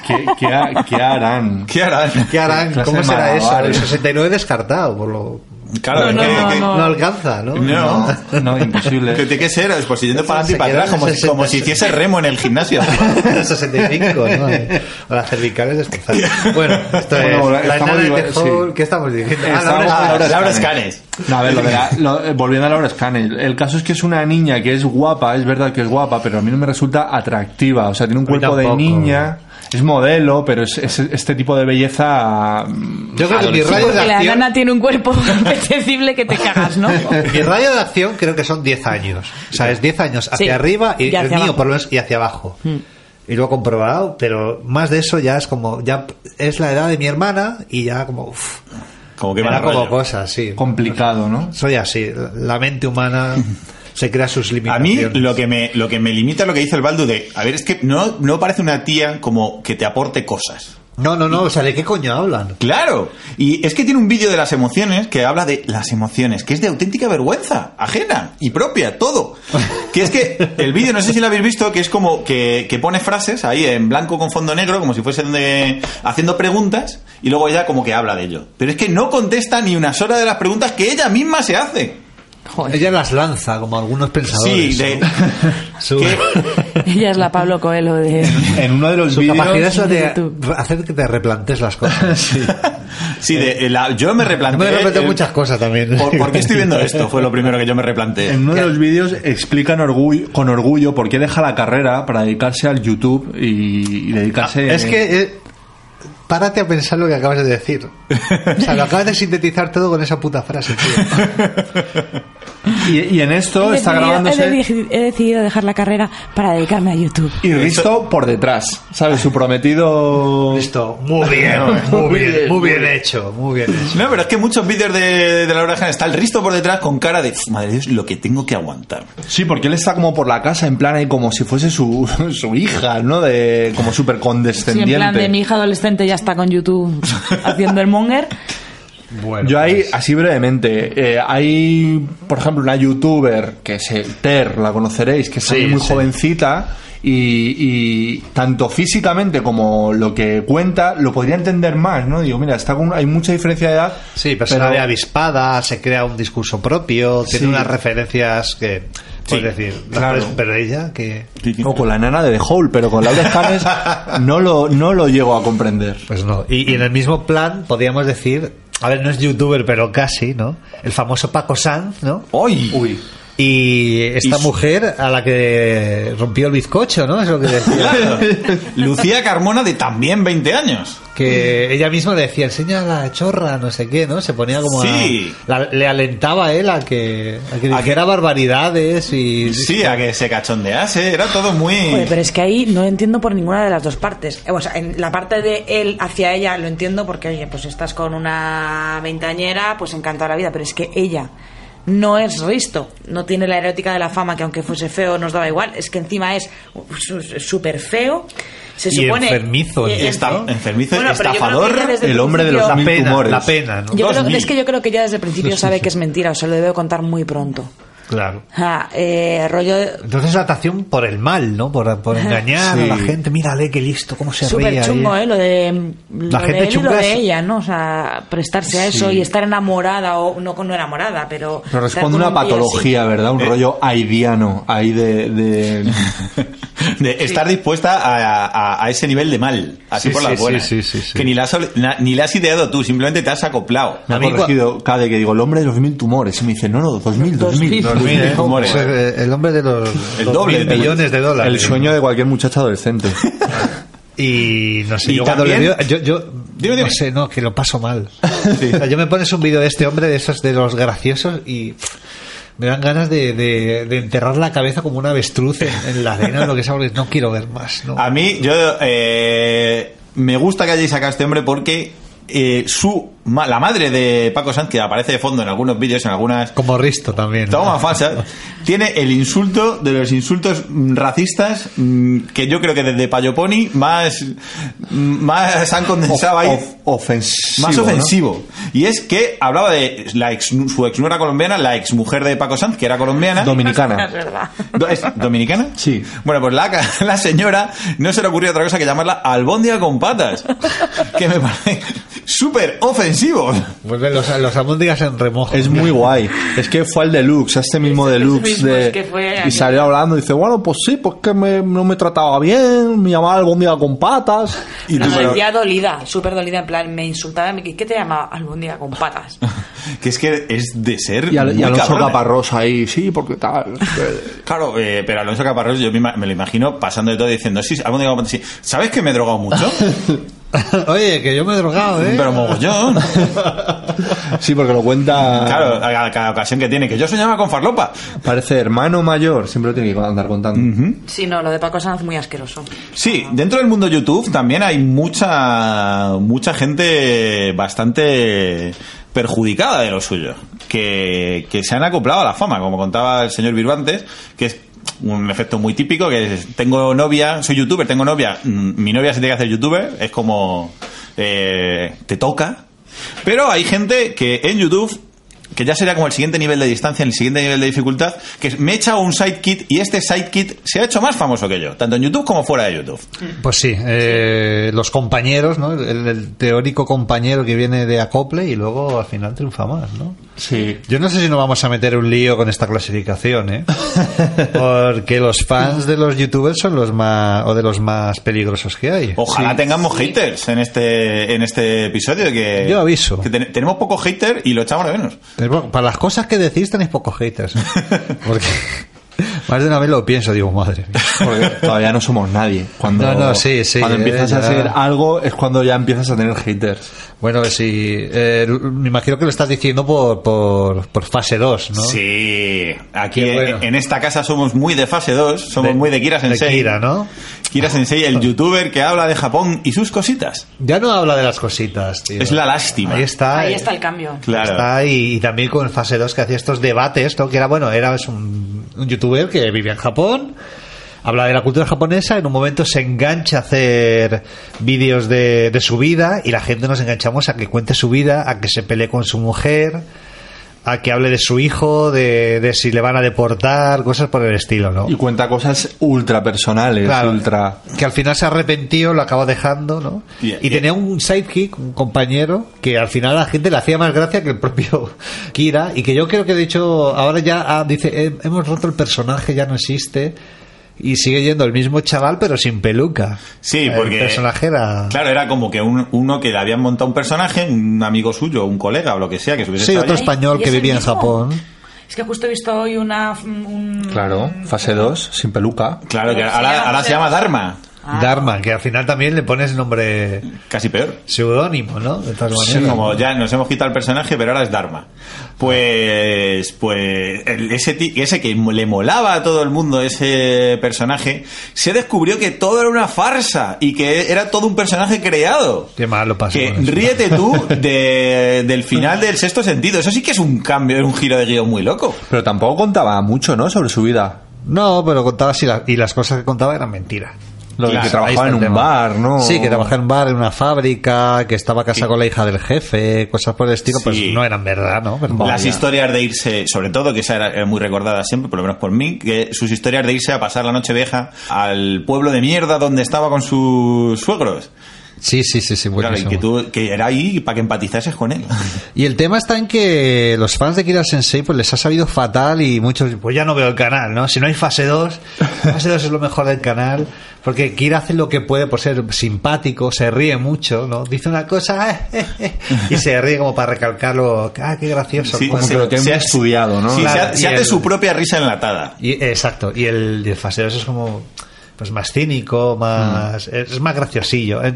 Speaker 5: ¿Qué, qué ha- qué harán?
Speaker 3: ¿Qué harán?
Speaker 4: ¿Qué harán?
Speaker 5: Clase
Speaker 4: ¿Cómo
Speaker 5: de
Speaker 4: será eso? El
Speaker 5: malabares.
Speaker 4: 69 descartado, por lo...
Speaker 3: Claro,
Speaker 6: No,
Speaker 3: que,
Speaker 6: no,
Speaker 3: que-
Speaker 6: no,
Speaker 4: No alcanza, ¿no?
Speaker 3: No.
Speaker 5: No, no,
Speaker 3: que
Speaker 5: imposible.
Speaker 3: te- ¿qué será? Pues yendo para adelante
Speaker 4: Se
Speaker 3: y para
Speaker 4: quedan
Speaker 3: atrás, como, si-
Speaker 4: 60.
Speaker 3: como si hiciese remo en el gimnasio.
Speaker 4: 65, ¿no? O las cervicales destrozadas. Bueno, esto
Speaker 5: Bueno,
Speaker 4: es...
Speaker 5: estamos
Speaker 4: La enana de
Speaker 5: igual-
Speaker 4: Tejol,
Speaker 5: sí.
Speaker 4: ¿qué estamos diciendo? Ah,
Speaker 5: Estamos-
Speaker 4: Laura-
Speaker 3: Laura- Laura
Speaker 5: Scanes.
Speaker 3: Scanes.
Speaker 5: No, a ver, lo de la- lo- eh, volviendo a Laura Scanes, el caso es que es una niña que es guapa, es verdad que es guapa, pero a mí no me resulta atractiva. O sea, tiene un
Speaker 4: mí
Speaker 5: cuerpo de
Speaker 4: tampoco.
Speaker 5: niña, es modelo, pero es, es este tipo de belleza. mm,
Speaker 4: Yo creo que mi radio de
Speaker 6: Porque la
Speaker 4: acción...
Speaker 6: enana tiene un cuerpo apetecible que te cagas, ¿no?
Speaker 4: Mi radio de acción creo que son 10 años. O sea, es 10 años hacia
Speaker 6: Sí,
Speaker 4: arriba y,
Speaker 6: y hacia
Speaker 4: el mío,
Speaker 6: abajo. Mm.
Speaker 4: por lo menos, y hacia abajo. Y lo he comprobado, pero más de eso ya es como. Ya es la edad de mi hermana y ya como. Uf,
Speaker 3: Como que
Speaker 4: me da
Speaker 3: mal
Speaker 4: como
Speaker 3: rollo.
Speaker 4: cosas, sí.
Speaker 5: complicado, ¿no?
Speaker 4: Soy así. La mente humana se crea sus
Speaker 3: A mí
Speaker 4: limitaciones.
Speaker 3: lo que me lo que me limita es lo que dice el Baldu de, a ver, es que no no parece una tía como que te aporte cosas.
Speaker 4: No, no, no. O sea, ¿de qué coño hablan?
Speaker 3: Claro, y es que tiene un vídeo de las emociones que habla de las emociones, que es de auténtica vergüenza, ajena y propia, todo. Que es que el vídeo, no sé si lo habéis visto, que es como que, que pone frases ahí en blanco con fondo negro, como si fuesen de, haciendo preguntas, y luego ella como que habla de ello. Pero es que no contesta ni una sola de las preguntas que ella misma se hace.
Speaker 6: Joder.
Speaker 4: Ella las lanza, como algunos pensadores.
Speaker 3: Sí, de,
Speaker 4: ¿no? Su,
Speaker 6: Ella es la Pablo Coelho de.
Speaker 5: En uno de los
Speaker 4: su capacidad es
Speaker 5: vídeos.
Speaker 4: la de
Speaker 6: YouTube.
Speaker 4: hacer que te replantes las cosas.
Speaker 3: sí, de eh, la- yo me
Speaker 4: Yo
Speaker 3: replanteé.
Speaker 4: me replanteado
Speaker 3: el-
Speaker 4: muchas cosas también.
Speaker 3: ¿Por, por qué estoy viendo esto? Fue lo primero que yo me replanteé.
Speaker 5: En uno de los vídeos explican orgullo, con orgullo por qué deja la carrera para dedicarse al YouTube y, y dedicarse.
Speaker 4: Es que eh, párate a pensar lo que acabas de decir. O sea, lo acabas de sintetizar todo con esa puta frase, tío.
Speaker 5: Y, y en esto
Speaker 6: He
Speaker 5: está
Speaker 6: decidido-
Speaker 5: grabándose.
Speaker 6: he deci- He decidido dejar la carrera para dedicarme a YouTube.
Speaker 5: Y Risto por detrás, ¿sabes? Su prometido...
Speaker 4: Listo, muy bien, muy bien, muy bien hecho, muy bien hecho.
Speaker 3: No, pero es que muchos vídeos de, de la oreja está el risto por detrás con cara de "Uf, madre de Dios, lo que tengo que aguantar.
Speaker 5: Sí, porque él está como por la casa, en plan ahí como si fuese su, su hija, ¿no? De, como
Speaker 6: Sí,
Speaker 5: súper
Speaker 6: en
Speaker 5: condescendiente.
Speaker 6: plan de mi hija adolescente ya está con YouTube haciendo el monger.
Speaker 4: Bueno,
Speaker 5: Yo ahí,
Speaker 4: pues-
Speaker 5: así brevemente, eh, hay, por ejemplo, una youtuber que es el Ter, la conoceréis, que es
Speaker 4: Sí,
Speaker 5: muy
Speaker 4: sí.
Speaker 5: jovencita y, y tanto físicamente como lo que cuenta lo podría entender más, ¿no? Digo, mira, está con- hay mucha diferencia de edad.
Speaker 4: Sí, persona de avispada, se crea un discurso propio, tiene
Speaker 5: Sí.
Speaker 4: unas referencias que.
Speaker 3: Sí,
Speaker 4: Puedes decir, las
Speaker 5: claro.
Speaker 4: puedes- pero ella que.
Speaker 5: O con la nana de The Hole, pero con Laura Escanes no lo, no lo llego a comprender.
Speaker 4: Pues no. Y, y en el mismo plan, podríamos decir. A ver, no es youtuber, pero casi, ¿no? El famoso Paco Sanz, ¿no?
Speaker 3: ¡Uy!
Speaker 5: Uy.
Speaker 4: Y esta
Speaker 3: Y su-
Speaker 4: mujer a la que rompió el bizcocho, ¿no? Es lo que decía.
Speaker 3: Lucía Carmona de también 20 años.
Speaker 4: que ella misma decía, enseña la chorra, no sé qué, ¿no? Se ponía como a-
Speaker 3: Sí.
Speaker 4: la- le alentaba a él a que, a que
Speaker 3: A
Speaker 4: dijera barbaridades y...
Speaker 3: Sí, a que se cachondease, era todo muy...
Speaker 6: Joder, pero es que ahí no lo entiendo por ninguna de las dos partes. Eh, O sea, en la parte de él hacia ella lo entiendo porque, oye, pues estás con una veintañera, pues encantada la vida, pero es que ella no es Risto, no tiene la erótica de la fama que aunque fuese feo nos daba igual, es que encima es su- súper feo. Se
Speaker 4: Y
Speaker 6: supone
Speaker 4: enfermizo,
Speaker 6: que-
Speaker 3: Esta- enfermizo,
Speaker 6: pero yo creo que
Speaker 3: estafador,
Speaker 6: ella desde
Speaker 5: el hombre de
Speaker 4: La
Speaker 5: los mil
Speaker 4: pena,
Speaker 5: tumores.
Speaker 4: la pena, ¿no?
Speaker 6: Yo
Speaker 3: Dos
Speaker 6: creo-
Speaker 3: mil.
Speaker 6: es que yo creo que ya desde el principio sabe que es mentira, o sea, lo debe contar muy pronto.
Speaker 4: Claro.
Speaker 6: Ah, eh, rollo de-
Speaker 4: Entonces la atracción por el mal, ¿no? Por, por engañar a la gente. Mírale qué listo, cómo se ríe.
Speaker 6: Súper
Speaker 4: ahí.
Speaker 6: chungo, ¿eh? Lo de, lo
Speaker 4: La
Speaker 6: de
Speaker 4: gente
Speaker 6: él y lo
Speaker 4: chunga
Speaker 6: de
Speaker 4: es-
Speaker 6: ella, ¿no? O sea, prestarse a eso
Speaker 5: Sí.
Speaker 6: y estar enamorada o no, no enamorada, pero...
Speaker 5: Pero
Speaker 6: estar
Speaker 5: responde
Speaker 6: con
Speaker 5: una
Speaker 6: un tío
Speaker 5: patología, ¿verdad? Un
Speaker 3: Eh.
Speaker 5: rollo haidiano ahí de- de...
Speaker 3: de estar dispuesta a, a- a ese nivel de mal, así
Speaker 4: Sí,
Speaker 3: por
Speaker 4: sí,
Speaker 3: las
Speaker 4: sí,
Speaker 3: buenas.
Speaker 4: sí, sí, sí.
Speaker 3: Que ni la, has, ol- na- ni la has ideado tú, simplemente te has acoplado.
Speaker 5: Me ha
Speaker 4: A mí cua-
Speaker 5: corregido Cade que digo, el hombre de los mil tumores. Y me dice, no, no, dos mil, dos mil.
Speaker 3: Dos mil, ¿eh? Humores.
Speaker 4: Pues, eh, el hombre de los
Speaker 3: El
Speaker 4: dos
Speaker 3: doble
Speaker 4: mil
Speaker 3: de-
Speaker 4: millones de dólares.
Speaker 5: El sueño de cualquier muchacha adolescente.
Speaker 4: Y no sé,
Speaker 3: Y
Speaker 4: yo cuando
Speaker 3: también-
Speaker 4: le veo- yo, yo
Speaker 3: Dime, dime.
Speaker 4: no sé, no, que lo paso mal. O sea, yo me pones un vídeo de este hombre, de esos de los graciosos, y me dan ganas de, de- de enterrar la cabeza como una avestruz en, en la arena, lo que sea, porque no quiero ver más. ¿no?
Speaker 3: A mí, yo eh, me gusta que hayáis sacado a este hombre porque eh, su ma- la madre de Paco Sanz, que aparece de fondo en algunos vídeos, en algunas
Speaker 4: Como Risto también. ¿no?
Speaker 3: tomas falsas, tiene el insulto de los insultos mm, racistas mm, que yo creo que desde Payoponi más, mm, más han condensado ahí.
Speaker 5: Of- ofensivo.
Speaker 3: más
Speaker 5: ¿no?
Speaker 3: ofensivo. Y es que hablaba de la ex, su exnuera colombiana, la exmujer de Paco Sanz, que era colombiana.
Speaker 6: así. Es
Speaker 5: Dominicana.
Speaker 6: verdad.
Speaker 3: Do- ¿Es dominicana?
Speaker 5: Sí.
Speaker 3: Bueno, pues la, ca- la señora no se le ocurrió otra cosa que llamarla albóndiga con patas. Que me parece súper ofensivo.
Speaker 4: Vuelven los, los albóndigas en remojo.
Speaker 5: Es muy guay. Es que fue al deluxe, a este mismo deluxe.
Speaker 6: mismo
Speaker 5: de-
Speaker 6: es que fue
Speaker 5: y
Speaker 6: aquí.
Speaker 5: salió hablando y dice, bueno, pues sí, pues que me- no me trataba bien, me llamaba albóndiga con patas. Y
Speaker 6: No,
Speaker 5: tú, pero-
Speaker 6: decía dolida, súper dolida, en plan, me insultaba, me ¿qué te llamaba albóndiga con patas?
Speaker 3: Que es que es de ser.
Speaker 5: y, al, y
Speaker 3: muy ¿eh?
Speaker 5: Alonso
Speaker 3: cabrona.
Speaker 5: Caparrós ahí, sí, porque tal.
Speaker 3: Claro, eh, pero Alonso Caparrós yo me, ima- me lo imagino pasando de todo y diciendo, sí, albóndiga con patas, sí. ¿Sabes que me he drogado mucho?
Speaker 4: Oye, que yo me he drogado, ¿eh?
Speaker 3: pero mogollón.
Speaker 5: sí, porque lo cuenta.
Speaker 3: Claro, a a cada ocasión que tiene, que yo soñaba con farlopa.
Speaker 5: Parece hermano mayor, siempre lo tiene que andar contando.
Speaker 6: Sí, no, lo de Paco Sanz muy asqueroso.
Speaker 3: Sí, dentro del mundo YouTube también hay mucha mucha gente bastante perjudicada de lo suyo, que, que se han acoplado a la fama, como contaba el señor Birbantes, que es un efecto muy típico, que es, tengo novia, soy youtuber, tengo novia, mm, mi novia se tiene que hacer youtuber, es como eh, te toca, pero hay gente que en YouTube que ya sería como el siguiente nivel de distancia, el siguiente nivel de dificultad, que es, me he echado un sidekit y este sidekit se ha hecho más famoso que yo, tanto en YouTube como fuera de YouTube.
Speaker 4: Pues sí, eh, los compañeros, ¿no? El, el teórico compañero que viene de acople y luego al final triunfa más, ¿no?
Speaker 5: Sí.
Speaker 4: Yo no sé si nos vamos a meter un lío con esta clasificación, ¿eh? Porque los fans de los youtubers son los más o de los más peligrosos que hay.
Speaker 3: Ojalá tengamos haters en este en este episodio que
Speaker 4: Yo aviso.
Speaker 3: que ten- tenemos pocos haters y lo echamos de menos.
Speaker 4: Es bueno, para las cosas que decís tenéis pocos haters. ¿eh? Porque más de una vez lo pienso, digo, madre mía.
Speaker 5: Porque todavía no somos nadie. Cuando,
Speaker 4: No, no, sí, sí,
Speaker 5: cuando
Speaker 4: eh,
Speaker 5: empiezas a
Speaker 4: ya.
Speaker 5: hacer algo es cuando ya empiezas a tener haters.
Speaker 4: Bueno, si eh, me imagino que lo estás diciendo por, por, por fase 2, ¿no?
Speaker 3: Sí, aquí eh,
Speaker 4: Qué bueno.
Speaker 3: en esta casa somos muy de fase 2, somos muy de Kira
Speaker 4: De
Speaker 3: Sensei.
Speaker 4: Kira, ¿no?
Speaker 3: Kira Sensei, el youtuber que habla de Japón y sus cositas.
Speaker 4: Ya no habla de las cositas, tío.
Speaker 3: Es la lástima.
Speaker 4: Ahí está.
Speaker 6: Ahí está el cambio.
Speaker 3: Claro.
Speaker 4: Está, y, y también con fase 2 que hacía estos debates, ¿no? Que era, bueno, era es un, un youtuber que vivía en Japón, habla de la cultura japonesa, en un momento se engancha a hacer vídeos de, de su vida y la gente nos enganchamos a que cuente su vida, a que se pelee con su mujer, a que hable de su hijo, de, de si le van a deportar, cosas por el estilo, ¿no?
Speaker 5: Y cuenta cosas ultra personales,
Speaker 4: Claro.
Speaker 5: ultra.
Speaker 4: que al final se arrepentió, lo acabó dejando, ¿no?
Speaker 3: Yeah,
Speaker 4: y
Speaker 3: yeah.
Speaker 4: tenía un sidekick, un compañero, que al final a la gente le hacía más gracia que el propio Kira, y que yo creo que de hecho ahora ya ah, dice, "Hem- hemos roto el personaje, ya no existe, y sigue yendo el mismo chaval, pero sin peluca.
Speaker 3: Sí,
Speaker 4: El
Speaker 3: porque-
Speaker 4: personaje era...
Speaker 3: Claro, era como que un- uno que le habían montado un personaje, un amigo suyo, un colega o lo que sea, que se hubiese
Speaker 4: Sí,
Speaker 3: estado
Speaker 4: otro
Speaker 3: allí.
Speaker 4: español
Speaker 6: ¿Y
Speaker 4: que
Speaker 6: es el
Speaker 4: vivía en
Speaker 6: mismo?
Speaker 4: Japón.
Speaker 6: Es que justo he visto hoy una. un-
Speaker 5: Claro, fase 2, sin peluca.
Speaker 3: Claro, que
Speaker 6: Se
Speaker 3: ahora,
Speaker 6: llama
Speaker 3: ahora se
Speaker 6: José.
Speaker 3: llama Dharma,
Speaker 6: Ah.
Speaker 4: Dharma, que al final también le pones nombre
Speaker 3: casi peor.
Speaker 4: seudónimo, ¿no? De todas
Speaker 3: Sí,
Speaker 4: maneras.
Speaker 3: como ya nos hemos quitado el personaje, pero ahora es Dharma. Pues, pues el- ese, ti- ese que le molaba a todo el mundo, ese personaje, se descubrió que todo era una farsa y que era todo un personaje creado.
Speaker 4: Qué mal lo pasó
Speaker 3: Que
Speaker 4: con eso.
Speaker 3: ríete tú de- del final del sexto sentido. Eso sí que es un cambio, un giro de guión muy loco.
Speaker 5: Pero tampoco contaba mucho, ¿no? Sobre su vida.
Speaker 4: No, pero contaba así la- y las cosas que contaba eran mentiras.
Speaker 5: Lo de
Speaker 3: Claro,
Speaker 5: que
Speaker 4: Ahí
Speaker 5: trabajaba
Speaker 4: está
Speaker 5: en
Speaker 4: el
Speaker 5: un
Speaker 4: tema.
Speaker 5: bar, ¿no?
Speaker 4: Sí, que trabajaba en un bar, en una fábrica, que estaba casada con la hija del jefe, cosas por el estilo, pues
Speaker 3: Sí.
Speaker 4: no eran verdad, ¿no? Pero
Speaker 3: Las historias de irse, sobre todo, que esa era, era muy recordada siempre, por lo menos por mí, que sus historias de irse a pasar la noche vieja al pueblo de mierda donde estaba con sus suegros.
Speaker 4: Sí, sí, sí, sí,
Speaker 3: Claro, y
Speaker 4: buenísimo.
Speaker 3: que, tú, que era ahí para que empatizases con él.
Speaker 4: Y el tema está en que los fans de Kira Sensei pues les ha sabido fatal y muchos, pues ya no veo el canal, ¿no? Si no hay fase 2, fase 2 es lo mejor del canal, porque Kira hace lo que puede por ser simpático, se ríe mucho, ¿no? Dice una cosa eh, eh, eh, y se ríe como para recalcarlo, ah, qué gracioso.
Speaker 3: Sí,
Speaker 4: como
Speaker 3: sí.
Speaker 5: Como que lo tiene
Speaker 3: Se ha-
Speaker 5: estudiado, ¿no?
Speaker 3: Sí,
Speaker 4: Claro,
Speaker 3: se ha- se,
Speaker 4: y
Speaker 3: hace
Speaker 4: el-
Speaker 3: su propia risa enlatada.
Speaker 4: Y, exacto, y el, y el fase 2 es como pues más cínico, más
Speaker 3: Mm.
Speaker 4: es más graciosillo. Eh,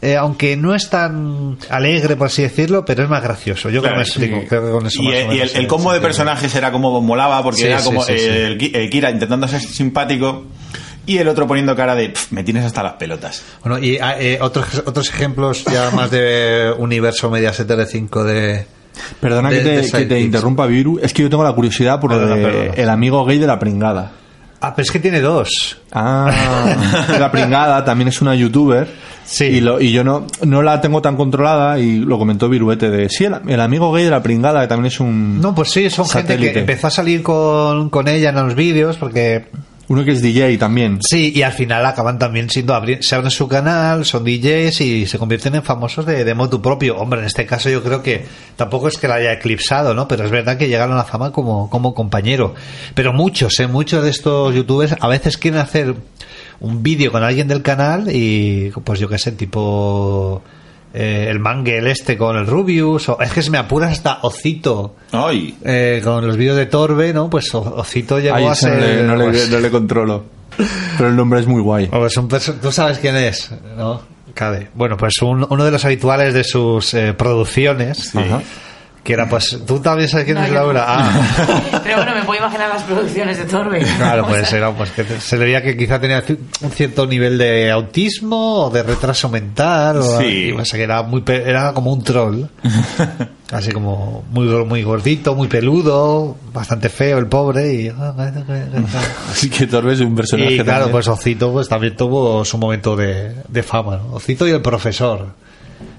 Speaker 4: eh, aunque no es tan alegre, por así decirlo, pero es más gracioso. Yo
Speaker 3: Claro,
Speaker 4: creo que me explico.
Speaker 3: sí.
Speaker 4: creo que con eso
Speaker 3: y
Speaker 4: más o
Speaker 3: el, y
Speaker 4: menos
Speaker 3: el- el
Speaker 4: se-
Speaker 3: combo
Speaker 4: se
Speaker 3: de
Speaker 4: entiende.
Speaker 3: personajes era como molaba, porque
Speaker 4: Sí,
Speaker 3: era
Speaker 4: sí,
Speaker 3: como
Speaker 4: sí, sí.
Speaker 3: el, Ki- el Kira intentando ser simpático y el otro poniendo cara de "Pf, me tienes hasta las pelotas.
Speaker 4: Bueno, y ah, eh, otros, otros ejemplos ya más de universo Mediaset Tele5 de...
Speaker 5: Perdona
Speaker 4: de-
Speaker 5: que te,
Speaker 4: de
Speaker 5: que te
Speaker 4: sidekicks.
Speaker 5: interrumpa, Viru. Es que yo tengo la curiosidad por lo
Speaker 4: Perdona,
Speaker 5: de
Speaker 4: perdona.
Speaker 5: el amigo gay de la pringada.
Speaker 4: Ah, pero es que tiene dos.
Speaker 5: Ah, la pringada también es una youtuber.
Speaker 4: Sí.
Speaker 5: Y, lo- y yo no, no la tengo tan controlada y lo comentó Viruete de... Sí, el, el amigo gay de la pringada, que también es un...
Speaker 4: No, pues sí, son gente que
Speaker 5: Satélite.
Speaker 4: empezó a salir con, con ella en los vídeos porque
Speaker 5: Uno que es DJ también.
Speaker 4: Sí, y al final acaban también siendo abri- se abren su canal, son DJs y se convierten en famosos de, de motu propio. Hombre, en este caso yo creo que tampoco es que la haya eclipsado, ¿no? Pero es verdad que llegaron a la fama como, como compañero. Pero muchos, ¿eh? Muchos de estos youtubers a veces quieren hacer un vídeo con alguien del canal y, pues yo qué sé, tipo eh, el mangue el este con el Rubius, o es que se me apura hasta Ocito.
Speaker 3: Ay.
Speaker 4: eh, con los vídeos de Torbe, ¿no? Pues O- Ocito llegó
Speaker 5: Ay,
Speaker 4: a
Speaker 5: ese
Speaker 4: ser...
Speaker 5: no, le, no le-
Speaker 4: pues,
Speaker 5: no le controlo. Pero el nombre es muy guay.
Speaker 4: o es un perso- Tú sabes quién es, ¿no? Cade. Bueno, pues un- uno de los habituales de sus eh, producciones.
Speaker 5: Ajá.
Speaker 4: Que era, pues, tú también sabes quién
Speaker 6: No,
Speaker 4: es
Speaker 6: yo
Speaker 4: Laura.
Speaker 6: no.
Speaker 4: Ah.
Speaker 6: Pero bueno, me puedo imaginar las producciones de Torbe.
Speaker 4: Claro,
Speaker 6: O
Speaker 4: pues
Speaker 6: sea,
Speaker 4: era, pues, que se le veía que quizá tenía ci- un cierto nivel de autismo o de retraso mental. O,
Speaker 3: Sí.
Speaker 4: y, pues, que era, muy, pe- era como un troll. Así como muy, gor- muy gordito, muy peludo, bastante feo el pobre. Y, ah,
Speaker 5: Así que Torbe es un personaje
Speaker 4: Y claro,
Speaker 5: también.
Speaker 4: pues Ocito pues, también tuvo su momento de, de fama. ¿no? Ocito y el profesor,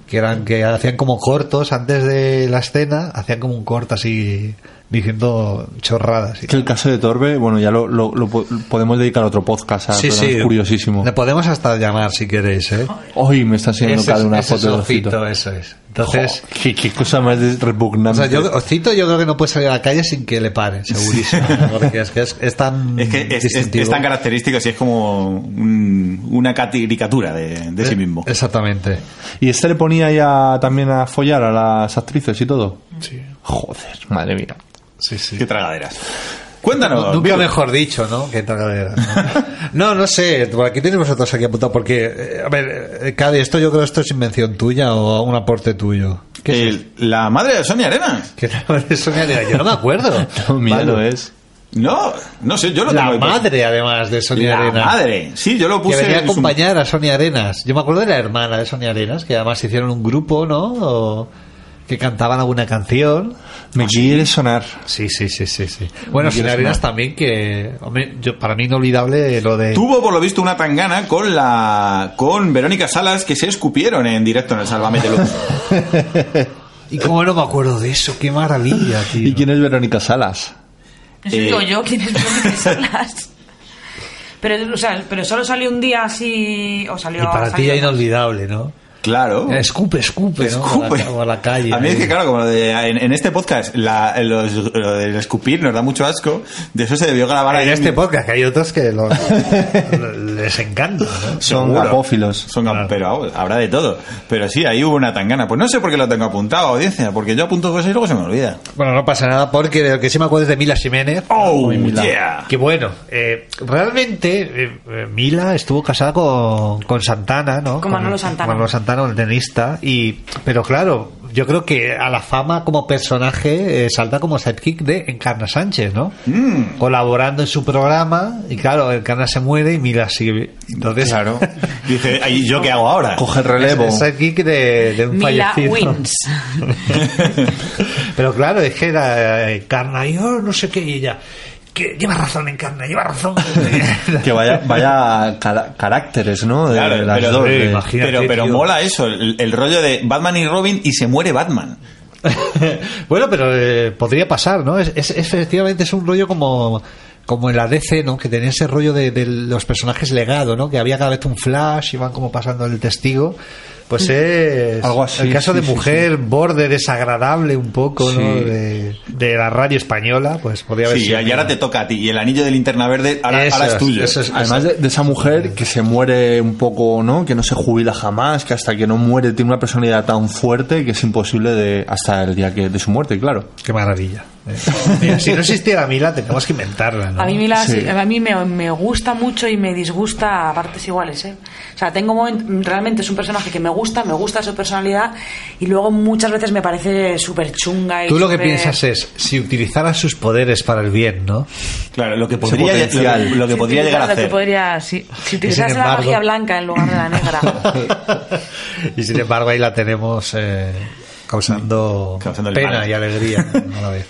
Speaker 4: que eran que hacían como cortos antes de la escena, hacían como un corto así diciendo chorradas. y-
Speaker 5: Que el caso de Torbe, bueno, ya lo, lo- lo po- podemos dedicar a otro podcast. A, pero Es Ah, curiosísimo.
Speaker 4: Le podemos hasta llamar si queréis, ¿eh?
Speaker 5: Hoy me está enseñando
Speaker 4: Ese es-
Speaker 5: cada una
Speaker 4: ese es
Speaker 5: foto de
Speaker 4: Ocito,
Speaker 5: Ocito.
Speaker 4: eso es. Entonces,
Speaker 5: Jo, qué, qué cosa más des-
Speaker 4: o
Speaker 5: repugnante. Eh,
Speaker 4: sea, yo, Ocito yo creo que no puede salir a la calle sin que le paren, segurísimo. Porque es que es, es tan
Speaker 3: Es que es, es-
Speaker 4: distintivo.
Speaker 3: es tan característico, si es como un- una caricatura de,
Speaker 4: Eh,
Speaker 3: de sí mismo.
Speaker 4: Exactamente.
Speaker 5: Y este le ponía ya también a follar a las actrices y todo. Sí. Joder, madre mía.
Speaker 4: Sí, sí.
Speaker 3: Qué tragaderas. Cuéntanos.
Speaker 4: Nu- Nunca
Speaker 3: Viru.
Speaker 4: mejor dicho, ¿no? Qué tragadera. No, no, no sé. Por aquí tenéis vosotros aquí apuntado porque, eh, a ver, eh, Cade, esto yo creo que esto es invención tuya o un aporte tuyo. ¿Qué es?
Speaker 3: El- eh, la madre de Sonia Arenas.
Speaker 4: ¿Qué tal? Eso me ha llegado. Yo no me acuerdo.
Speaker 5: No, eh. mira,
Speaker 4: Vale.
Speaker 5: lo es.
Speaker 3: No, no sé, yo lo
Speaker 4: La
Speaker 3: tengo ahí.
Speaker 4: madre, además, de Sonia
Speaker 3: La
Speaker 4: Arenas.
Speaker 3: madre. Sí, yo lo
Speaker 4: Que
Speaker 3: puse.
Speaker 4: venía a
Speaker 3: en su-
Speaker 4: acompañar a Sonia Arenas. Yo me acuerdo de la hermana de Sonia Arenas, que además hicieron un grupo, ¿no? O- que cantaban alguna canción.
Speaker 5: Me quiere sonar.
Speaker 4: Sí, sí, sí, sí, sí. Bueno, sin
Speaker 5: quieres
Speaker 4: Arenas
Speaker 5: más.
Speaker 4: también que hombre, yo para mí inolvidable lo de
Speaker 3: Tuvo por lo visto una tangana con la con Verónica Salas que se escupieron en directo en el Salvame de Luz.
Speaker 4: Y cómo no me acuerdo de eso, qué maravilla, tío.
Speaker 5: ¿Y quién es Verónica Salas?
Speaker 6: Eso
Speaker 3: Eh.
Speaker 6: digo yo, ¿quiénes son solas? Pero, o sea, pero solo salió un día así. O salió,
Speaker 4: Y para ti
Speaker 6: salió
Speaker 4: ya
Speaker 6: más.
Speaker 4: inolvidable, ¿no?
Speaker 3: Claro.
Speaker 4: Escupe, escupe, ¿no? Por la-
Speaker 3: Escupe.
Speaker 4: por la calle.
Speaker 3: A mí es
Speaker 4: ahí.
Speaker 3: que, claro, como lo de- en, en este podcast, la, los, lo del escupir nos da mucho asco. De eso se debió grabar
Speaker 4: En
Speaker 3: ahí
Speaker 4: este
Speaker 3: mismo.
Speaker 4: podcast, que hay otros que lo- les encanta. ¿no?
Speaker 5: Son
Speaker 3: Seguro.
Speaker 5: guapófilos.
Speaker 3: Son,
Speaker 4: Claro.
Speaker 3: Pero habrá de todo. Pero sí, ahí hubo una tangana. Pues no sé por qué lo tengo apuntado, audiencia, porque yo apunto cosas y luego se me olvida.
Speaker 4: Bueno, no pasa nada porque de lo que sí me acuerdo es de Mila Jiménez.
Speaker 3: ¡Oh,
Speaker 5: Mila.
Speaker 3: yeah!
Speaker 4: Que bueno, eh, realmente eh, eh, Mila estuvo casada con, con Santana, ¿no?
Speaker 6: Con Manolo Santana.
Speaker 4: Manolo Santana, el tenista. Y, pero claro, yo creo que a la fama como personaje eh, salta como sidekick de Encarna Sánchez, ¿no?
Speaker 3: Mm.
Speaker 4: Colaborando en su programa. Y claro, Encarna se muere y Mila sigue. Entonces,
Speaker 3: Claro. Dije, "Ay, ¿y yo qué hago ahora?
Speaker 5: Coge el relevo.
Speaker 4: Es el sidekick de, de un
Speaker 6: Mila
Speaker 4: fallecido.
Speaker 6: Wins.
Speaker 4: Pero claro, es que era Encarna y oh, no sé qué. Y ella, que lleva razón Encarna, lleva razón.
Speaker 5: Que vaya, vaya cara- caracteres, ¿no? De,
Speaker 3: Claro,
Speaker 5: las
Speaker 3: pero,
Speaker 5: dos. eh.
Speaker 4: sí,
Speaker 5: de-
Speaker 4: imagínate.
Speaker 3: pero, pero
Speaker 4: tío.
Speaker 3: mola eso, el, el rollo de Batman y Robin y se muere Batman.
Speaker 4: bueno, pero eh, podría pasar, ¿no? Es, es- efectivamente es un rollo como como en la DC, ¿no? Que tenía ese rollo de, de los personajes legado, ¿no? Que había cada vez un flash, iban como pasando el testigo. Pues es
Speaker 5: Algo así,
Speaker 4: el caso
Speaker 5: sí,
Speaker 4: de
Speaker 5: sí,
Speaker 4: mujer borde desagradable un poco, ¿no?
Speaker 5: Sí.
Speaker 4: De, de la radio española, pues podría haber
Speaker 3: Sí,
Speaker 4: sido.
Speaker 3: y ahora te toca a ti. Y el anillo de linterna verde ahora,
Speaker 4: Eso
Speaker 3: ahora es
Speaker 4: es,
Speaker 3: tuyo.
Speaker 4: eso es.
Speaker 5: Además de, de esa mujer que se muere un poco, ¿no? Que no se jubila jamás, que hasta que no muere tiene una personalidad tan fuerte que es imposible de hasta el día que de su muerte, claro.
Speaker 4: Qué maravilla. Eh, mira, si no existiera Mila, tenemos que inventarla, ¿no?
Speaker 6: A mí, Mila,
Speaker 5: Sí.
Speaker 6: sí, a mí me, me gusta mucho y me disgusta a partes iguales. ¿eh? O sea, tengo moment- realmente es un personaje que me gusta, me gusta su personalidad y luego muchas veces me parece súper chunga.
Speaker 4: Tú lo que piensas es, si utilizaran sus poderes para el bien, ¿no?
Speaker 3: Claro, lo que podría, lo que-
Speaker 5: potencial.
Speaker 3: lo que podría llegar a
Speaker 6: Lo que
Speaker 3: hacer.
Speaker 6: podría, sí. Si utilizas la
Speaker 4: embargo-
Speaker 6: magia blanca en lugar de la negra.
Speaker 4: y sin embargo ahí la tenemos eh, causando,
Speaker 3: Causando el
Speaker 4: pena
Speaker 3: mal.
Speaker 4: y alegría a la vez.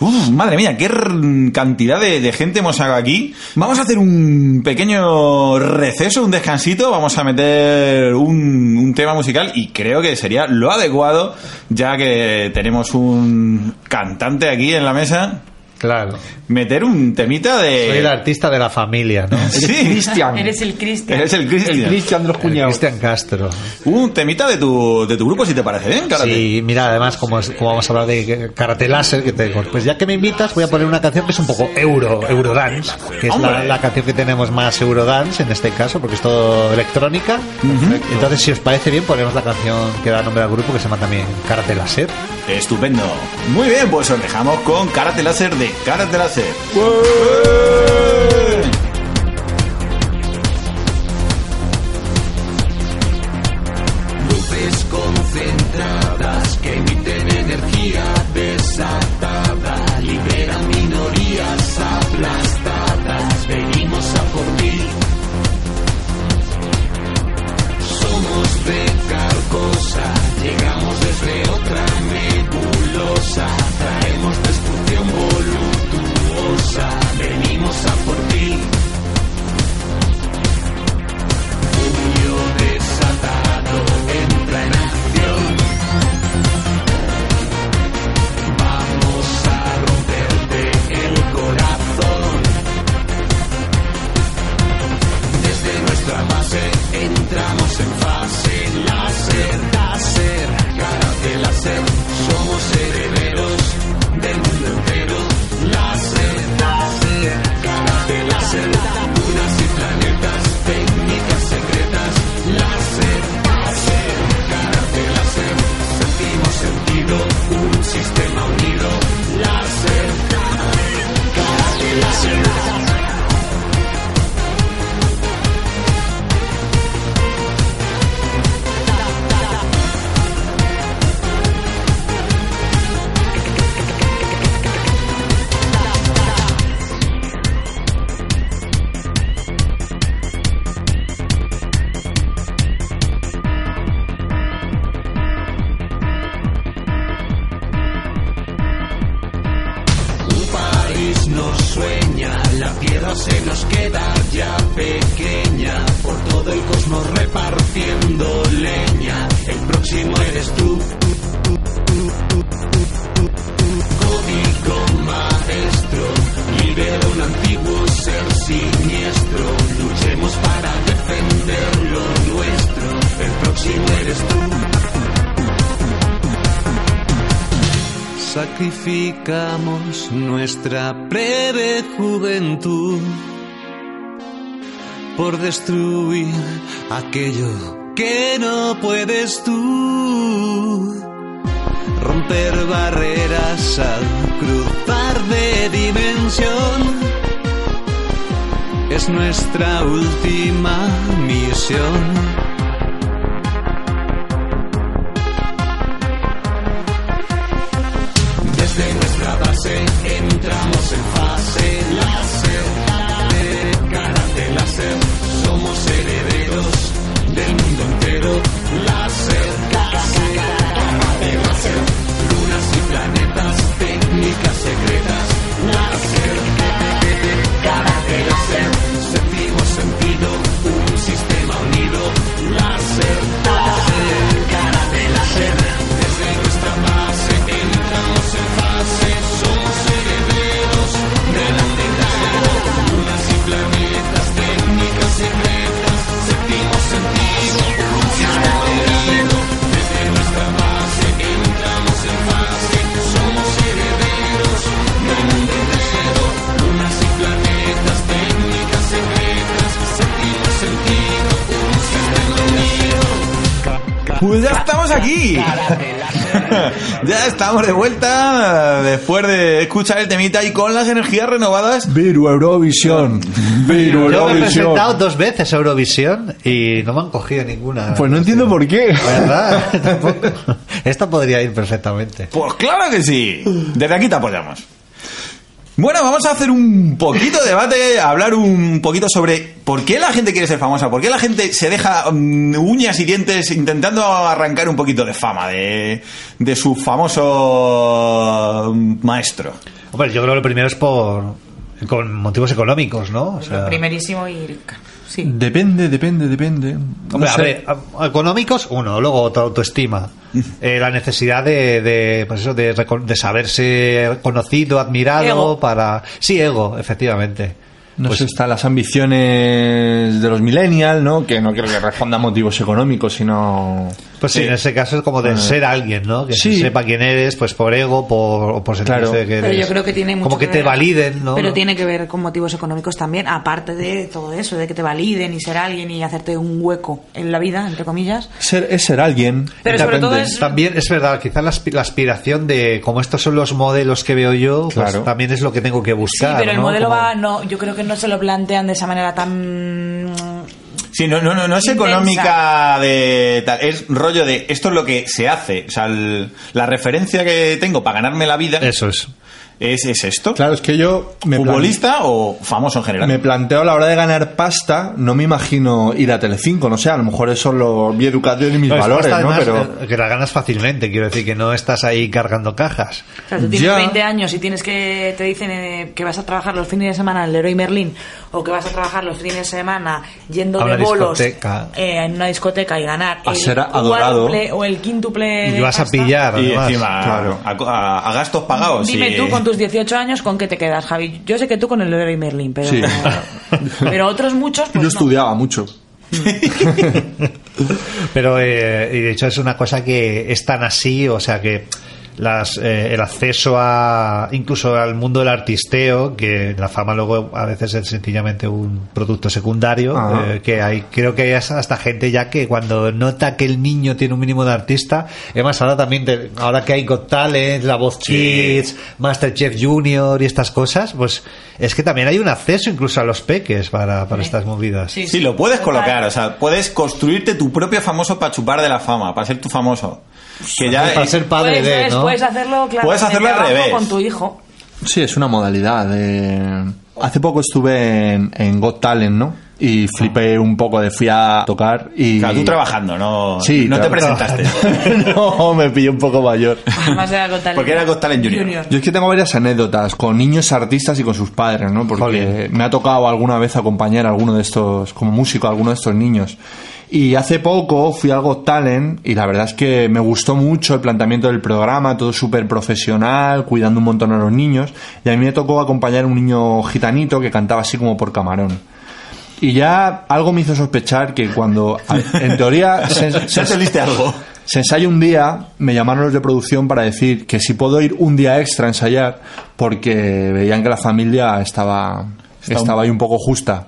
Speaker 3: Uf, madre mía, qué r- cantidad de, de gente hemos sacado aquí. Vamos a hacer un pequeño receso, un descansito, vamos a meter un, un tema musical y creo que sería lo adecuado, ya que tenemos un cantante aquí en la mesa,
Speaker 4: Claro.
Speaker 3: meter un temita de...
Speaker 4: Soy el artista de la familia, ¿no?
Speaker 3: Eh, Sí,
Speaker 5: Cristian.
Speaker 6: Eres el Cristian.
Speaker 3: eres el
Speaker 5: El
Speaker 3: Cristian.
Speaker 5: Cristian de los
Speaker 4: El
Speaker 5: cuñados.
Speaker 4: Cristian Castro.
Speaker 3: Un temita de tu, de tu grupo, si te parece ¿eh? bien, claro.
Speaker 4: Sí, mira, además, como, es- como vamos a hablar de karate láser, que tengo, pues ya que me invitas, voy a poner una canción que es un poco euro, eurodance, que es la,
Speaker 3: Hombre.
Speaker 4: la canción que tenemos más eurodance en este caso, porque es todo electrónica. Entonces, si os parece bien, ponemos la canción que da nombre al grupo, que se llama también karate láser.
Speaker 3: Estupendo. Muy bien, pues os dejamos con Karate Láser de Karate Láser.
Speaker 7: se nos queda ya pequeña, por todo el cosmos repartiendo leña. El próximo eres tú. Código maestro, libera un antiguo ser siniestro. Luchemos para defender lo nuestro. El próximo eres tú. Sacrificamos nuestra breve juventud por destruir aquello que no puedes tú. Romper barreras al cruzar de dimensión es nuestra última misión. Desde nuestra base entramos en fase láser de karate láser. Somos herederos del mundo entero. Láser, láser, karate láser. Lunas y planetas, técnicas secretas. Láser, karate láser. Séptimo sentido, un sistema unido. Láser, láser, karate láser. Desde nuestra base entramos en fase. Somos herederos de la entidad. Lunas y planetas, técnicas secretas. Séptimo sentido, un sistema unido. Desde nuestra base entramos en fase. Somos herederos del mundo entero. Lunas y planetas, técnicas secretas. Séptimo sentido, un sistema unido.
Speaker 3: Pues ya estamos aquí. ya estamos de vuelta después de escuchar el temita y con las energías renovadas.
Speaker 5: Viru Eurovisión. Viru
Speaker 4: Yo me he
Speaker 5: Eurovisión.
Speaker 4: presentado dos veces a Eurovisión y no me han cogido ninguna.
Speaker 5: Pues no entiendo por qué.
Speaker 4: ¿Verdad? Tampoco. Esta podría ir perfectamente.
Speaker 3: Pues claro que sí. Desde aquí te apoyamos. Bueno, vamos a hacer un poquito de debate, a hablar un poquito sobre por qué la gente quiere ser famosa, por qué la gente se deja mm, uñas y dientes intentando arrancar un poquito de fama de, de su famoso mm, maestro.
Speaker 4: Hombre, yo creo que lo primero es por con motivos económicos, ¿no? O sea, mm.
Speaker 6: Primerísimo y... Sí.
Speaker 5: Depende, depende, depende.
Speaker 4: hombre,
Speaker 5: No
Speaker 4: a
Speaker 5: sé.
Speaker 4: ver, a- económicos, uno, luego otra autoestima, Eh, la necesidad de, de, pues eso, de, recon- de saberse conocido, admirado,
Speaker 6: Ego.
Speaker 4: para... Sí, ego, efectivamente.
Speaker 5: No
Speaker 4: Pues-
Speaker 5: sé, están las ambiciones de los millennials, ¿no? Que no creo que responda a motivos económicos, sino...
Speaker 4: Pues sí,
Speaker 5: Eh,
Speaker 4: en ese caso es como de ser alguien, ¿no? Que
Speaker 5: Sí.
Speaker 4: se sepa quién eres, pues por ego, por, o por sentirse
Speaker 5: Claro.
Speaker 4: que eres...
Speaker 6: Pero yo creo que tiene mucho
Speaker 4: Como que, te
Speaker 6: ver-
Speaker 4: validen, ¿no?
Speaker 6: Pero tiene que ver con motivos económicos también, aparte de todo eso, de que te validen y ser alguien y hacerte un hueco en la vida, entre comillas.
Speaker 5: Ser, es ser alguien.
Speaker 6: Pero sobre todo es-
Speaker 4: También es verdad, quizás la, aspi- la aspiración de como estos son los modelos que veo yo, pues
Speaker 5: Claro.
Speaker 4: también es lo que tengo que
Speaker 6: Sí,
Speaker 4: buscar.
Speaker 6: pero el
Speaker 4: ¿no?
Speaker 6: modelo
Speaker 4: Como-
Speaker 6: va, no, yo creo que no se lo plantean de esa manera tan...
Speaker 3: Sí, no, no, no, no es
Speaker 6: Intensa.
Speaker 3: económica de tal, es rollo de esto es lo que se hace, o sea, el- la referencia que tengo para ganarme la vida
Speaker 4: Eso es.
Speaker 3: es, es esto.
Speaker 5: Claro, es que yo... Me plan-
Speaker 3: futbolista o famoso en general.
Speaker 5: Me planteo a la hora de ganar pasta, no me imagino ir a Telecinco, no sé, a lo mejor eso lo vi educado en mis
Speaker 4: No, es
Speaker 5: valores,
Speaker 4: pasta,
Speaker 5: ¿no?
Speaker 4: además,
Speaker 5: Pero
Speaker 4: Pues eh, Que la ganas fácilmente, quiero decir, que no estás ahí cargando cajas.
Speaker 6: O sea, tú tienes
Speaker 5: Ya.
Speaker 6: 20 años y tienes que te dicen eh, que vas a trabajar los fines de semana en Leroy Merlin o que vas a trabajar los fines de semana yendo
Speaker 4: A
Speaker 6: de
Speaker 4: una
Speaker 6: bolos
Speaker 4: discoteca.
Speaker 6: eh, en una discoteca y ganar
Speaker 5: A
Speaker 6: el
Speaker 5: ser adorado.
Speaker 6: cuádruple o el quíntuple
Speaker 4: Y
Speaker 6: de
Speaker 4: vas a
Speaker 6: pasta.
Speaker 4: pillar,
Speaker 3: y
Speaker 4: además.
Speaker 3: encima
Speaker 5: claro.
Speaker 3: a, a- a gastos pagados.
Speaker 6: Dime
Speaker 3: y-
Speaker 6: tú con tus 18 años con qué te quedas, Javi. Yo sé que tú con el Leroy Merlin, pero
Speaker 5: Sí.
Speaker 6: pero otros muchos pues
Speaker 5: yo
Speaker 6: no.
Speaker 5: estudiaba mucho.
Speaker 4: Pero, eh, y de hecho es una cosa que es tan así, o sea que las, eh, el acceso a incluso al mundo del artisteo que la fama luego a veces es sencillamente un producto secundario
Speaker 5: Ajá.
Speaker 4: eh, que hay creo que hay hasta hasta gente ya que cuando nota que el niño tiene un mínimo de artista además ahora también te- ahora que hay Got Talent la voz Kids Masterchef Junior y estas cosas pues es que también hay un acceso incluso a los peques para, para estas movidas
Speaker 6: Sí,
Speaker 3: Sí, lo puedes
Speaker 6: Total.
Speaker 3: colocar, o sea, puedes construirte tu propio famoso para chupar de la fama, para ser tu famoso. Que ya
Speaker 4: para ser padre
Speaker 6: puedes,
Speaker 4: de
Speaker 6: ¿sabes?
Speaker 4: ¿no?
Speaker 6: puedes hacerlo claro,
Speaker 3: Puedes hacerlo al revés.
Speaker 6: con tu hijo.
Speaker 5: eh, Sí, es una modalidad. de- Hace poco estuve en, en Got Talent, ¿no? y flipé un poco de fui a tocar y...
Speaker 3: Claro, tú trabajando, no,
Speaker 5: Sí,
Speaker 3: no te
Speaker 5: claro.
Speaker 3: presentaste.
Speaker 5: no, me pillé un poco mayor.
Speaker 6: Además era con talento.
Speaker 3: Porque era con talento junior.
Speaker 5: Yo es que tengo varias anécdotas con niños artistas y con sus padres, ¿no? Porque
Speaker 4: Jolín.
Speaker 5: me ha tocado alguna vez acompañar a alguno de estos, como músico, a alguno de estos niños. Y hace poco fui a algo talent y la verdad es que me gustó mucho el planteamiento del programa, todo súper profesional, cuidando un montón a los niños. Y a mí me tocó acompañar a un niño gitanito que cantaba así como por camarón. Y ya algo me hizo sospechar que cuando, a- en teoría, se-
Speaker 3: Ya te oliste algo.
Speaker 5: se ensaya un día, me llamaron los de producción para decir que si puedo ir un día extra a ensayar, porque veían que la familia estaba, estaba ahí un poco justa.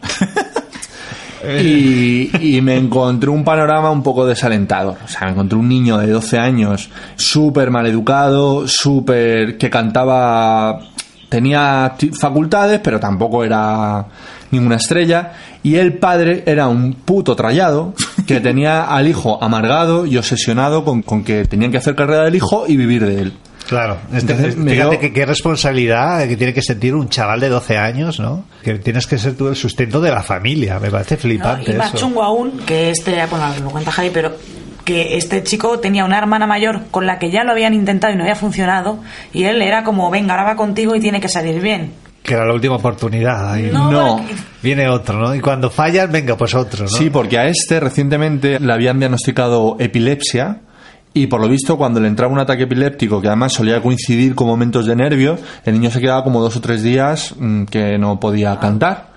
Speaker 5: Y, y me encontré un panorama un poco desalentador. O sea, me encontré un niño de 12 años súper mal educado, súper. que cantaba. tenía ti- facultades, pero tampoco era ninguna estrella. Y el padre era un puto trallado que tenía al hijo amargado y obsesionado con, con que tenían que hacer carrera del hijo y vivir de él.
Speaker 4: Claro, este-
Speaker 5: Entonces, me
Speaker 4: fíjate
Speaker 5: dio-
Speaker 4: que qué responsabilidad que tiene que sentir un chaval de 12 años, ¿no? Que tienes que ser tú el sustento de la familia, me parece
Speaker 6: No,
Speaker 4: flipante
Speaker 6: y más
Speaker 4: eso.
Speaker 6: chungo aún, que este, bueno, lo cuenta Javi, pero que este chico tenía una hermana mayor con la que ya lo habían intentado y no había funcionado, y él era como, venga, ahora va contigo y tiene que salir bien.
Speaker 4: Que era la última oportunidad. y
Speaker 5: No.
Speaker 4: Viene otro, ¿no? Y cuando fallas, venga, pues otro, ¿no?
Speaker 5: Sí, porque a este recientemente le habían diagnosticado epilepsia y por lo visto cuando le entraba un ataque epiléptico que además solía coincidir con momentos de nervio, el niño se quedaba como dos o tres días mm, que no
Speaker 3: Ah.
Speaker 5: podía cantar.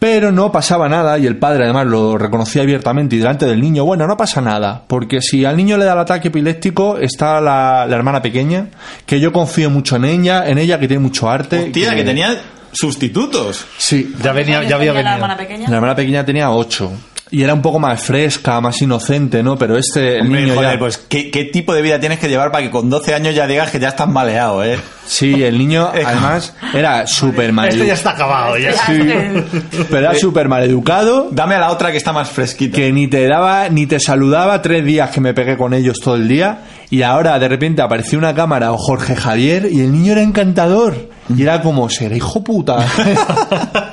Speaker 5: Pero no pasaba nada y el padre además lo reconocía abiertamente y delante del niño, bueno, no pasa nada, porque si al niño le da el ataque epiléptico está la, la hermana pequeña, que yo confío mucho en ella, en ella que tiene mucho arte.
Speaker 3: Tía, que tenía sustitutos.
Speaker 5: Sí,
Speaker 4: Ya venía, ya había
Speaker 6: Tenía la
Speaker 4: venido.
Speaker 6: hermana pequeña.
Speaker 5: La hermana pequeña tenía ocho. Y era un poco más fresca, más inocente, ¿no? Pero este, el
Speaker 3: Hombre,
Speaker 5: niño
Speaker 3: joder,
Speaker 5: ya-
Speaker 3: pues ¿qué, qué tipo de vida tienes que llevar para que con 12 años ya digas que ya estás maleado, ¿eh?
Speaker 5: Sí, el niño, además, era
Speaker 3: Este
Speaker 4: Esto
Speaker 5: súper
Speaker 4: ya
Speaker 5: maleducado.
Speaker 4: está acabado, ya.
Speaker 6: Sí.
Speaker 5: Pero era súper maleducado,
Speaker 3: Dame a la otra que está más fresquita.
Speaker 5: que ni te daba, ni te saludaba tres días que me pegué con ellos todo el día. Y ahora, de repente, apareció una cámara o Jorge Javier y el niño era encantador. Y era como, será hijo puta.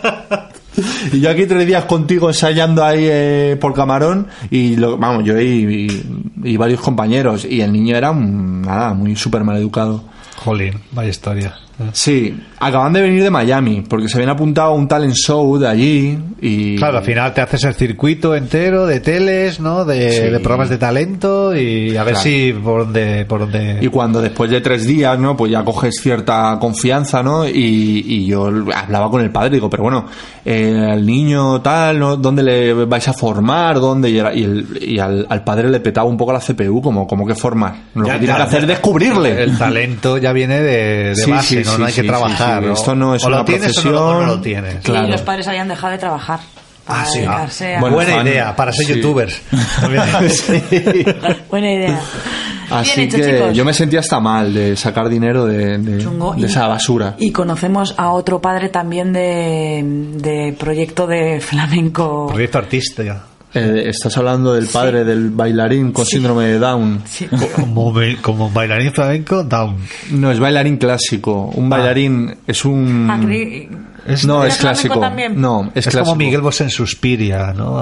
Speaker 5: Y yo aquí tres días contigo ensayando ahí eh, por camarón y lo, vamos, yo y, y- y varios compañeros y el niño era un- nada, muy súper mal educado.
Speaker 4: Jolín, vaya historia.
Speaker 5: Sí, acaban de venir de Miami porque se habían apuntado a un talent show de allí y...
Speaker 4: Claro, al final te haces el circuito entero de teles, ¿no? De,
Speaker 5: Sí.
Speaker 4: de programas de talento y a ver
Speaker 5: Claro.
Speaker 4: si por donde... Por donde...
Speaker 5: Y cuando después de tres días, ¿no? Pues ya coges cierta confianza, ¿no? Y, y yo hablaba con el padre, digo, pero bueno, eh, al niño tal, ¿no? ¿dónde le vais a formar? ¿Dónde? Y, era- y el- y al, al padre le petaba un poco la CPU, como, como que formar. Lo
Speaker 4: Ya,
Speaker 5: que tiene
Speaker 4: claro.
Speaker 5: que hacer es descubrirle.
Speaker 4: El talento ya viene de, de
Speaker 5: Sí,
Speaker 4: base,
Speaker 5: sí,
Speaker 4: ¿no?
Speaker 5: sí,
Speaker 4: no hay
Speaker 5: sí,
Speaker 4: que
Speaker 5: sí,
Speaker 4: trabajar.
Speaker 5: sí. Esto no es
Speaker 4: o
Speaker 5: una
Speaker 4: lo tienes o no lo-
Speaker 5: profesión.
Speaker 4: o no lo tienes.
Speaker 5: Claro.
Speaker 6: Y los padres habían dejado de trabajar. para
Speaker 4: Ah, sí. ah.
Speaker 6: dedicarse a-
Speaker 5: Bueno,
Speaker 4: Buena
Speaker 5: fan.
Speaker 4: idea, para ser
Speaker 5: Sí.
Speaker 4: youtubers.
Speaker 6: Buena idea.
Speaker 5: Así
Speaker 6: Bien hecho,
Speaker 5: que
Speaker 6: chicos.
Speaker 5: yo me sentía hasta mal de sacar dinero de, de-
Speaker 6: Chungo.
Speaker 5: de
Speaker 6: Y-
Speaker 5: esa basura.
Speaker 6: Y conocemos a otro padre también de, de proyecto de flamenco.
Speaker 4: Proyecto artística.
Speaker 5: Eh, estás hablando del padre del bailarín con síndrome de Down.
Speaker 6: Sí.
Speaker 4: Como, be- como bailarín flamenco, down.
Speaker 5: No, es bailarín clásico. Un bailarín es un...
Speaker 6: Ah, creí-
Speaker 4: Es-
Speaker 5: no,
Speaker 6: ¿Era
Speaker 5: es
Speaker 6: flamenco
Speaker 5: clásico.
Speaker 6: también?
Speaker 5: No, es,
Speaker 4: Es,
Speaker 5: clásico.
Speaker 4: como Miguel Bosé en Suspiria, ¿no?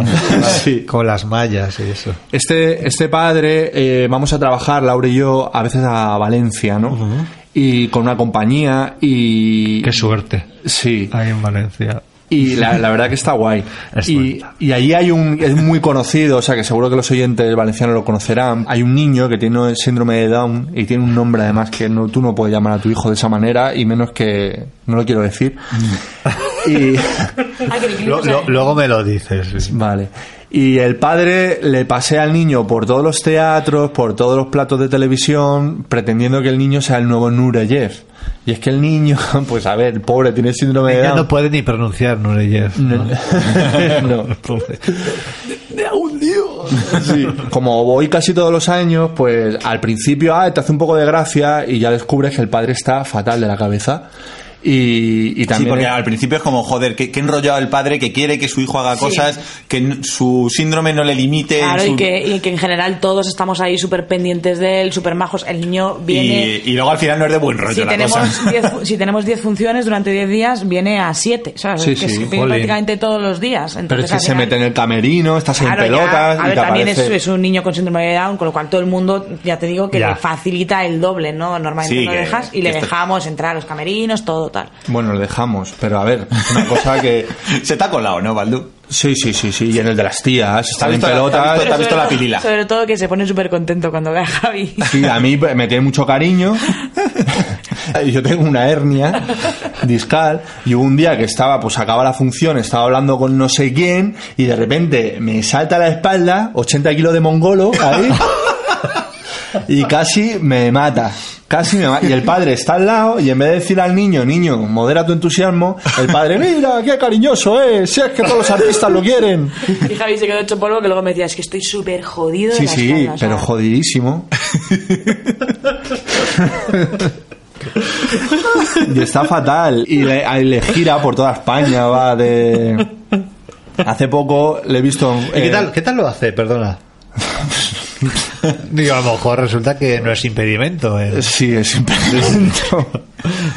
Speaker 5: Sí.
Speaker 4: Con las mallas y eso.
Speaker 5: Este, este padre, eh, vamos a trabajar, Laura y yo, a veces a Valencia, ¿no?
Speaker 4: Ujú.
Speaker 5: Y con una compañía y...
Speaker 4: Qué suerte.
Speaker 5: Sí.
Speaker 4: Ahí en Valencia.
Speaker 5: Y la, la verdad que está guay.
Speaker 4: Es
Speaker 5: Y,
Speaker 4: bonita.
Speaker 5: y allí hay un, es muy conocido, o sea que seguro que los oyentes valencianos lo conocerán. Hay un niño que tiene el síndrome de Down y tiene un nombre además que no, tú no puedes llamar a tu hijo de esa manera y menos que, no lo quiero decir.
Speaker 4: Mm.
Speaker 5: y,
Speaker 6: Ah, creí que
Speaker 4: Lo-
Speaker 6: ibas a-
Speaker 4: lo- luego me lo dices.
Speaker 5: Vale. Y el padre le pasea al niño por todos los teatros, por todos los platos de televisión, pretendiendo que el niño sea el nuevo Nureyev. Y es que el niño, pues a ver, pobre, tiene síndrome de
Speaker 4: Ella
Speaker 5: Down.
Speaker 4: no puede ni pronunciar Nureyev. ¿no?
Speaker 5: No.
Speaker 4: Pobre.
Speaker 5: Sí. Como voy casi todos los años, pues al principio ah, te hace un poco de gracia y ya descubres que el padre está fatal de la cabeza. Y, y
Speaker 3: Sí,
Speaker 5: también.
Speaker 3: porque al principio es como, joder, qué, qué enrollado el padre que quiere que su hijo haga
Speaker 6: Sí.
Speaker 3: cosas, que n- su síndrome no le limite.
Speaker 6: Claro,
Speaker 3: su-
Speaker 6: y que, y que en general todos estamos ahí súper pendientes de él, súper majos. El niño viene...
Speaker 3: y, y luego al final no es de buen rollo
Speaker 6: Si
Speaker 3: la
Speaker 6: tenemos,
Speaker 3: cosa.
Speaker 6: 10 fu- si tenemos 10 funciones durante 10 días, viene a 7. ¿sabes?
Speaker 5: Sí,
Speaker 6: Es que
Speaker 5: sí,
Speaker 6: se viene
Speaker 4: jolín.
Speaker 6: prácticamente todos los días.
Speaker 5: Pero
Speaker 6: Entonces,
Speaker 5: es que
Speaker 6: al
Speaker 5: se
Speaker 6: final-
Speaker 5: mete en el camerino, estás
Speaker 6: Claro,
Speaker 5: en
Speaker 6: ya.
Speaker 5: pelotas.
Speaker 6: a
Speaker 5: y
Speaker 6: ver,
Speaker 5: te
Speaker 6: también es,
Speaker 5: aparece-
Speaker 6: es un niño con síndrome de Down, con lo cual todo el mundo, ya te digo, que
Speaker 4: Ya.
Speaker 6: le facilita el doble, ¿no? Normalmente
Speaker 3: Sí,
Speaker 6: lo
Speaker 3: que-
Speaker 6: dejas y
Speaker 3: que
Speaker 6: le
Speaker 3: esto-
Speaker 6: dejamos entrar a los camerinos, todo tal.
Speaker 5: Bueno, lo dejamos, pero a ver, es una cosa que.
Speaker 3: Se te ha colado, ¿no, Baldu?
Speaker 5: Sí, sí, sí, sí, y en el de las tías, están en
Speaker 3: visto la-
Speaker 5: pelotas.
Speaker 3: te has visto la pilila.
Speaker 6: Sobre todo que se pone súper contento cuando ve a Javi.
Speaker 5: Sí, a mí me tiene mucho cariño. Yo tengo una hernia discal y hubo un día que estaba, pues acaba la función, estaba hablando con no sé quién y de repente me salta a la espalda 80 kilos de mongolo ahí y casi me mata. Casi me mata. Y el padre está al lado y en vez de decir al niño, niño, modera tu entusiasmo, el padre, mira, qué cariñoso, eh, si es que todos los artistas lo quieren.
Speaker 6: Y Javi se quedó hecho polvo que luego me decía, es que estoy súper jodido. de
Speaker 5: Sí,
Speaker 6: la
Speaker 5: sí,
Speaker 6: espalda", o sea,
Speaker 5: pero jodidísimo. y está fatal. Y le, ahí le gira por toda España, va de... Hace poco le he visto...
Speaker 4: ¿Y
Speaker 5: eh,
Speaker 4: qué tal, qué tal lo hace? Perdona. Digo, a lo mejor resulta que no es impedimento. ¿eh?
Speaker 5: Sí, es impresionante.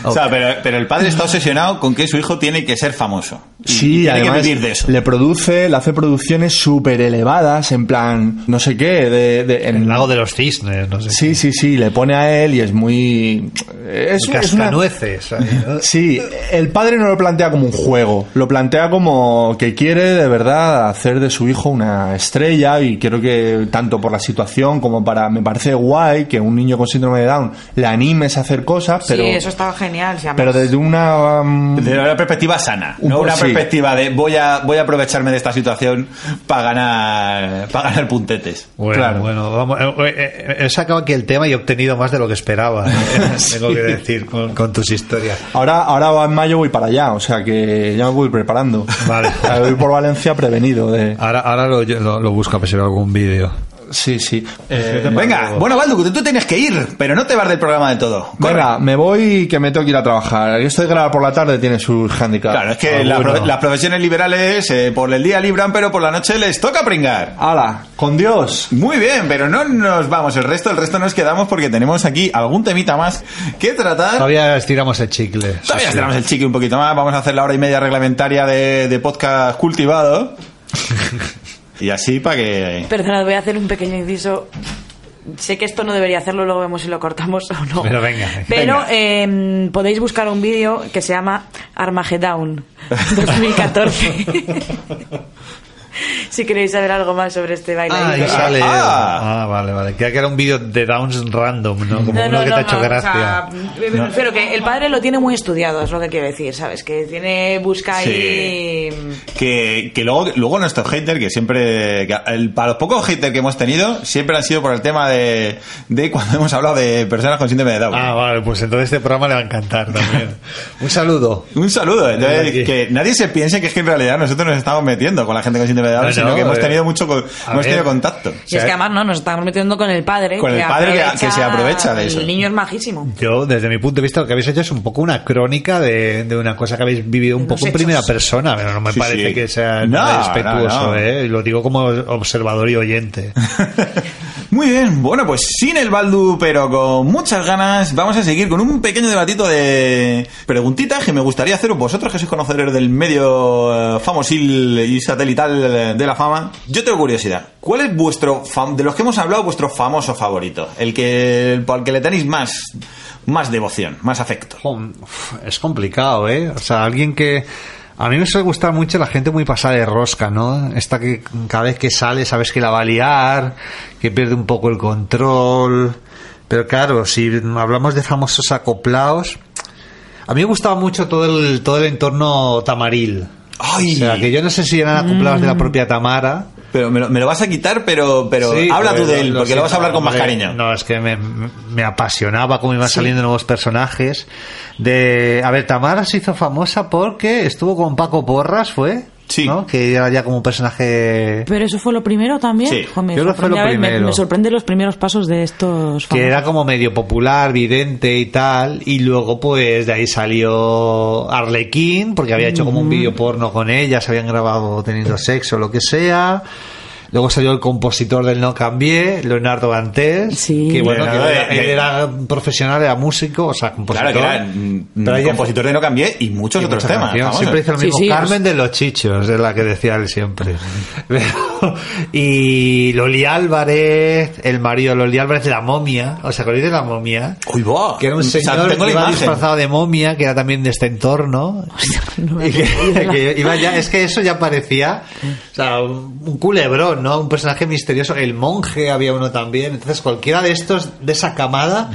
Speaker 3: O sea, pero, pero el padre está obsesionado con que su hijo tiene que ser famoso. Y- y
Speaker 5: Sí,
Speaker 3: tiene
Speaker 5: además
Speaker 3: que vivir de eso.
Speaker 5: le produce, le hace producciones súper elevadas, en plan, no sé qué, de, de- en
Speaker 4: El lago de los cisnes, no sé.
Speaker 5: Sí, sí, sí, le pone a él y es muy... Es, es una-
Speaker 4: Cascanueces. ¿sabes? ¿no?
Speaker 5: Sí, el padre no lo plantea como un juego, lo plantea como que quiere de verdad hacer de su hijo una estrella y creo que tanto por la situación como para... Me parece guay que un niño con síndrome de Down le animes a hacer cosas, pero,
Speaker 6: sí, eso estaba genial. sí,
Speaker 5: pero desde una... um,
Speaker 3: Desde una perspectiva sana,
Speaker 5: Un
Speaker 3: no
Speaker 5: poco
Speaker 3: una
Speaker 5: sí.
Speaker 3: perspectiva de voy a, voy a aprovecharme de esta situación para ganar, para ganar puntetes.
Speaker 4: Bueno,
Speaker 5: Claro.
Speaker 4: bueno, vamos, eh, eh, eh, he sacado aquí el tema y he obtenido más de lo que esperaba, eh, tengo que decir, con, con tus historias.
Speaker 5: Ahora, ahora va en mayo voy para allá, o sea que ya me voy preparando.
Speaker 4: Vale.
Speaker 5: Voy por Valencia prevenido de...
Speaker 4: Ahora, ahora lo, lo, lo busco para ver si veo algún vídeo.
Speaker 5: Sí, sí. Eh,
Speaker 3: Venga, bueno, Baldu, tú tienes que ir, pero no te vas del programa del todo. Corre.
Speaker 5: Venga, me voy que me tengo que ir a trabajar. Esto de grabar por la tarde tiene sus handicaps.
Speaker 3: Claro, es que la
Speaker 4: Alguno.
Speaker 3: pro- las profesiones liberales eh, por el día libran, pero por la noche les toca pringar.
Speaker 5: ¡Hala! ¡Con Dios!
Speaker 3: Muy bien, pero no nos vamos el resto, el resto nos quedamos porque tenemos aquí algún temita más que tratar.
Speaker 4: Todavía estiramos el chicle.
Speaker 3: Todavía tenemos el chique un poquito más, vamos a hacer la hora y media reglamentaria de, de podcast cultivado. y así para que...
Speaker 6: Perdonad, voy a hacer un pequeño inciso. Sé que esto no debería hacerlo, luego vemos si lo cortamos o no.
Speaker 4: Pero venga, venga.
Speaker 6: Pero
Speaker 3: Venga.
Speaker 6: eh, podéis buscar un vídeo que se llama Armageddon 2014. si queréis saber algo más sobre este bailarín.
Speaker 4: Ah, ahí sale.
Speaker 3: Ah.
Speaker 4: Ah, vale, vale. Creía que era un vídeo de Downs random, ¿no? Como
Speaker 6: No,
Speaker 4: uno
Speaker 6: no,
Speaker 4: que
Speaker 6: no,
Speaker 4: te ha hecho
Speaker 6: no, o
Speaker 4: gracia.
Speaker 6: sea, me- me refiero que el padre lo tiene muy estudiado, es lo que quiero decir, ¿sabes? Que tiene, busca ahí... em,
Speaker 3: Que, que luego, luego nuestros haters, que siempre, que el- para los pocos haters que hemos tenido, siempre han sido por el tema de, de cuando hemos hablado de personas con síndrome de Down.
Speaker 4: Ah, vale, pues entonces este programa le va a encantar también. Un saludo.
Speaker 3: Un saludo, entonces,
Speaker 4: Aquí.
Speaker 3: que nadie se piense que es que en realidad nosotros nos estamos metiendo con la gente con síndrome de Down,
Speaker 4: No,
Speaker 3: sino
Speaker 4: no,
Speaker 3: que hemos
Speaker 4: eh,
Speaker 3: tenido mucho, con-
Speaker 4: a
Speaker 3: hemos tenido
Speaker 4: ver.
Speaker 3: contacto.
Speaker 6: Y es que además no, nos estamos metiendo con el padre.
Speaker 3: Con el padre que- que se aprovecha de eso.
Speaker 6: El niño es majísimo.
Speaker 4: Yo, desde mi punto de vista, lo que habéis hecho es un poco una crónica de, de una cosa que habéis vivido un
Speaker 6: De
Speaker 4: poco
Speaker 6: los
Speaker 4: en primera
Speaker 6: hechos.
Speaker 4: persona, pero no me
Speaker 3: Sí,
Speaker 4: parece
Speaker 3: sí.
Speaker 4: que sea
Speaker 3: No,
Speaker 4: nada respetuoso,
Speaker 3: no, no.
Speaker 4: ¿eh? Lo digo como observador y oyente.
Speaker 3: Muy bien, bueno, pues sin el Baldu, pero con muchas ganas, vamos a seguir con un pequeño debatito de preguntitas que me gustaría haceros vosotros, que sois conocedores del medio eh, famosil y satelital eh, de la fama. Yo tengo curiosidad, ¿cuál es vuestro, fam- de los que hemos hablado, vuestro famoso favorito? El que, por el que le tenéis más, más devoción, más afecto.
Speaker 4: Jom, uf, Es complicado, ¿eh? O sea, alguien que... A mí me suele gustar mucho la gente muy pasada de rosca, ¿no? Esta que cada vez que sale sabes que la va a liar, que pierde un poco el control. Pero claro, si hablamos de famosos acoplados... A mí me gustaba mucho todo el, todo el entorno tamaril.
Speaker 3: Ay.
Speaker 4: O sea, que yo no sé si eran acoplados de la propia Tamara.
Speaker 3: Pero me lo, me lo vas a quitar, pero, pero
Speaker 4: Sí,
Speaker 3: habla
Speaker 4: joder,
Speaker 3: tú de él,
Speaker 4: lo
Speaker 3: porque lo vas a hablar con más
Speaker 4: hombre.
Speaker 3: cariño.
Speaker 4: No, es que me, me apasionaba cómo iban saliendo nuevos personajes. De, a ver, Tamara se hizo famosa porque estuvo con Paco Porras, ¿fue?
Speaker 3: Sí.
Speaker 4: ¿no? Que era ya como un personaje
Speaker 6: Pero eso fue lo primero también.
Speaker 3: Sí,
Speaker 6: Joder, me
Speaker 4: yo creo que fue lo
Speaker 6: sorprende, a ver, me-
Speaker 4: primero.
Speaker 6: Me, sorprende los primeros pasos de estos
Speaker 4: que
Speaker 6: famosos.
Speaker 4: era como medio popular, vidente y tal, y luego pues de ahí salió Arlequín, porque había hecho como un vídeo porno con ella, se habían grabado teniendo sexo, lo que sea. Luego salió el compositor del No Cambié, Leonardo Dantes,
Speaker 6: Sí.
Speaker 4: que bueno,
Speaker 3: Leonardo
Speaker 4: que era,
Speaker 3: de-
Speaker 4: él era profesional, era músico, o sea, compositor.
Speaker 3: eh, Claro, que era mm,
Speaker 4: Pero ella-
Speaker 3: compositor de No Cambié y muchos
Speaker 4: y
Speaker 3: otros
Speaker 4: mucha
Speaker 3: temas.
Speaker 4: canción.
Speaker 3: vamos.
Speaker 4: Siempre dice lo
Speaker 6: Sí,
Speaker 4: mismo.
Speaker 6: sí,
Speaker 4: Carmen de los Chichos, es la que decía él siempre. Pero- y Loli Álvarez, el marido de Loli Álvarez, la momia. ¿Os acordáis de la momia?
Speaker 3: Uy, va.
Speaker 4: Que era un
Speaker 3: O sea,
Speaker 4: señor
Speaker 3: tengo
Speaker 4: que
Speaker 3: la
Speaker 4: iba
Speaker 3: imagen.
Speaker 4: disfrazado de momia, que era también de este entorno.
Speaker 6: No me
Speaker 4: Y que-
Speaker 6: acuerdo.
Speaker 4: que iba ya- es que eso ya parecía o sea, un un culebrón, ¿no? Un personaje misterioso. El monje había uno también. Entonces, cualquiera de estos, de esa camada,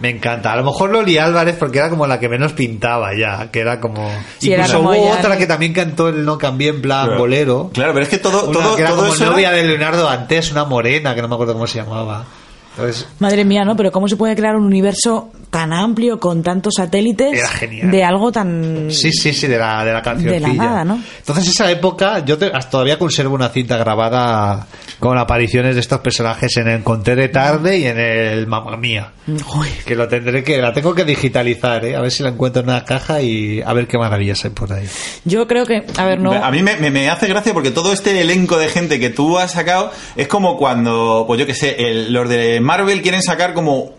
Speaker 4: me encanta. A lo mejor Loli Álvarez, porque era como la que menos pintaba ya, que era como.
Speaker 6: Sí, era
Speaker 4: incluso
Speaker 6: como
Speaker 4: hubo
Speaker 6: ya-
Speaker 4: otra que también cantó el No Cambié en plan
Speaker 3: Claro.
Speaker 4: bolero.
Speaker 3: Claro, pero es que todo,
Speaker 4: Una
Speaker 3: todo,
Speaker 4: que era
Speaker 3: todo
Speaker 4: como
Speaker 3: eso. era-
Speaker 4: novia de Leonardo Dantes, una morena, que no me acuerdo cómo se llamaba. Entonces,
Speaker 6: Madre mía, ¿no? Pero ¿cómo se puede crear un universo tan amplio con tantos satélites
Speaker 4: Era genial.
Speaker 6: de algo tan...
Speaker 4: Sí, sí, sí, de la, de la cancioncilla.
Speaker 6: De la nada, ¿no?
Speaker 4: Entonces, esa época, yo te- hasta todavía conservo una cinta grabada con apariciones de estos personajes en el Conté de Tarde y en el Mamma Mía.
Speaker 6: Uy,
Speaker 4: Que lo tendré que, la tengo que digitalizar, ¿eh? A ver si la encuentro en una caja y a ver qué maravillas hay por ahí.
Speaker 6: yo creo que... A ver, no...
Speaker 3: A mí me, me- me hace gracia porque todo este elenco de gente que tú has sacado es como cuando, pues yo que sé, el- los de Marvel quieren sacar como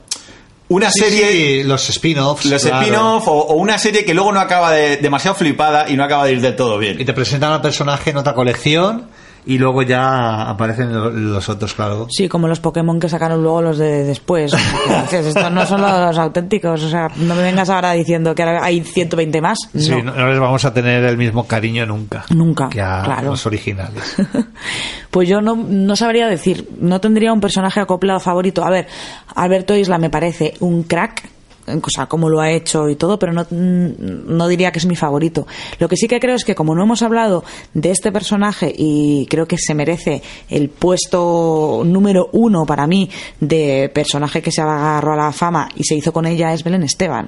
Speaker 3: una
Speaker 4: Sí,
Speaker 3: serie
Speaker 4: sí, los spin-offs.
Speaker 3: los
Speaker 4: claro.
Speaker 3: spin-off o, o una serie que luego no acaba de, demasiado flipada y no acaba de ir del todo
Speaker 4: Y
Speaker 3: bien.
Speaker 4: te presentan al personaje en otra colección y luego ya aparecen lo- los otros, claro.
Speaker 6: Sí, como los Pokémon que sacaron luego los de después. Dices, Estos no son los auténticos. O sea, no me vengas ahora diciendo que ahora hay 120 más. No.
Speaker 4: Sí, no. no les vamos a tener el mismo cariño nunca.
Speaker 6: Nunca,
Speaker 4: Que a
Speaker 6: claro.
Speaker 4: los originales.
Speaker 6: Pues yo no, no sabría decir, no tendría un personaje acoplado favorito. A ver, Alberto Isla me parece un crack, o sea, como lo ha hecho y todo, pero no, mm, no diría que es mi favorito. Lo que sí que creo es que como no hemos hablado de este personaje y creo que se merece el puesto número uno para mí de personaje que se agarró a la fama y se hizo con ella es Belén Esteban.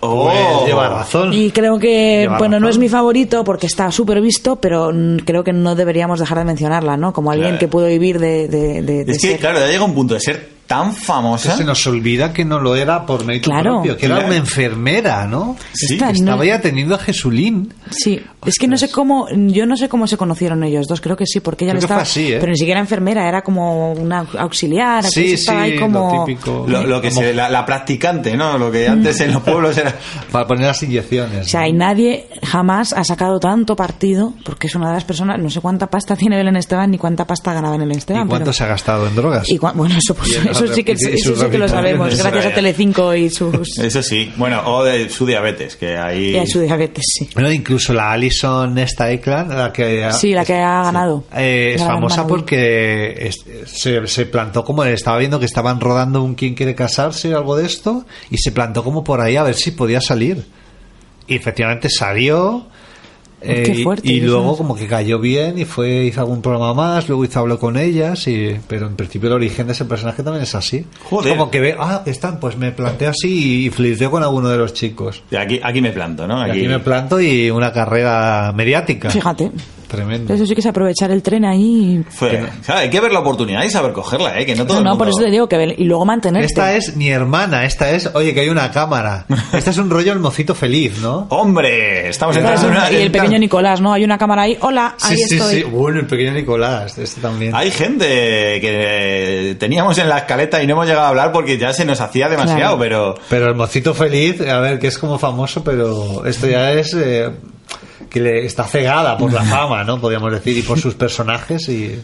Speaker 3: Oh.
Speaker 4: Pues lleva razón.
Speaker 6: Y creo que,
Speaker 4: Lleva
Speaker 6: bueno, no
Speaker 4: razón.
Speaker 6: es mi favorito porque está súper visto, pero mm, creo que no deberíamos dejar de mencionarla, ¿no? Como alguien
Speaker 3: Claro.
Speaker 6: que pudo vivir de, de, de- de
Speaker 3: Es que,
Speaker 6: ser-
Speaker 3: claro, ya llega un punto de ser tan
Speaker 4: Que
Speaker 3: famosa.
Speaker 4: Se nos olvida que no lo era por mérito
Speaker 6: Claro.
Speaker 4: propio, que era
Speaker 3: Claro.
Speaker 4: una enfermera, ¿no?
Speaker 3: Sí,
Speaker 6: Esta no-
Speaker 4: Estaba ya teniendo a Jesulín.
Speaker 6: Sí, es que no sé cómo, yo no sé cómo se conocieron ellos dos, creo que sí, porque ella
Speaker 4: Creo
Speaker 6: le
Speaker 4: que fue
Speaker 6: estaba,
Speaker 4: así, ¿eh?
Speaker 6: pero ni siquiera enfermera, era como una auxiliar,
Speaker 4: Sí,
Speaker 6: aquello
Speaker 4: sí,
Speaker 6: estaba ahí como...
Speaker 4: lo típico.
Speaker 3: Lo, lo que
Speaker 4: Como Mm.
Speaker 3: se- la, la practicante, ¿no? Lo que antes en los pueblos era.
Speaker 4: Para poner las inyecciones.
Speaker 6: O sea, y
Speaker 4: ¿no?
Speaker 6: nadie jamás ha sacado tanto partido, porque es una de las personas, no sé cuánta pasta tiene Belén Esteban ni cuánta pasta ganaba en Belén Esteban.
Speaker 4: ¿Y cuánto
Speaker 6: pero-
Speaker 4: se ha gastado en drogas?
Speaker 6: Y cua- bueno, eso, pues,
Speaker 4: Y en
Speaker 6: eso sí que,
Speaker 4: los- y
Speaker 6: eso
Speaker 4: sus
Speaker 6: sí que lo sabemos,
Speaker 4: revitales.
Speaker 6: gracias a Telecinco y sus...
Speaker 3: Eso sí. Bueno, o de su diabetes, que ahí.
Speaker 6: Y a su diabetes, sí.
Speaker 4: Bueno, incluso la Alison esta Ekland, la que ha-
Speaker 6: Sí, la que ha
Speaker 4: Ah, sí.
Speaker 6: ganado.
Speaker 4: Eh, es
Speaker 6: La
Speaker 4: famosa
Speaker 6: ganadora.
Speaker 4: porque es- se, se plantó como estaba viendo que estaban rodando un quién quiere casarse o algo de esto y se plantó como por ahí a ver si podía salir. Y efectivamente salió. eh,
Speaker 6: Pues Qué
Speaker 4: y-
Speaker 6: fuerte,
Speaker 4: y
Speaker 6: eso
Speaker 4: luego
Speaker 6: es.
Speaker 4: como que cayó bien y fue hizo algún programa más, luego hizo habló con ellas, y, pero en principio el origen de ese personaje también es así.
Speaker 3: Joder.
Speaker 4: Como que ve, ah, están, pues me planteo así y, y flirteo con alguno de los chicos.
Speaker 3: Aquí, aquí me planto, ¿no?
Speaker 4: Y Aquí me planto y una carrera mediática.
Speaker 6: Fíjate. Pues
Speaker 4: Tremendo.
Speaker 6: Eso sí que es aprovechar el tren ahí.
Speaker 3: Fue- ¿sabes? Hay que ver la oportunidad y saber cogerla, ¿eh? Que no todo
Speaker 6: No,
Speaker 3: el
Speaker 6: no, por
Speaker 3: mundo-
Speaker 6: eso te digo que Bel- y luego mantenerte.
Speaker 4: Esta es mi hermana, esta es, oye, que hay una cámara. Este es un rollo el mocito feliz, ¿no?
Speaker 3: ¡Hombre! Estamos
Speaker 6: Esta es
Speaker 3: entrando en
Speaker 6: una-
Speaker 3: una...
Speaker 6: y el pequeño Nicolás, ¿no? Hay una cámara ahí. Hola, ahí
Speaker 4: sí,
Speaker 6: estoy.
Speaker 4: sí, sí. Bueno, el pequeño Nicolás, este también.
Speaker 3: Hay gente que eh, teníamos en la escaleta y no hemos llegado a hablar porque ya se nos hacía demasiado,
Speaker 6: Claro.
Speaker 3: pero...
Speaker 4: Pero el mocito feliz, a ver, que es como famoso, pero esto ya es eh, que le está cegada por la fama, ¿no? Podríamos decir, y por sus personajes y...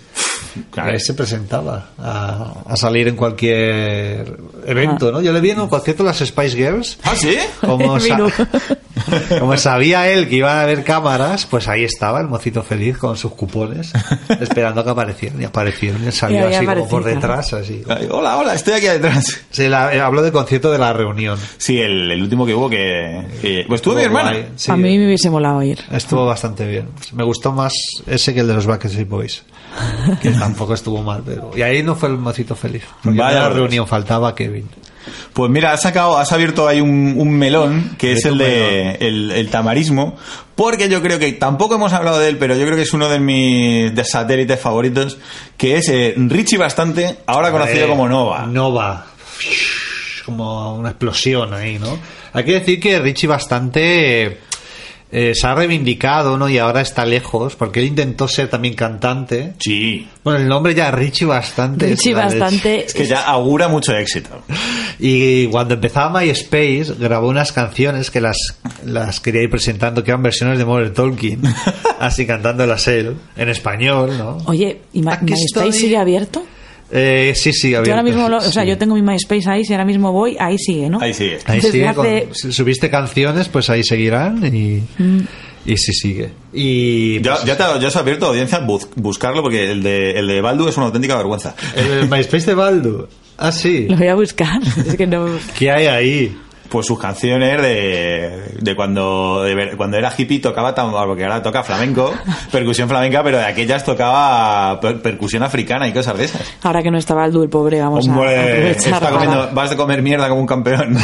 Speaker 3: Claro.
Speaker 4: Ahí se presentaba a, a salir en cualquier evento, ¿no? Yo le vi en un concierto de las Spice Girls.
Speaker 3: ¿Ah, sí?
Speaker 4: Como, sa-
Speaker 6: Minu.
Speaker 4: como sabía él que iban a haber cámaras, pues ahí estaba el mocito feliz con sus cupones, esperando a que aparecieran. Y aparecieron, y
Speaker 6: Y
Speaker 4: salió
Speaker 6: había
Speaker 4: así como por
Speaker 6: aparecido.
Speaker 4: detrás. así.
Speaker 3: Ay, hola, hola, estoy aquí detrás.
Speaker 4: Se la- eh, habló del concierto de la reunión.
Speaker 3: Sí, el, el último que hubo que... que- Pues tú, mi
Speaker 4: Estuvo
Speaker 3: hermana.
Speaker 4: guay, sí. eh.
Speaker 6: A mí me hubiese molado ir.
Speaker 4: Estuvo bastante bien. Me gustó más ese que el de los Backstreet Boys. Que tampoco estuvo mal, pero... Y ahí no fue el mocito feliz. Porque
Speaker 3: Vaya
Speaker 4: en la
Speaker 3: verdad.
Speaker 4: reunión faltaba Kevin.
Speaker 3: Pues mira, has sacado, has abierto ahí un, un melón, que es el de el, el tamarismo, porque yo creo que tampoco hemos hablado de él, pero yo creo que es uno de mis de satélites favoritos, que es eh, Richie Bastante, ahora conocido
Speaker 4: Eh,
Speaker 3: como Nova.
Speaker 4: Nova. Como una explosión ahí, ¿no? Hay que decir que Richie bastante eh, se ha reivindicado, ¿no? Y ahora está lejos, porque él intentó ser también cantante.
Speaker 3: Sí.
Speaker 4: Bueno, el nombre ya Richie bastante. es
Speaker 6: Richie
Speaker 4: la leche.
Speaker 6: bastante.
Speaker 3: Es que ya augura mucho éxito.
Speaker 4: Y cuando empezaba MySpace, grabó unas canciones que las, las quería ir presentando, que eran versiones de Mother Tolkien, así cantándolas él, en español, ¿no?
Speaker 6: Oye, ¿y Ma-
Speaker 4: Aquí
Speaker 6: MySpace
Speaker 4: estoy.
Speaker 6: sigue abierto?
Speaker 4: Eh, sí, sí,
Speaker 6: Yo
Speaker 4: abierto,
Speaker 6: ahora mismo, lo- o
Speaker 4: sí,
Speaker 6: sea,
Speaker 4: sí.
Speaker 6: yo tengo mi MySpace ahí, si ahora mismo voy, ahí sigue, ¿no?
Speaker 3: Ahí sigue.
Speaker 4: Ahí
Speaker 6: Desde
Speaker 4: sigue
Speaker 6: hace-
Speaker 4: con- si subiste canciones, pues ahí seguirán y,
Speaker 6: Mm.
Speaker 4: y sí sigue. Y
Speaker 3: Ya,
Speaker 4: pues,
Speaker 3: ya, te, ya os advierto, audiencia, bus- buscarlo porque el de, el de Baldu es una auténtica vergüenza.
Speaker 4: el MySpace de Baldu. Ah, sí.
Speaker 6: Lo voy a buscar. Es que no.
Speaker 4: ¿Qué hay ahí?
Speaker 3: Pues sus canciones de, de cuando de ver- cuando era hippie tocaba tambor, porque ahora toca flamenco, percusión flamenca, pero de aquellas tocaba per- percusión africana y cosas de esas.
Speaker 6: Ahora que no estaba el el pobre,
Speaker 4: Pues
Speaker 6: vamos a- a
Speaker 3: Hombre,
Speaker 6: aprovechar.
Speaker 3: está
Speaker 6: para-
Speaker 3: comiendo, vas a comer mierda como un campeón.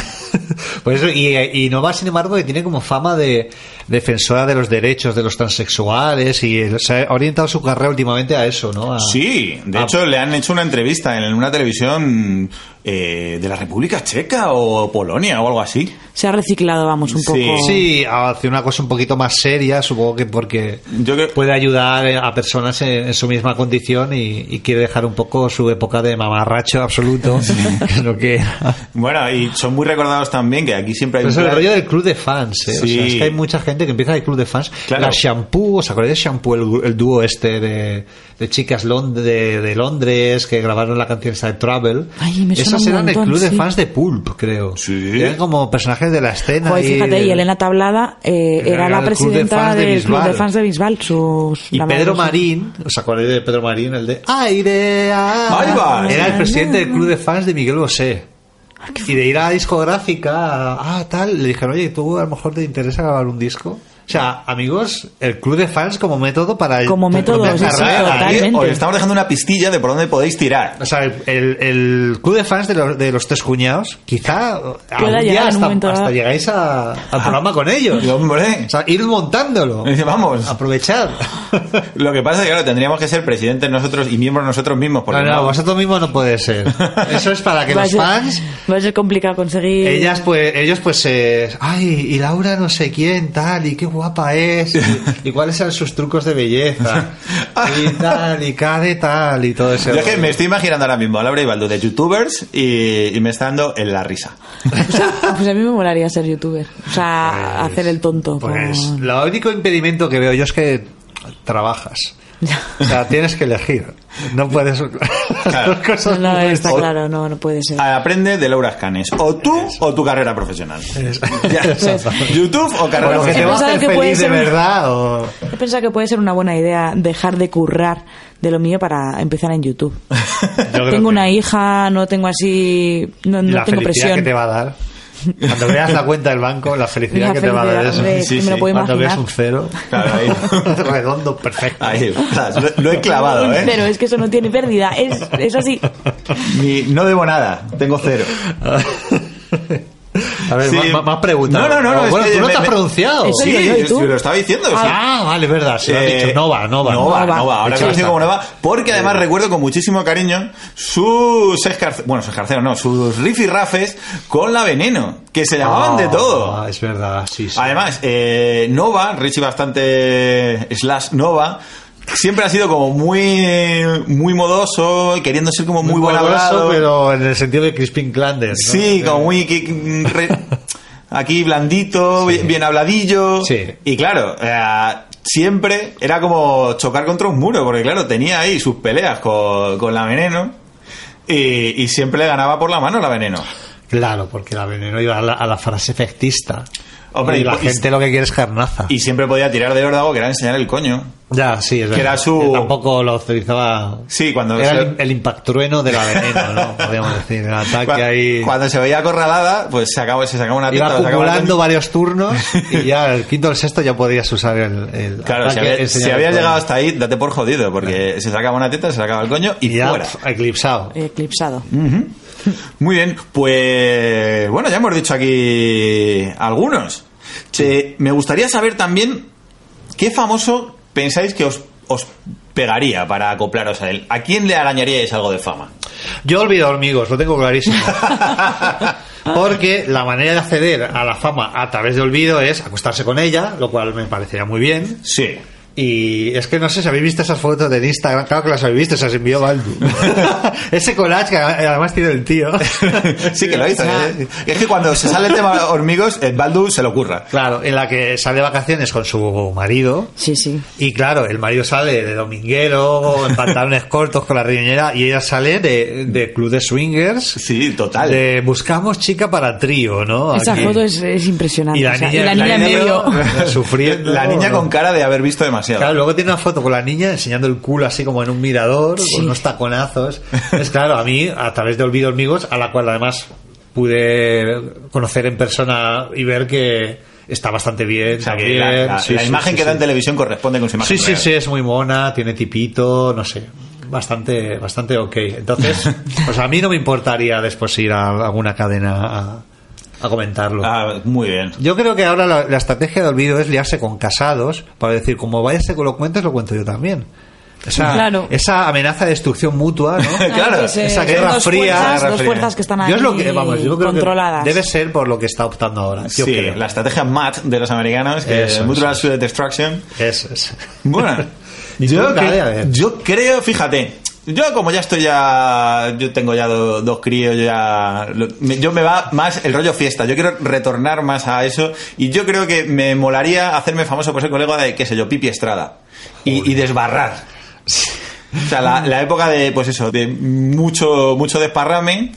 Speaker 4: Por eso, y, y Nova, sin embargo, que tiene como fama de defensora de los derechos de los transexuales y se ha orientado su carrera últimamente a eso, ¿no? A-
Speaker 3: Sí, de
Speaker 4: Ah.
Speaker 3: hecho le han hecho una entrevista en una televisión eh, de la República Checa o Polonia o algo así.
Speaker 6: Se ha reciclado, vamos, un
Speaker 3: Sí.
Speaker 6: poco.
Speaker 4: Sí, hacia una cosa un poquito más seria, supongo que porque
Speaker 3: Yo creo-
Speaker 4: puede ayudar a personas en, en su misma condición y, y quiere dejar un poco su época de mamarracho absoluto, que es lo que era.
Speaker 3: Bueno, y son muy recordados también que aquí siempre hay
Speaker 4: Pero es
Speaker 3: un
Speaker 4: el
Speaker 3: plan-
Speaker 4: rollo del club de fans, ¿eh? O
Speaker 3: Sí.
Speaker 4: sea, es que hay mucha gente que empieza el club de fans.
Speaker 3: Claro.
Speaker 4: La Shampoo, ¿os acordáis de Shampoo, el, gru- el dúo este de, de chicas Lond- de, de Londres que grabaron la canción esta de Travel?
Speaker 6: Ay, me suena
Speaker 4: Esas
Speaker 6: un
Speaker 4: eran
Speaker 6: montón,
Speaker 4: el club de
Speaker 6: sí.
Speaker 4: fans de Pulp, creo.
Speaker 3: Sí.
Speaker 4: Eran como personajes de la escena.
Speaker 6: Joder,
Speaker 4: ahí
Speaker 6: fíjate, y
Speaker 4: del-
Speaker 6: Elena Tablada eh,
Speaker 4: Era
Speaker 6: era la
Speaker 4: el club de
Speaker 6: presidenta
Speaker 4: fans de
Speaker 6: del Club de
Speaker 4: Bisbal.
Speaker 6: Fans de Bisbal. Sus,
Speaker 4: Y
Speaker 6: la
Speaker 4: Pedro
Speaker 6: madre-
Speaker 4: Marín, ¿os acordáis de Pedro Marín? El de Aire. ah,
Speaker 3: Ahí va.
Speaker 4: Era el presidente del club de fans de Miguel Bosé. Y de ir a la discográfica, ah, tal, le dijeron, oye, ¿tú a lo mejor te interesa grabar un disco? O sea, amigos, el club de fans como método para...
Speaker 6: Como método,
Speaker 4: para
Speaker 6: sí, sí,
Speaker 4: cerrar la-
Speaker 3: Aquí
Speaker 6: totalmente.
Speaker 3: os estamos dejando una pistilla de por dónde podéis tirar.
Speaker 4: O sea, el, el- el club de fans de los, de los tres cuñados, quizá algún
Speaker 6: llegar
Speaker 4: día
Speaker 6: en un
Speaker 4: hasta,
Speaker 6: momento dado.
Speaker 4: hasta llegáis a- al programa con ellos.
Speaker 3: Y, hombre,
Speaker 4: O sea, ir montándolo.
Speaker 3: Dice, vamos.
Speaker 4: Aprovechar.
Speaker 3: lo que pasa es que claro, tendríamos que ser presidentes nosotros y miembros nosotros mismos. Porque
Speaker 4: No, no,
Speaker 3: no-
Speaker 4: vosotros mismos no puede ser. Eso es para que
Speaker 6: Va a
Speaker 4: los
Speaker 6: ser-
Speaker 4: fans,
Speaker 6: Va a ser complicado conseguir.
Speaker 4: ellas pues, ellos pues, eh, ay, y Laura no sé quién, tal, y qué guapa es, y, y cuáles son sus trucos de belleza, y tal, y de tal, y todo eso.
Speaker 3: Yo es que me estoy imaginando ahora mismo a Laura y Baldu de youtubers y, y me está dando en la risa.
Speaker 6: Pues a mí me molaría ser youtuber. O sea,
Speaker 4: Pues-
Speaker 6: hacer el tonto.
Speaker 4: Pues,
Speaker 6: con-
Speaker 4: lo único impedimento que veo yo es que trabajas. O sea, tienes que elegir. No puedes.
Speaker 3: Claro.
Speaker 4: Las cosas
Speaker 6: No,
Speaker 4: no pueden
Speaker 6: está
Speaker 4: estar-
Speaker 6: claro, no, no puede ser.
Speaker 3: Aprende de Laura Escanes. O tú o tu carrera profesional. Ya.
Speaker 4: Exacto.
Speaker 3: YouTube o
Speaker 4: O
Speaker 3: carrera
Speaker 4: lo que te
Speaker 6: He
Speaker 4: va
Speaker 3: profesional.
Speaker 4: a
Speaker 6: pensado
Speaker 4: hacer
Speaker 6: que puede
Speaker 4: feliz de
Speaker 6: ser un-
Speaker 4: verdad o.
Speaker 6: He pensado que puede ser una buena idea dejar de currar de lo mío para empezar en YouTube.
Speaker 4: creo
Speaker 6: tengo
Speaker 4: que-
Speaker 6: una hija, no tengo así. No, no
Speaker 4: la
Speaker 6: tengo
Speaker 4: felicidad
Speaker 6: presión.
Speaker 4: que te va a dar. Cuando veas la cuenta del banco, la felicidad
Speaker 6: La
Speaker 4: que te va a dar
Speaker 6: felicidad,
Speaker 4: eso.
Speaker 6: hombre, es
Speaker 3: Sí,
Speaker 6: que me lo
Speaker 3: sí.
Speaker 6: puedo
Speaker 4: Cuando veas
Speaker 6: imaginar.
Speaker 4: un cero.
Speaker 3: Claro, ahí.
Speaker 4: Redondo, perfecto.
Speaker 3: Ahí, ostras, lo, lo he clavado, ¿eh?
Speaker 6: Pero es que eso no tiene pérdida, es, es así.
Speaker 3: Mi- no debo nada, tengo cero.
Speaker 4: A ver,
Speaker 3: Sí.
Speaker 4: más, más- más preguntas.
Speaker 3: No, no, no, no, es
Speaker 4: Bueno,
Speaker 3: que
Speaker 4: tú no
Speaker 3: me-
Speaker 4: te has
Speaker 3: me-
Speaker 4: pronunciado.
Speaker 6: Eso
Speaker 3: Sí,
Speaker 6: digo yo, ¿y tú?
Speaker 3: yo lo estaba diciendo. sí.
Speaker 4: Ah, vale, es verdad. Se lo has
Speaker 3: Eh,
Speaker 4: dicho. Nova, Nova.
Speaker 3: Nova,
Speaker 6: Nova.
Speaker 3: Nova, Ahora
Speaker 4: Hecho
Speaker 3: conocido
Speaker 4: bastante.
Speaker 3: como Nova, porque además recuerdo con muchísimo cariño sus escarceos, bueno, sus escarceos no, sus rifirrafes con la veneno, que se llamaban de
Speaker 4: Ah,
Speaker 3: todo.
Speaker 4: Es verdad, sí, sí.
Speaker 3: Además, eh, Nova, Richie bastante slash Nova, siempre ha sido como muy, muy modoso, queriendo ser como muy, buen
Speaker 4: morboso,
Speaker 3: hablado.
Speaker 4: pero en el sentido de Crispin Clanders. ¿no?
Speaker 3: Sí,
Speaker 4: Eh,
Speaker 3: como muy... que- que- re- aquí blandito, bien, bien habladillo.
Speaker 4: Sí.
Speaker 3: Y claro, eh, siempre era como chocar contra un muro, porque claro, tenía ahí sus peleas con, con la veneno. Y, y siempre le ganaba por la mano la veneno.
Speaker 4: Claro, porque la veneno iba a la, a la frase efectista.
Speaker 3: Hombre,
Speaker 4: y la
Speaker 3: y-
Speaker 4: gente lo que quiere es carnaza.
Speaker 3: Y siempre podía tirar de órdago que era enseñar el coño.
Speaker 4: ya, sí, es
Speaker 3: que
Speaker 4: verdad.
Speaker 3: era su-
Speaker 4: Que Tampoco lo utilizaba.
Speaker 3: Sí, cuando
Speaker 4: Era
Speaker 3: se-
Speaker 4: el, el impactrueno de la veneno, ¿no? Podríamos decir. El ataque
Speaker 3: Cua-
Speaker 4: ahí.
Speaker 3: Cuando se veía acorralada, pues se, acabó, se sacaba una
Speaker 4: Iba
Speaker 3: teta. o sacaba el
Speaker 4: acumulando
Speaker 3: coño.
Speaker 4: varios turnos y ya el quinto o el sexto ya podías usar el. el
Speaker 3: Claro, si,
Speaker 4: ataque,
Speaker 3: había-
Speaker 4: enseñar
Speaker 3: si
Speaker 4: el
Speaker 3: habías
Speaker 4: coño.
Speaker 3: llegado hasta ahí, date por jodido, porque se sacaba una teta, se sacaba el coño y,
Speaker 4: Y ya
Speaker 3: fuera.
Speaker 4: pf, eclipsado.
Speaker 6: Eclipsado.
Speaker 4: Mm.
Speaker 3: Muy bien, pues bueno, ya hemos dicho aquí algunos. Che, me gustaría saber también qué famoso pensáis que os, os pegaría para acoplaros a él. ¿A quién le arañaríais algo de fama?
Speaker 4: Yo olvido hormigos, lo tengo clarísimo. Porque la manera de acceder a la fama a través de olvido es acostarse con ella, lo cual me parecería muy bien.
Speaker 3: Sí.
Speaker 4: Y es que no sé si habéis visto esas fotos de Instagram, claro que las habéis visto, se las envió Baldu. Ese collage que además tiene el tío.
Speaker 3: Sí que lo hizo.
Speaker 4: O sea,
Speaker 3: ¿eh? Es que cuando se sale el tema hormigos, el Baldu se lo ocurra.
Speaker 4: Claro, en la que sale de vacaciones con su marido.
Speaker 6: Sí, sí.
Speaker 4: Y claro, el marido sale de dominguero, en pantalones cortos con la riñera, y ella sale de, de club de swingers.
Speaker 3: Sí, total.
Speaker 4: De buscamos chica para trío, ¿no?
Speaker 6: Esa
Speaker 4: Aquí.
Speaker 6: foto es, es impresionante.
Speaker 4: Y la
Speaker 6: o sea,
Speaker 4: niña-
Speaker 6: y la
Speaker 4: la
Speaker 6: niña en
Speaker 4: niña-
Speaker 6: medio.
Speaker 4: sufriendo,
Speaker 3: La niña
Speaker 4: ¿no?
Speaker 3: con cara de haber visto demasiado.
Speaker 4: Claro, luego tiene una foto con la niña enseñando el culo así como en un mirador,
Speaker 6: Sí.
Speaker 4: con unos taconazos. Es claro, a mí, a través de Olvido Hormigos, a la cual además pude conocer en persona y ver que está bastante bien.
Speaker 3: O sea, que
Speaker 4: también.
Speaker 3: la, la-
Speaker 4: Sí,
Speaker 3: la
Speaker 4: sí,
Speaker 3: imagen
Speaker 4: sí,
Speaker 3: que da
Speaker 4: sí.
Speaker 3: en televisión corresponde con su imagen.
Speaker 4: Sí, sí,
Speaker 3: real.
Speaker 4: sí, es muy mona, tiene tipito, no sé. Bastante, bastante ok. Entonces, pues a mí no me importaría después ir a alguna cadena a, a comentarlo.
Speaker 3: Ah, muy bien.
Speaker 4: Yo creo que ahora la, la estrategia de olvido es liarse con casados para decir, como vayas con lo cuentes, lo cuento yo también. Esa,
Speaker 6: Claro.
Speaker 4: esa amenaza de destrucción mutua, ¿no?
Speaker 3: Claro,
Speaker 6: que se-
Speaker 4: esa
Speaker 6: eh, son
Speaker 4: guerra
Speaker 6: dos
Speaker 4: fría,
Speaker 6: Fuerzas,
Speaker 3: guerra
Speaker 6: dos
Speaker 3: fría.
Speaker 6: fuerzas que están ahí
Speaker 4: Yo es lo que, vamos, yo creo
Speaker 6: controladas.
Speaker 4: que debe ser por lo que está optando ahora. yo
Speaker 3: sí,
Speaker 4: creo.
Speaker 3: la estrategia MAT de los americanos, que
Speaker 4: Eso,
Speaker 3: es Mutual
Speaker 4: eso,
Speaker 3: Assured Destruction.
Speaker 4: Eso es.
Speaker 3: Bueno,
Speaker 4: ¿Y
Speaker 3: yo,
Speaker 4: tú, Dale,
Speaker 3: cre-
Speaker 4: a ver.
Speaker 3: yo creo, fíjate, yo como ya estoy ya, yo tengo ya do- dos críos, ya, lo- me- yo me va más el rollo fiesta, yo quiero retornar más a eso y yo creo que me molaría hacerme famoso por ser colega de, qué sé yo, Pipi Estrada y, y desbarrar. O sea, la, la época de, pues eso, de mucho, mucho desparrame,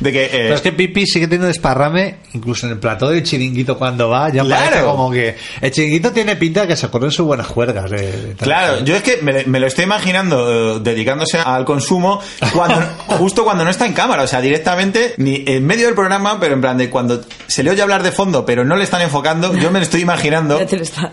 Speaker 3: de que... eh,
Speaker 4: Pero es que Pipi sigue teniendo desparrame, incluso en el plató del chiringuito cuando va, ya
Speaker 3: Claro.
Speaker 4: parece como que... El chiringuito tiene pinta de que se corren sus buenas juergas. eh, de- de-
Speaker 3: Claro, yo es que me, me lo estoy imaginando eh, dedicándose al consumo cuando, justo cuando no está en cámara, o sea, directamente ni en medio del programa, pero en plan de cuando se le oye hablar de fondo, pero no le están enfocando, yo me lo estoy imaginando
Speaker 6: Ya te lo estás.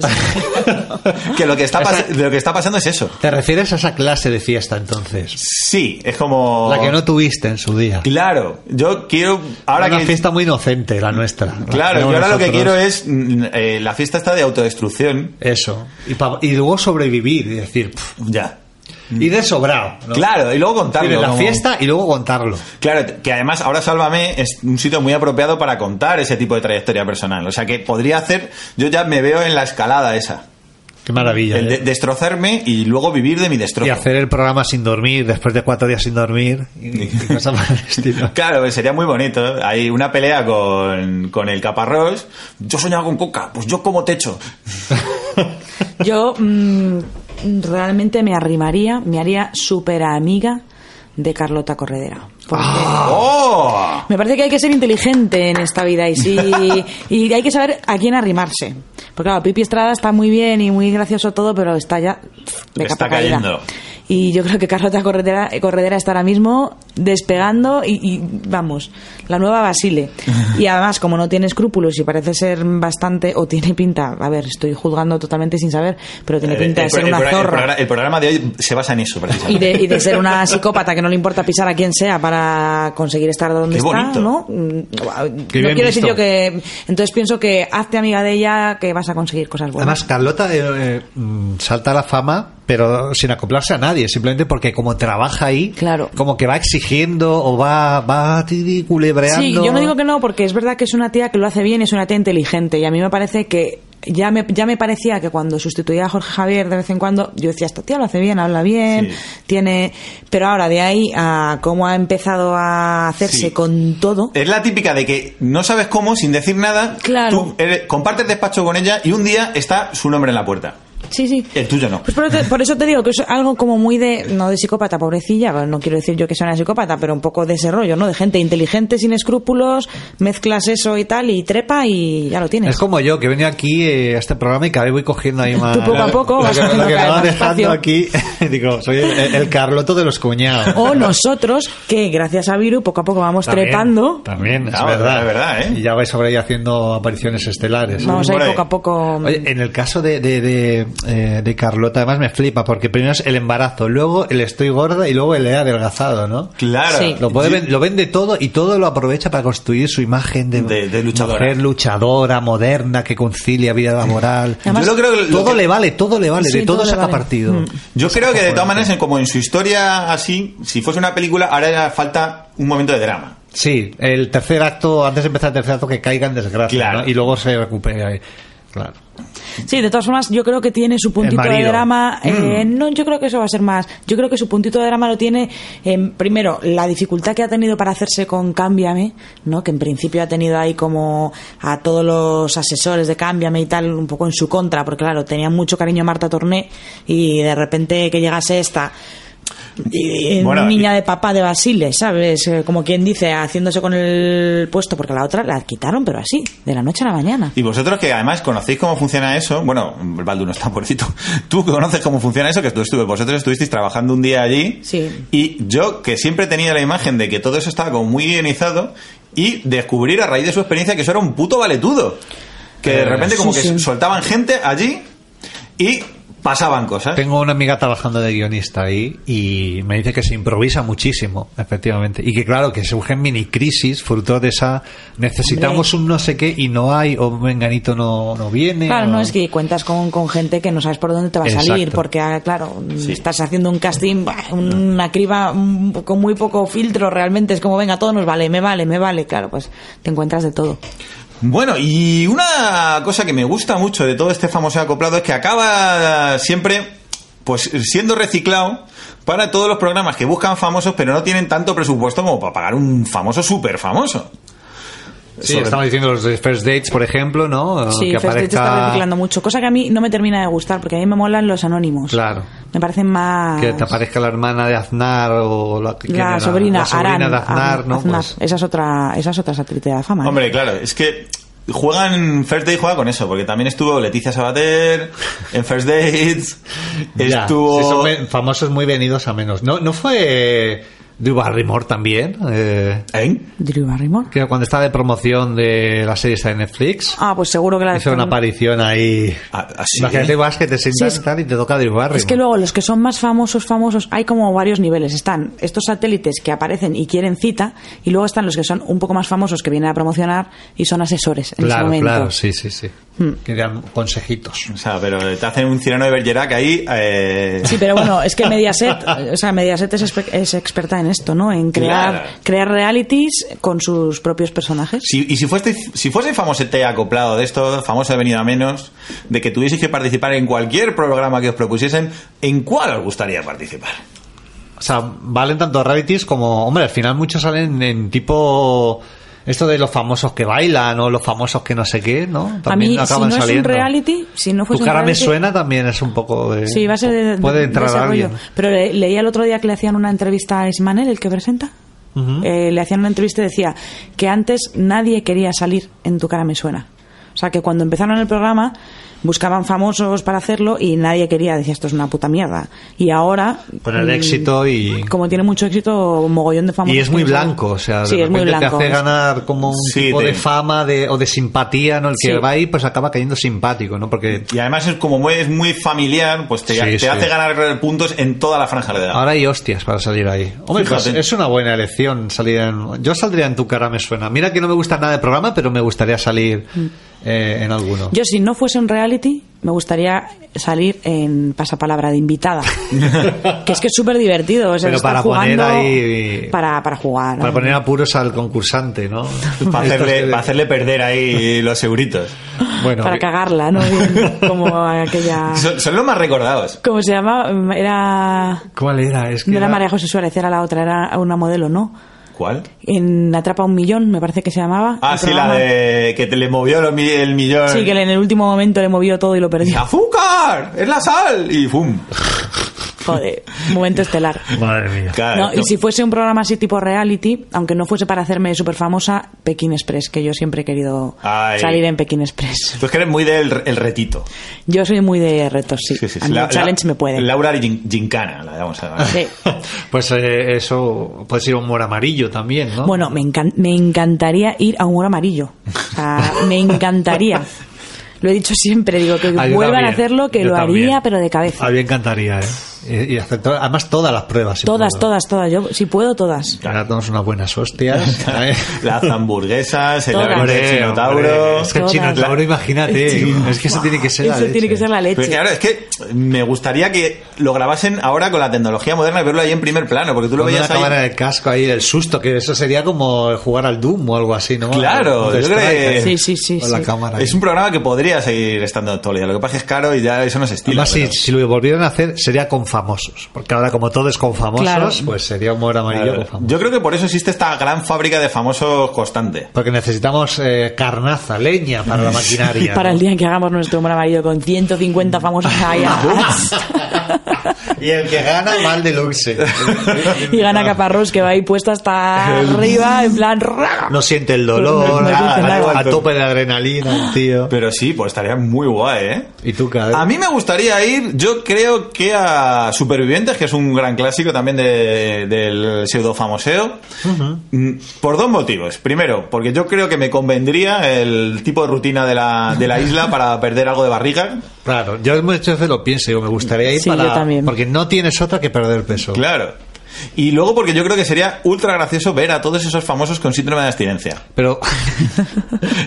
Speaker 3: que lo que está, pas-
Speaker 4: Esa-
Speaker 3: lo que está pasando es eso.
Speaker 4: ¿Te refieres a esa clase de fiesta entonces?
Speaker 3: Sí, es como...
Speaker 4: La que no tuviste en su día.
Speaker 3: Claro, yo quiero... Ahora
Speaker 4: una
Speaker 3: que...
Speaker 4: fiesta muy inocente la nuestra. La
Speaker 3: Claro, yo
Speaker 4: tenemos
Speaker 3: ahora lo que
Speaker 4: nosotros.
Speaker 3: quiero es mm, eh, la fiesta está de autodestrucción.
Speaker 4: Eso. Y, pa- y luego sobrevivir y decir. pff,
Speaker 3: Ya.
Speaker 4: y de sobrado. ¿no?
Speaker 3: Mm. Claro, y luego contarlo.
Speaker 4: Tienes la
Speaker 3: como-
Speaker 4: fiesta y luego contarlo.
Speaker 3: Claro, que además ahora Sálvame es un sitio muy apropiado para contar ese tipo de trayectoria personal. O sea que podría hacer, yo ya me veo en la escalada esa.
Speaker 4: Qué maravilla.
Speaker 3: El de-
Speaker 4: ¿eh?
Speaker 3: destrozarme y luego vivir de mi
Speaker 4: y
Speaker 3: destrozo.
Speaker 4: hacer el programa sin dormir, después de cuatro días sin dormir. Y, y cosas por el estilo.
Speaker 3: Claro, pues sería muy bonito. Hay una pelea con, con el caparrós. Yo soñaba con coca, pues yo como techo.
Speaker 6: Yo mm, realmente me arrimaría, me haría súper amiga de Carlota Corredera. Porque
Speaker 4: Ah.
Speaker 3: ¡Oh!
Speaker 6: Me parece que hay que ser inteligente en esta vida y sí, y hay que saber a quién arrimarse. Porque claro, Pipi Estrada está muy bien y muy gracioso todo, pero está ya de
Speaker 3: Está
Speaker 6: capa caída.
Speaker 3: cayendo.
Speaker 6: Y yo creo que Carlota Corredera, Corredera está ahora mismo despegando y, y, vamos, la nueva Basile. Y además, como no tiene escrúpulos y parece ser bastante, o tiene pinta, a ver, estoy juzgando totalmente sin saber, pero tiene pinta de
Speaker 3: Eh, El-
Speaker 6: ser
Speaker 3: el- el
Speaker 6: una
Speaker 3: programa- el
Speaker 6: zorra.
Speaker 3: programa- El programa de hoy se basa en eso,
Speaker 6: Y
Speaker 3: precisamente.
Speaker 6: de, y de ser una psicópata que no le importa pisar a quien sea para conseguir estar
Speaker 3: Qué
Speaker 6: donde está,
Speaker 3: bonito.
Speaker 6: ¿no? Mm, guau, no
Speaker 4: Qué bien
Speaker 6: quiero decir
Speaker 4: visto.
Speaker 6: yo que... Entonces pienso que hazte amiga de ella, que vas a conseguir cosas
Speaker 4: Además,
Speaker 6: buenas.
Speaker 4: Carlota eh, eh, mm, salta a la fama, pero sin acoplarse a nadie, simplemente porque como trabaja ahí,
Speaker 6: Claro.
Speaker 4: como que va exigiendo o va, va tiri, culebreando.
Speaker 6: sí, yo no digo que no, porque es verdad que es una tía que lo hace bien, es una tía inteligente, y a mí me parece que... Ya me, ya me parecía que cuando sustituía a Jorge Javier de vez en cuando, yo decía, esta tía lo hace bien, habla bien,
Speaker 3: Sí.
Speaker 6: tiene... Pero ahora, de ahí a cómo ha empezado a hacerse
Speaker 3: Sí. Eh,
Speaker 6: con todo...
Speaker 3: Es la típica de que no sabes cómo, sin decir nada, tú
Speaker 6: Claro.
Speaker 3: eres- compartes despacho con ella y un día está su nombre en la puerta.
Speaker 6: Sí, sí.
Speaker 3: El tuyo no.
Speaker 6: Pues por, eso te- por eso te digo que es algo como muy de, no de psicópata, pobrecilla, no quiero decir yo que sea una psicópata, pero un poco de ese rollo, ¿no? De gente inteligente, sin escrúpulos, mezclas eso y tal, y trepa y ya lo tienes.
Speaker 4: Es como yo, que he venido aquí eh, a este programa y cada vez voy cogiendo ahí más.
Speaker 6: Tú poco a poco
Speaker 4: Lo
Speaker 6: vas
Speaker 4: que- lo
Speaker 6: cogiendo
Speaker 4: que
Speaker 6: cada
Speaker 4: me
Speaker 6: vez
Speaker 4: va
Speaker 6: más
Speaker 4: dejando
Speaker 6: espacio.
Speaker 4: aquí, digo, soy el, el Carloto de los cuñados.
Speaker 6: O nosotros, que gracias a Viru poco a poco vamos
Speaker 4: También,
Speaker 6: trepando.
Speaker 4: También, es
Speaker 3: Ah,
Speaker 4: verdad.
Speaker 3: es verdad, ¿eh?
Speaker 4: Y ya vais sobre ahí haciendo apariciones estelares.
Speaker 6: Vamos a
Speaker 3: Por
Speaker 6: ir
Speaker 3: ahí.
Speaker 6: poco a poco.
Speaker 4: Oye, en el caso de, de, de, eh, de Carlota, además me flipa, porque primero es el embarazo, luego el estoy gorda y luego el he adelgazado, ¿no?
Speaker 3: Claro.
Speaker 6: Sí.
Speaker 4: Lo, puede, ven- lo vende todo y todo lo aprovecha para construir su imagen de,
Speaker 3: De- de luchadora.
Speaker 4: mujer luchadora, moderna, que concilia vida laboral.
Speaker 6: Además-
Speaker 3: Yo lo creo que lo
Speaker 4: todo
Speaker 3: que-
Speaker 4: le vale, todo le vale,
Speaker 6: Sí,
Speaker 4: de todo,
Speaker 6: todo le
Speaker 4: saca
Speaker 6: vale.
Speaker 4: partido.
Speaker 6: Mm.
Speaker 3: Yo creo que de todas maneras, en- como en su historia así, si fuese una película, ahora falta un momento de drama.
Speaker 4: Sí, el tercer acto, antes de empezar el tercer acto, que caiga en desgracia
Speaker 3: Claro.
Speaker 4: ¿no? y luego se recupera. ahí. Claro.
Speaker 6: Sí, de todas formas, yo creo que tiene su puntito de
Speaker 4: marido.
Speaker 6: drama. eh, No, yo creo que eso va a ser más. Yo creo que su puntito de drama lo tiene, em, primero, la dificultad que ha tenido para hacerse con Cámbiame, ¿no? Que en principio ha tenido ahí como a todos los asesores de Cámbiame y tal, un poco en su contra, porque claro, tenía mucho cariño a Marta Torné y de repente que llegase esta. y- y
Speaker 3: Bueno,
Speaker 6: niña
Speaker 3: y-
Speaker 6: de papá de Basile, ¿sabes? Eh, Como quien dice, haciéndose con el puesto, porque la otra la quitaron, pero así, de la noche a la mañana.
Speaker 3: Y vosotros que además conocéis cómo funciona eso, bueno, Baldu no está pobrecito, tú que conoces cómo funciona eso, que tú estuve, vosotros estuvisteis trabajando un día allí,
Speaker 6: Sí.
Speaker 3: y yo que siempre tenía la imagen de que todo eso estaba como muy guionizado, y descubrir a raíz de su experiencia que eso era un puto valetudo, que de
Speaker 4: Eh,
Speaker 3: repente como
Speaker 6: sí,
Speaker 3: que
Speaker 6: sí.
Speaker 3: soltaban gente allí y pasaban cosas.
Speaker 4: Tengo una amiga trabajando de guionista ahí y me dice que se improvisa muchísimo, efectivamente. Y que claro, que surgen mini crisis fruto de esa necesitamos un no sé qué y no hay, o un venganito no, no viene.
Speaker 6: Claro,
Speaker 4: o-
Speaker 6: no es que cuentas con, con gente que no sabes por dónde te va a
Speaker 4: Exacto.
Speaker 6: salir, porque ah, claro, estás haciendo un casting, bah, una criba mm, con muy poco filtro realmente, es como, venga, todo nos vale, me vale, me vale, claro, pues te encuentras de todo.
Speaker 3: Bueno, y una cosa que me gusta mucho de todo este famoso acoplado es que acaba siempre pues siendo reciclado para todos los programas que buscan famosos pero no tienen tanto presupuesto como para pagar un famoso súper famoso.
Speaker 4: Sí, estamos diciendo los de First Dates, por ejemplo, ¿no?
Speaker 6: Sí,
Speaker 4: que
Speaker 6: First Date está reciclando mucho, cosa que a mí no me termina de gustar, porque a mí me molan los anónimos.
Speaker 4: Claro.
Speaker 6: Me parecen más...
Speaker 4: Que te aparezca la hermana de Aznar o la, ¿quién
Speaker 6: Ah, la
Speaker 4: era?
Speaker 6: sobrina,
Speaker 4: La sobrina
Speaker 6: Arán,
Speaker 4: de Aznar,
Speaker 6: Arán,
Speaker 4: ¿no?
Speaker 6: Aznar.
Speaker 4: Pues-
Speaker 6: Esa es otra, esa es otra satélite de la fama. ¿eh?
Speaker 3: Hombre, claro, es que juegan First Day juega con eso, porque también estuvo Leticia Sabater en First Dates,
Speaker 4: Ya,
Speaker 3: estuvo
Speaker 4: sí, son ve- famosos muy venidos a menos. ¿No, no fue Drew Barrymore también? Eh,
Speaker 3: ¿Eh?
Speaker 6: Drew Barrymore.
Speaker 4: que cuando estaba de promoción de la serie esta de Netflix,
Speaker 6: Ah, pues seguro que la...
Speaker 4: hizo una aparición ahí.
Speaker 3: Ah, ah, sí.
Speaker 4: Imagínate vas que te sientas
Speaker 6: Sí, es-
Speaker 4: tal y te toca Drew Barrymore.
Speaker 6: Es que luego los que son más famosos, famosos, hay como varios niveles. Están estos satélites que aparecen y quieren cita, y luego están los que son un poco más famosos que vienen a promocionar y son asesores en ese
Speaker 4: Claro,
Speaker 6: momento. Hmm.
Speaker 4: claro, sí, sí, sí. Que dan consejitos.
Speaker 3: O sea, pero te hacen un cirano de Bergerac ahí eh,
Speaker 6: Sí, pero bueno, es que Mediaset, o sea, Mediaset es, espe- es experta en esto, ¿no? En crear,
Speaker 3: Claro.
Speaker 6: crear realities con sus propios personajes.
Speaker 3: Si, y si fuese, si fuese famosete acoplado de esto, famoso de venido a menos, de que tuvieseis que participar en cualquier programa que os propusiesen, ¿en cuál os gustaría participar?
Speaker 4: O sea, valen tanto realities como. Hombre, al final muchos salen en tipo. Esto de los famosos que bailan o los famosos que no sé qué, ¿no?
Speaker 6: a mí,
Speaker 4: También
Speaker 6: si no
Speaker 4: acaban
Speaker 6: es un
Speaker 4: saliendo.
Speaker 6: reality, si no
Speaker 4: Tu
Speaker 6: fuese un
Speaker 4: cara me
Speaker 6: reality-
Speaker 4: suena también es un poco de.
Speaker 6: Sí, va a ser de, de-
Speaker 4: Puede
Speaker 6: de
Speaker 4: entrar
Speaker 6: ese rollo.
Speaker 4: alguien.
Speaker 6: Pero le- leía el otro día que le hacían una entrevista a Ismael, el que presenta. Eh, le hacían una entrevista y decía que antes nadie quería salir en Tu cara me suena. O sea, que cuando empezaron el programa buscaban famosos para hacerlo y nadie quería, decía, esto es una puta mierda. Y ahora...
Speaker 4: Con el
Speaker 6: mm,
Speaker 4: éxito y-
Speaker 6: Como tiene mucho éxito, mogollón de famosos.
Speaker 4: Y es muy
Speaker 6: que no salen.
Speaker 4: blanco, o sea, de
Speaker 6: sí, es muy
Speaker 4: repente
Speaker 6: blanco.
Speaker 4: te hace ganar como un
Speaker 3: Sí,
Speaker 4: tipo
Speaker 3: te-
Speaker 4: de fama de, o de simpatía, ¿no? El que
Speaker 6: Sí.
Speaker 4: va ahí pues acaba cayendo simpático, ¿no? Porque
Speaker 3: Y además es como muy- es muy familiar, pues te,
Speaker 4: Sí,
Speaker 3: te
Speaker 4: sí.
Speaker 3: hace ganar puntos en toda la franja de edad.
Speaker 4: ahora hay hostias para salir ahí. Hombre, pues
Speaker 3: Fíjate.
Speaker 4: es una buena elección salir en... Yo saldría en tu cara, me suena. Mira que no me gusta nada de programa, pero me gustaría salir eh, en alguno.
Speaker 6: Mm. Yo, si no fuese un reality, me gustaría salir en pasapalabra de invitada. que es que es súper divertido. O sea,
Speaker 4: Pero
Speaker 6: estar
Speaker 4: para poner
Speaker 6: jugando
Speaker 4: ahí-
Speaker 6: Para, para jugar.
Speaker 4: Para poner apuros al concursante, ¿no?
Speaker 3: Pues Para
Speaker 4: Estos
Speaker 3: hacerle,
Speaker 4: que-
Speaker 3: para hacerle perder ahí los euritos.
Speaker 4: bueno,
Speaker 6: para
Speaker 4: que-
Speaker 6: cagarla, ¿no? Bien, Como aquella.
Speaker 3: Son, son los más recordados.
Speaker 6: ¿Cómo se llama? Era.
Speaker 4: ¿Cuál era? Es que
Speaker 6: No era
Speaker 4: era-
Speaker 6: María José Suárez, era la otra, era una modelo, ¿no?
Speaker 3: ¿Cuál?
Speaker 6: En Atrapa un Millón, me parece que se llamaba.
Speaker 3: Ah,
Speaker 6: el
Speaker 3: sí,
Speaker 6: programa.
Speaker 3: la de que te le movió lo mi- el millón.
Speaker 6: Sí, que en el último momento le movió todo y lo perdió.
Speaker 3: ¡Azúcar! ¡Es la sal! Y ¡pum!
Speaker 6: Joder, momento estelar.
Speaker 4: Madre mía.
Speaker 3: Claro,
Speaker 6: No, y si fuese un programa así tipo reality, aunque no fuese para hacerme súper famosa, Pekín Express, que yo siempre he querido
Speaker 3: Ay.
Speaker 6: salir en Pekín Express.
Speaker 3: Tú es que eres muy del el retito.
Speaker 6: Yo soy muy de retos, sí.
Speaker 3: Sí, sí, sí.
Speaker 6: A mí
Speaker 3: La-
Speaker 6: el challenge
Speaker 3: la-
Speaker 6: me puede.
Speaker 3: Laura Gin- Gincana, la vamos a
Speaker 6: Sí.
Speaker 4: Pues eh, eso puede ser humor amarillo también, ¿no?
Speaker 6: Bueno, me, encan- me encantaría ir a humor amarillo. O sea, me encantaría. Lo he dicho siempre, digo que
Speaker 4: Ah, yo
Speaker 6: vuelvan a
Speaker 4: también,
Speaker 6: hacerlo, que
Speaker 4: yo
Speaker 6: lo
Speaker 4: también.
Speaker 6: haría, pero de cabeza.
Speaker 4: A mí me encantaría, ¿eh? Y, y hacer to- además todas las pruebas. si
Speaker 6: todas,
Speaker 4: puedo.
Speaker 6: todas, todas. Yo, si puedo, todas.
Speaker 4: Ganarnos unas buenas hostias. ¿eh?
Speaker 3: Las hamburguesas, el
Speaker 6: Todas.
Speaker 3: laberinto del
Speaker 4: Hombre,
Speaker 3: Chinotauro.
Speaker 4: hombre, Es que el
Speaker 6: Todas.
Speaker 4: chinotauro, imagínate. Es que eso tiene que ser la
Speaker 6: Eso tiene
Speaker 4: leche.
Speaker 6: que ser la leche.
Speaker 3: Pero es que, claro, es que me gustaría que lo grabasen ahora con la tecnología moderna y verlo ahí en primer plano, porque tú lo
Speaker 4: Cuando le
Speaker 3: veías ahí.
Speaker 4: acabaran el casco ahí, el susto, que eso sería como jugar al Doom o algo así, ¿no?
Speaker 3: Claro,
Speaker 4: Un
Speaker 3: yo creo que-
Speaker 4: Strike, ¿eh?
Speaker 6: Sí, sí, sí,
Speaker 4: Con la
Speaker 6: sí.
Speaker 4: cámara. ahí.
Speaker 3: Es un programa que podría seguir estando todo el día. Lo que pasa es que es caro y ya eso no se estila.
Speaker 4: Además, si,
Speaker 3: pero-
Speaker 4: si lo volvieran a hacer, sería con famosos. Porque ahora, como todo es con famosos,
Speaker 6: Claro.
Speaker 4: pues sería humor amarillo
Speaker 3: Claro.
Speaker 4: con famosos.
Speaker 3: Yo creo que por eso existe esta gran fábrica de famosos constante.
Speaker 4: Porque necesitamos eh, carnaza, leña para la maquinaria.
Speaker 6: Para
Speaker 4: ¿no?
Speaker 6: el día en que hagamos nuestro humor amarillo con 150 famosos ahí atrás.
Speaker 4: Y el que gana, mal deluxe.
Speaker 6: y gana Caparrós que va ahí puesto hasta arriba en plan ¡ra!
Speaker 4: No siente el dolor,
Speaker 6: No, no
Speaker 4: a,
Speaker 6: siente nada.
Speaker 4: a tope de adrenalina, tío.
Speaker 3: Pero sí, pues estaría muy guay, ¿eh?
Speaker 4: ¿Y tú, cada
Speaker 3: A mí me gustaría ir, yo creo que a Supervivientes, que es un gran clásico también de- del pseudo famoseo, Mm, por dos motivos. Primero, porque yo creo que me convendría el tipo de rutina de la, de la isla para perder algo de barriga.
Speaker 4: Claro, yo muchas veces lo pienso, digo, me gustaría ir
Speaker 6: Sí,
Speaker 4: para...
Speaker 6: yo también.
Speaker 4: Porque no tienes otra que perder peso.
Speaker 3: Claro. Y luego porque yo creo que sería ultra gracioso ver a todos esos famosos con síndrome de abstinencia.
Speaker 4: Pero...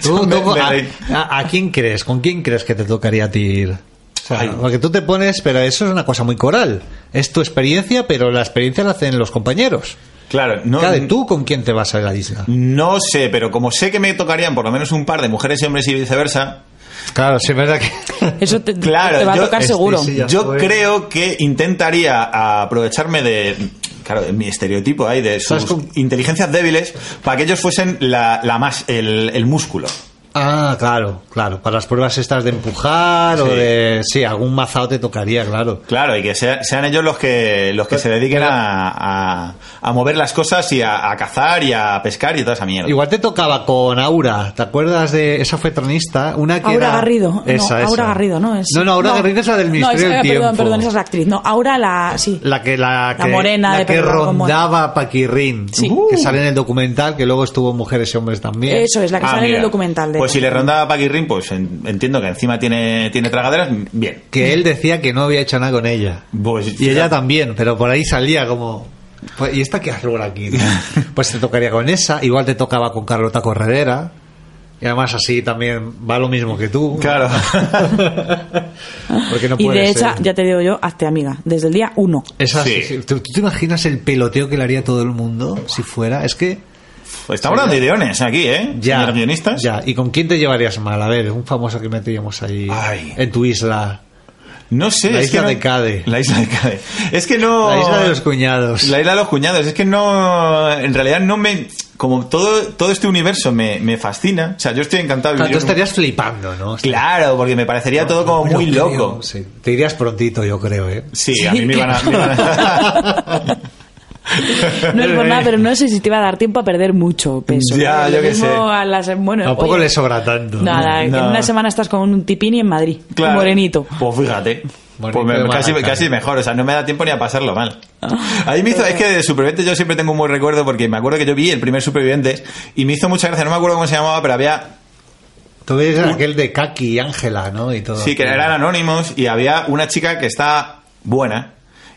Speaker 4: tú,
Speaker 3: Me-
Speaker 4: tú,
Speaker 3: me
Speaker 4: a,
Speaker 3: reí.
Speaker 4: a- a quién crees? ¿Con quién crees que te tocaría a ti ir? O sea,
Speaker 3: Ay.
Speaker 4: porque tú te pones, pero eso es una cosa muy coral. Es tu experiencia, pero la experiencia la hacen los compañeros.
Speaker 3: Claro, no, mm.
Speaker 4: Claro, ¿tú con quién te vas a la isla?
Speaker 3: no sé, pero como sé que me tocarían por lo menos un par de mujeres y hombres y viceversa,
Speaker 4: Claro, sí, es verdad que...
Speaker 6: Eso te,
Speaker 3: Claro,
Speaker 6: te va a
Speaker 3: yo-
Speaker 6: tocar
Speaker 4: este,
Speaker 6: seguro.
Speaker 4: sí, ya
Speaker 3: Yo
Speaker 4: fue.
Speaker 3: creo que intentaría aprovecharme de, claro, de mi estereotipo ahí, de sus
Speaker 4: ¿Sabes cómo?
Speaker 3: inteligencias débiles, para que ellos fuesen la, la más, el, el músculo.
Speaker 4: Ah, claro, claro. Para las pruebas estas de empujar o
Speaker 3: Sí.
Speaker 4: de... Sí, algún mazao te tocaría, claro.
Speaker 3: Claro, y que sea- sean ellos los que, los
Speaker 4: Pues,
Speaker 3: que se dediquen a, a- a mover las cosas y a, a cazar y a pescar y toda esa mierda.
Speaker 4: Igual te tocaba con Aura, ¿te acuerdas de esa fue tronista? Una que
Speaker 6: Aura
Speaker 4: este era-
Speaker 6: Garrido.
Speaker 4: Esa,
Speaker 6: no,
Speaker 4: esa.
Speaker 6: Aura Garrido, ¿no? Es...
Speaker 4: No, no, Aura Garrido es la del Ministerio
Speaker 6: no, esa- eh,
Speaker 4: del Tiempo.
Speaker 6: Perdón, perdón, esa es la actriz. No, Aura la... Sí.
Speaker 4: La que la,
Speaker 6: La
Speaker 4: que-
Speaker 6: morena
Speaker 4: la
Speaker 6: de
Speaker 4: que
Speaker 6: pelo largo,
Speaker 4: rondaba a Paquirrín,
Speaker 6: Sí. Uh.
Speaker 4: que sale en el documental, que luego estuvo en Mujeres y Hombres también.
Speaker 6: Eso es, Pues la que
Speaker 3: Ah,
Speaker 6: sale en
Speaker 3: mira.
Speaker 6: el documental. De
Speaker 3: Pues si le ronda a Paquirrin, pues en- entiendo que encima tiene, tiene tragaderas, bien.
Speaker 4: Que él decía que no había hecho nada con ella.
Speaker 3: Pues,
Speaker 4: Y ella también, pero por ahí salía como... pues, ¿Y esta qué hace por aquí? tío? Pues te tocaría con esa, igual te tocaba con Carlota Corredera. Y además así también va lo mismo que tú.
Speaker 3: Claro.
Speaker 4: Porque no
Speaker 6: y
Speaker 4: puede
Speaker 6: de
Speaker 4: ser.
Speaker 6: esa, ya te digo yo, hazte amiga. Desde el día uno.
Speaker 4: Esa sí,
Speaker 3: Sí.
Speaker 4: sí. ¿Tú, tú te imaginas el peloteo que le haría todo el mundo si fuera? Es que
Speaker 3: Pues Estamos dando ideones aquí, ¿eh?
Speaker 4: ya.
Speaker 3: Señores guionistas.
Speaker 4: Ya. ¿Y con quién te llevarías mal? A ver, un famoso que metíamos ahí
Speaker 3: Ay.
Speaker 4: en tu isla.
Speaker 3: No sé.
Speaker 4: La
Speaker 3: es que
Speaker 4: isla
Speaker 3: no-
Speaker 4: de Cade.
Speaker 3: La isla de Cade. Es que no.
Speaker 4: La isla de los cuñados.
Speaker 3: La isla de los cuñados. Es que no. En realidad no me. Como todo, todo este universo me, me fascina. O sea, yo estoy encantado de
Speaker 4: Claro, tú
Speaker 3: vivir un-
Speaker 4: estarías flipando, ¿no?
Speaker 3: Claro, porque me parecería todo como
Speaker 4: Pero
Speaker 3: muy
Speaker 4: creo,
Speaker 3: loco.
Speaker 4: sí. Te irías prontito, yo creo, ¿eh?
Speaker 3: Sí, a mí me iban a. me iban a-
Speaker 6: No es por nada, pero no sé si te iba a dar tiempo a perder mucho peso.
Speaker 3: Ya,
Speaker 6: Lo
Speaker 3: yo qué
Speaker 6: mismo
Speaker 3: sé.
Speaker 6: a las- bueno,
Speaker 4: Tampoco
Speaker 6: oye,
Speaker 4: le sobra tanto. ¿no?
Speaker 6: Nada, en
Speaker 3: No.
Speaker 6: una semana estás con un tipini en Madrid. Morenito.
Speaker 3: Pues fíjate. Pues
Speaker 4: Morenito
Speaker 3: me-
Speaker 4: de
Speaker 3: casi,
Speaker 4: Malaca.
Speaker 3: casi mejor, o sea, no me da tiempo ni a pasarlo mal. Ahí me hizo, es que de Supervivientes yo siempre tengo un buen recuerdo porque me acuerdo que yo vi el primer Supervivientes y me hizo mucha gracia, no me acuerdo cómo se llamaba, pero había
Speaker 4: Tú ves aquel de Kaki y Ángela, ¿no? Y todo.
Speaker 3: Sí, que eran anónimos y había una chica que está buena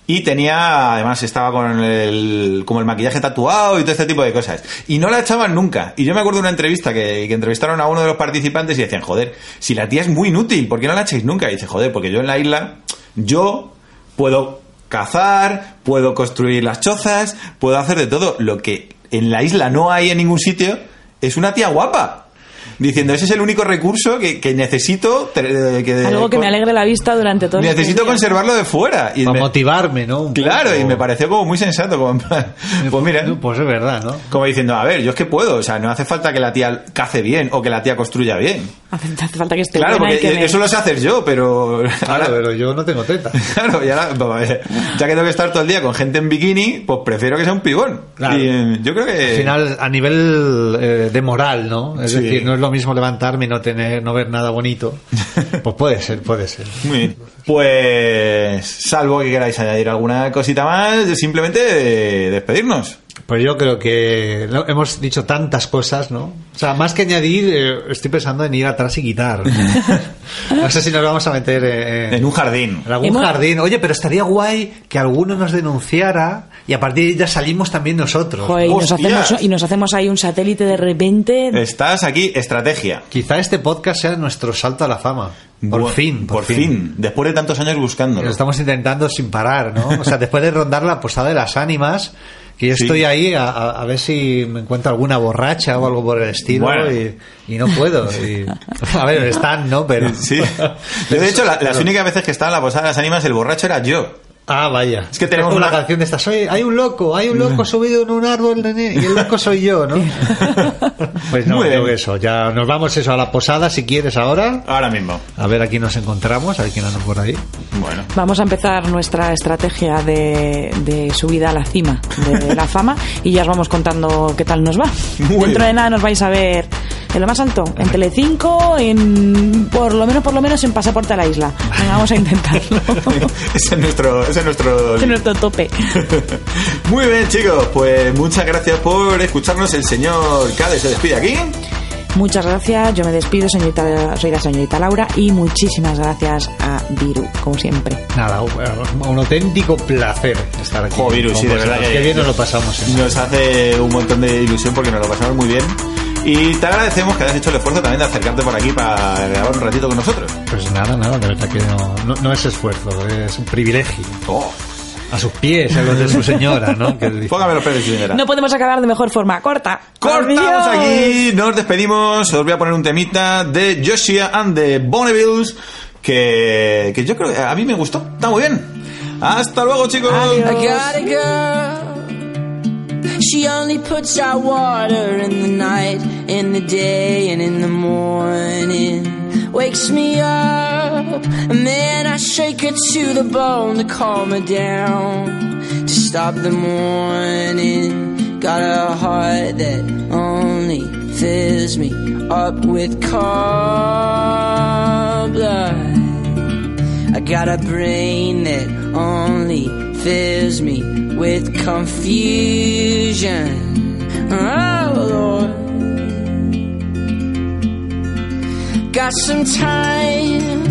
Speaker 3: y tenía, además estaba con el, como el maquillaje tatuado y todo este tipo de cosas. Y no la echaban nunca. Y yo me acuerdo de una entrevista que, que entrevistaron a uno de los participantes y decían, joder, si la tía es muy inútil, ¿por qué no la echáis nunca? Y dice, joder, porque yo en la isla, yo puedo cazar, puedo construir las chozas, puedo hacer de todo. Lo que en la isla no hay en ningún sitio es una tía guapa. diciendo, ese es el único recurso que, que necesito... eh, que-
Speaker 6: Algo que
Speaker 4: pues
Speaker 6: me
Speaker 3: con-
Speaker 6: alegre la vista durante todo este
Speaker 3: Necesito
Speaker 6: día.
Speaker 3: conservarlo de fuera. Y
Speaker 4: Para
Speaker 3: me-
Speaker 4: motivarme, ¿no? Un
Speaker 3: claro,
Speaker 4: poco.
Speaker 3: y me pareció como muy sensato. como en plan, pues mira,
Speaker 4: Pues es verdad, ¿no?
Speaker 3: como diciendo, a ver, yo es que puedo, o sea, no hace falta que la tía cace bien o que la tía construya bien.
Speaker 6: Hace, hace falta que esté
Speaker 3: Claro,
Speaker 6: buena y
Speaker 3: porque e-
Speaker 6: que me-
Speaker 3: eso lo sé hacer yo, pero
Speaker 4: Claro, pero yo no tengo teta.
Speaker 3: Claro, y ahora, vamos a ver, ya que tengo que estar todo el día con gente en bikini, pues prefiero que sea un pibón.
Speaker 4: Claro.
Speaker 3: Y, eh, yo creo que.
Speaker 4: Al final, a nivel eh, de moral, ¿no? Es
Speaker 3: Sí.
Speaker 4: decir, no es lo mismo levantarme y no tener, no ver nada bonito. Pues puede ser, puede ser.
Speaker 3: Muy bien. Pues, salvo que queráis añadir alguna cosita más, simplemente eh, despedirnos.
Speaker 4: Pues yo creo que lo- hemos dicho tantas cosas, ¿no? O sea, más que añadir, eh, estoy pensando en ir atrás y quitar. No sé si nos vamos a meter eh,
Speaker 3: En un jardín.
Speaker 4: en algún
Speaker 6: Hemos-
Speaker 4: jardín. Oye, pero estaría guay que alguno nos denunciara y a partir de ahí ya salimos también nosotros.
Speaker 6: Joder, y, nos
Speaker 3: Hostias.
Speaker 6: hacemos, y nos hacemos ahí un satélite de repente.
Speaker 3: Estás aquí, estrategia.
Speaker 4: Quizá este podcast sea nuestro salto a la fama. Por
Speaker 3: Bu-
Speaker 4: fin, por,
Speaker 3: fin. Después de tantos años buscándolo.
Speaker 4: Lo estamos intentando sin parar, ¿no? O sea, después de rondar la posada de las ánimas, que yo
Speaker 3: Sí.
Speaker 4: estoy ahí a, a- a ver si me encuentro alguna borracha o algo por el estilo
Speaker 3: Bueno.
Speaker 4: y, y no puedo. y- a ver, están, ¿no? Pero...
Speaker 3: Sí. Yo,
Speaker 4: Pero
Speaker 3: de
Speaker 4: eso-
Speaker 3: hecho, la- las
Speaker 4: pero-
Speaker 3: únicas veces que estaba en la posada de las ánimas, el borracho era yo.
Speaker 4: Ah, vaya.
Speaker 3: Es que tenemos
Speaker 4: una
Speaker 3: una-
Speaker 4: canción de estas. Oye, hay un loco, hay un loco subido en un árbol nene, y el loco soy yo, ¿no? Pues no,
Speaker 3: Muy
Speaker 4: creo
Speaker 3: bien.
Speaker 4: que eso. Ya nos vamos eso a la posada si quieres ahora.
Speaker 3: Ahora mismo.
Speaker 4: A ver a quién nos encontramos, a ver quién anda por ahí.
Speaker 3: Bueno.
Speaker 6: Vamos a empezar nuestra estrategia de, de subida a la cima de la fama y ya os vamos contando qué tal nos va.
Speaker 3: Muy
Speaker 6: Dentro de
Speaker 3: bien.
Speaker 6: nada nos vais a ver en lo más alto, en Telecinco, en por lo menos por lo menos en pasaporte a la isla. Venga, vamos a intentarlo.
Speaker 3: ese es nuestro, ese es nuestro
Speaker 6: Es nuestro tope.
Speaker 3: Muy bien, chicos, pues muchas gracias por escucharnos. El señor Cade se despide aquí.
Speaker 6: Muchas gracias, yo me despido, señorita, soy la señorita Laura y muchísimas gracias a Viru, como siempre.
Speaker 4: Nada, un, un auténtico placer estar aquí.
Speaker 3: Jo, Virus,
Speaker 4: con
Speaker 3: sí, de
Speaker 4: vosotros.
Speaker 3: verdad que-
Speaker 4: Qué bien nos lo pasamos. ¿eh?
Speaker 3: Nos hace un montón de ilusión porque nos lo pasamos muy bien. Y te agradecemos que hayas hecho el esfuerzo también de acercarte por aquí para grabar un ratito con nosotros.
Speaker 4: Pues nada, nada, de verdad que no, no, no es esfuerzo, es un privilegio.
Speaker 3: Oh,
Speaker 4: A sus pies, a los de su señora, ¿no? Que dice-
Speaker 3: póngame los pelos, señora.
Speaker 6: No podemos acabar de mejor forma. Corta.
Speaker 3: Cortamos
Speaker 6: Adiós.
Speaker 3: aquí, nos despedimos. Os voy a poner un temita de Joshua and the Bonnevilles que, que yo creo que a mí me gustó. Está muy bien. Hasta luego, chicos.
Speaker 8: I got a girl. She only puts out water in the night, in the day, and in the morning. Wakes me up, and then I shake her to the bone to calm her down, to stop the morning. Got a heart that only fills me up with cold blood. I got a brain that only fills me with confusion. Oh Lord, got some time,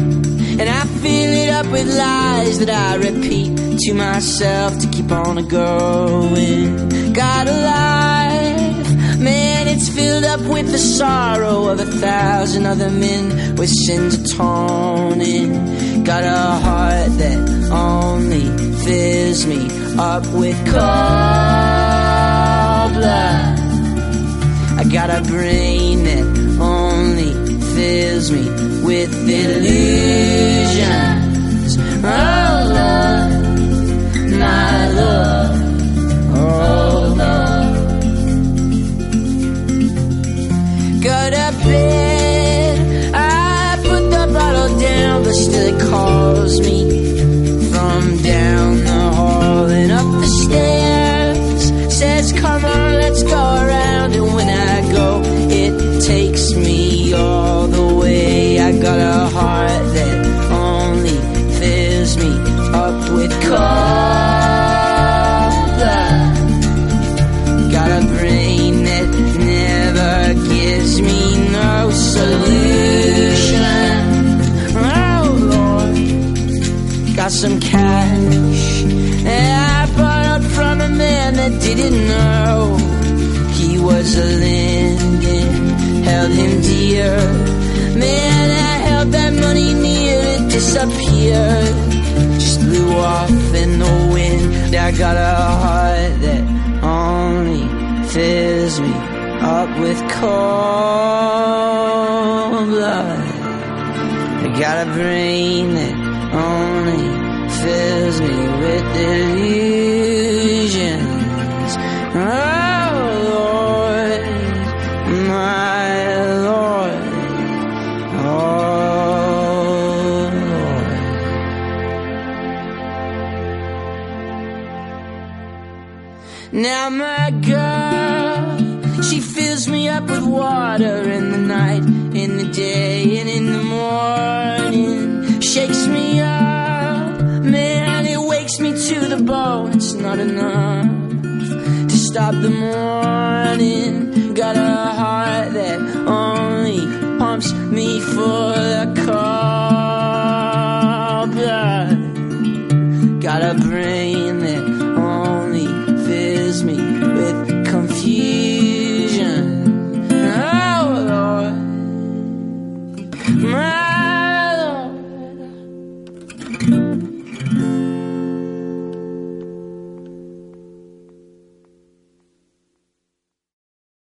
Speaker 8: and I fill it up with lies that I repeat to myself to keep on going. Got a life, man, it's filled up with the sorrow of a thousand other men with sins atoning. Got a heart that only fills me up with cold blood. I got a brain that only fills me with illusions. Oh, love, my love, oh, love. Go to bed, I put the bottle down, but still it calls me from down the hall and up the stairs. Says, come on, let's go around. And when I go, it takes me all the way. I got a heart that only fills me up with cold blood. Got a brain that never gives me no solution. Oh, Lord got some cash that I borrowed from a man that didn't know he was a Linden. Held him dear, man. I held that money near it disappeared. Just blew off in the wind. I got a heart that only fills me up with cold Got a brain that only fills me with delusions. Oh Lord, my Lord, oh Lord. Now my girl, she fills me up with water in the night, in the day, and in the morning. Shakes me up, man, it wakes me to the bone. It's not enough to stop the morning. Got a heart that only pumps me for the cold blood. Got a brain Oh,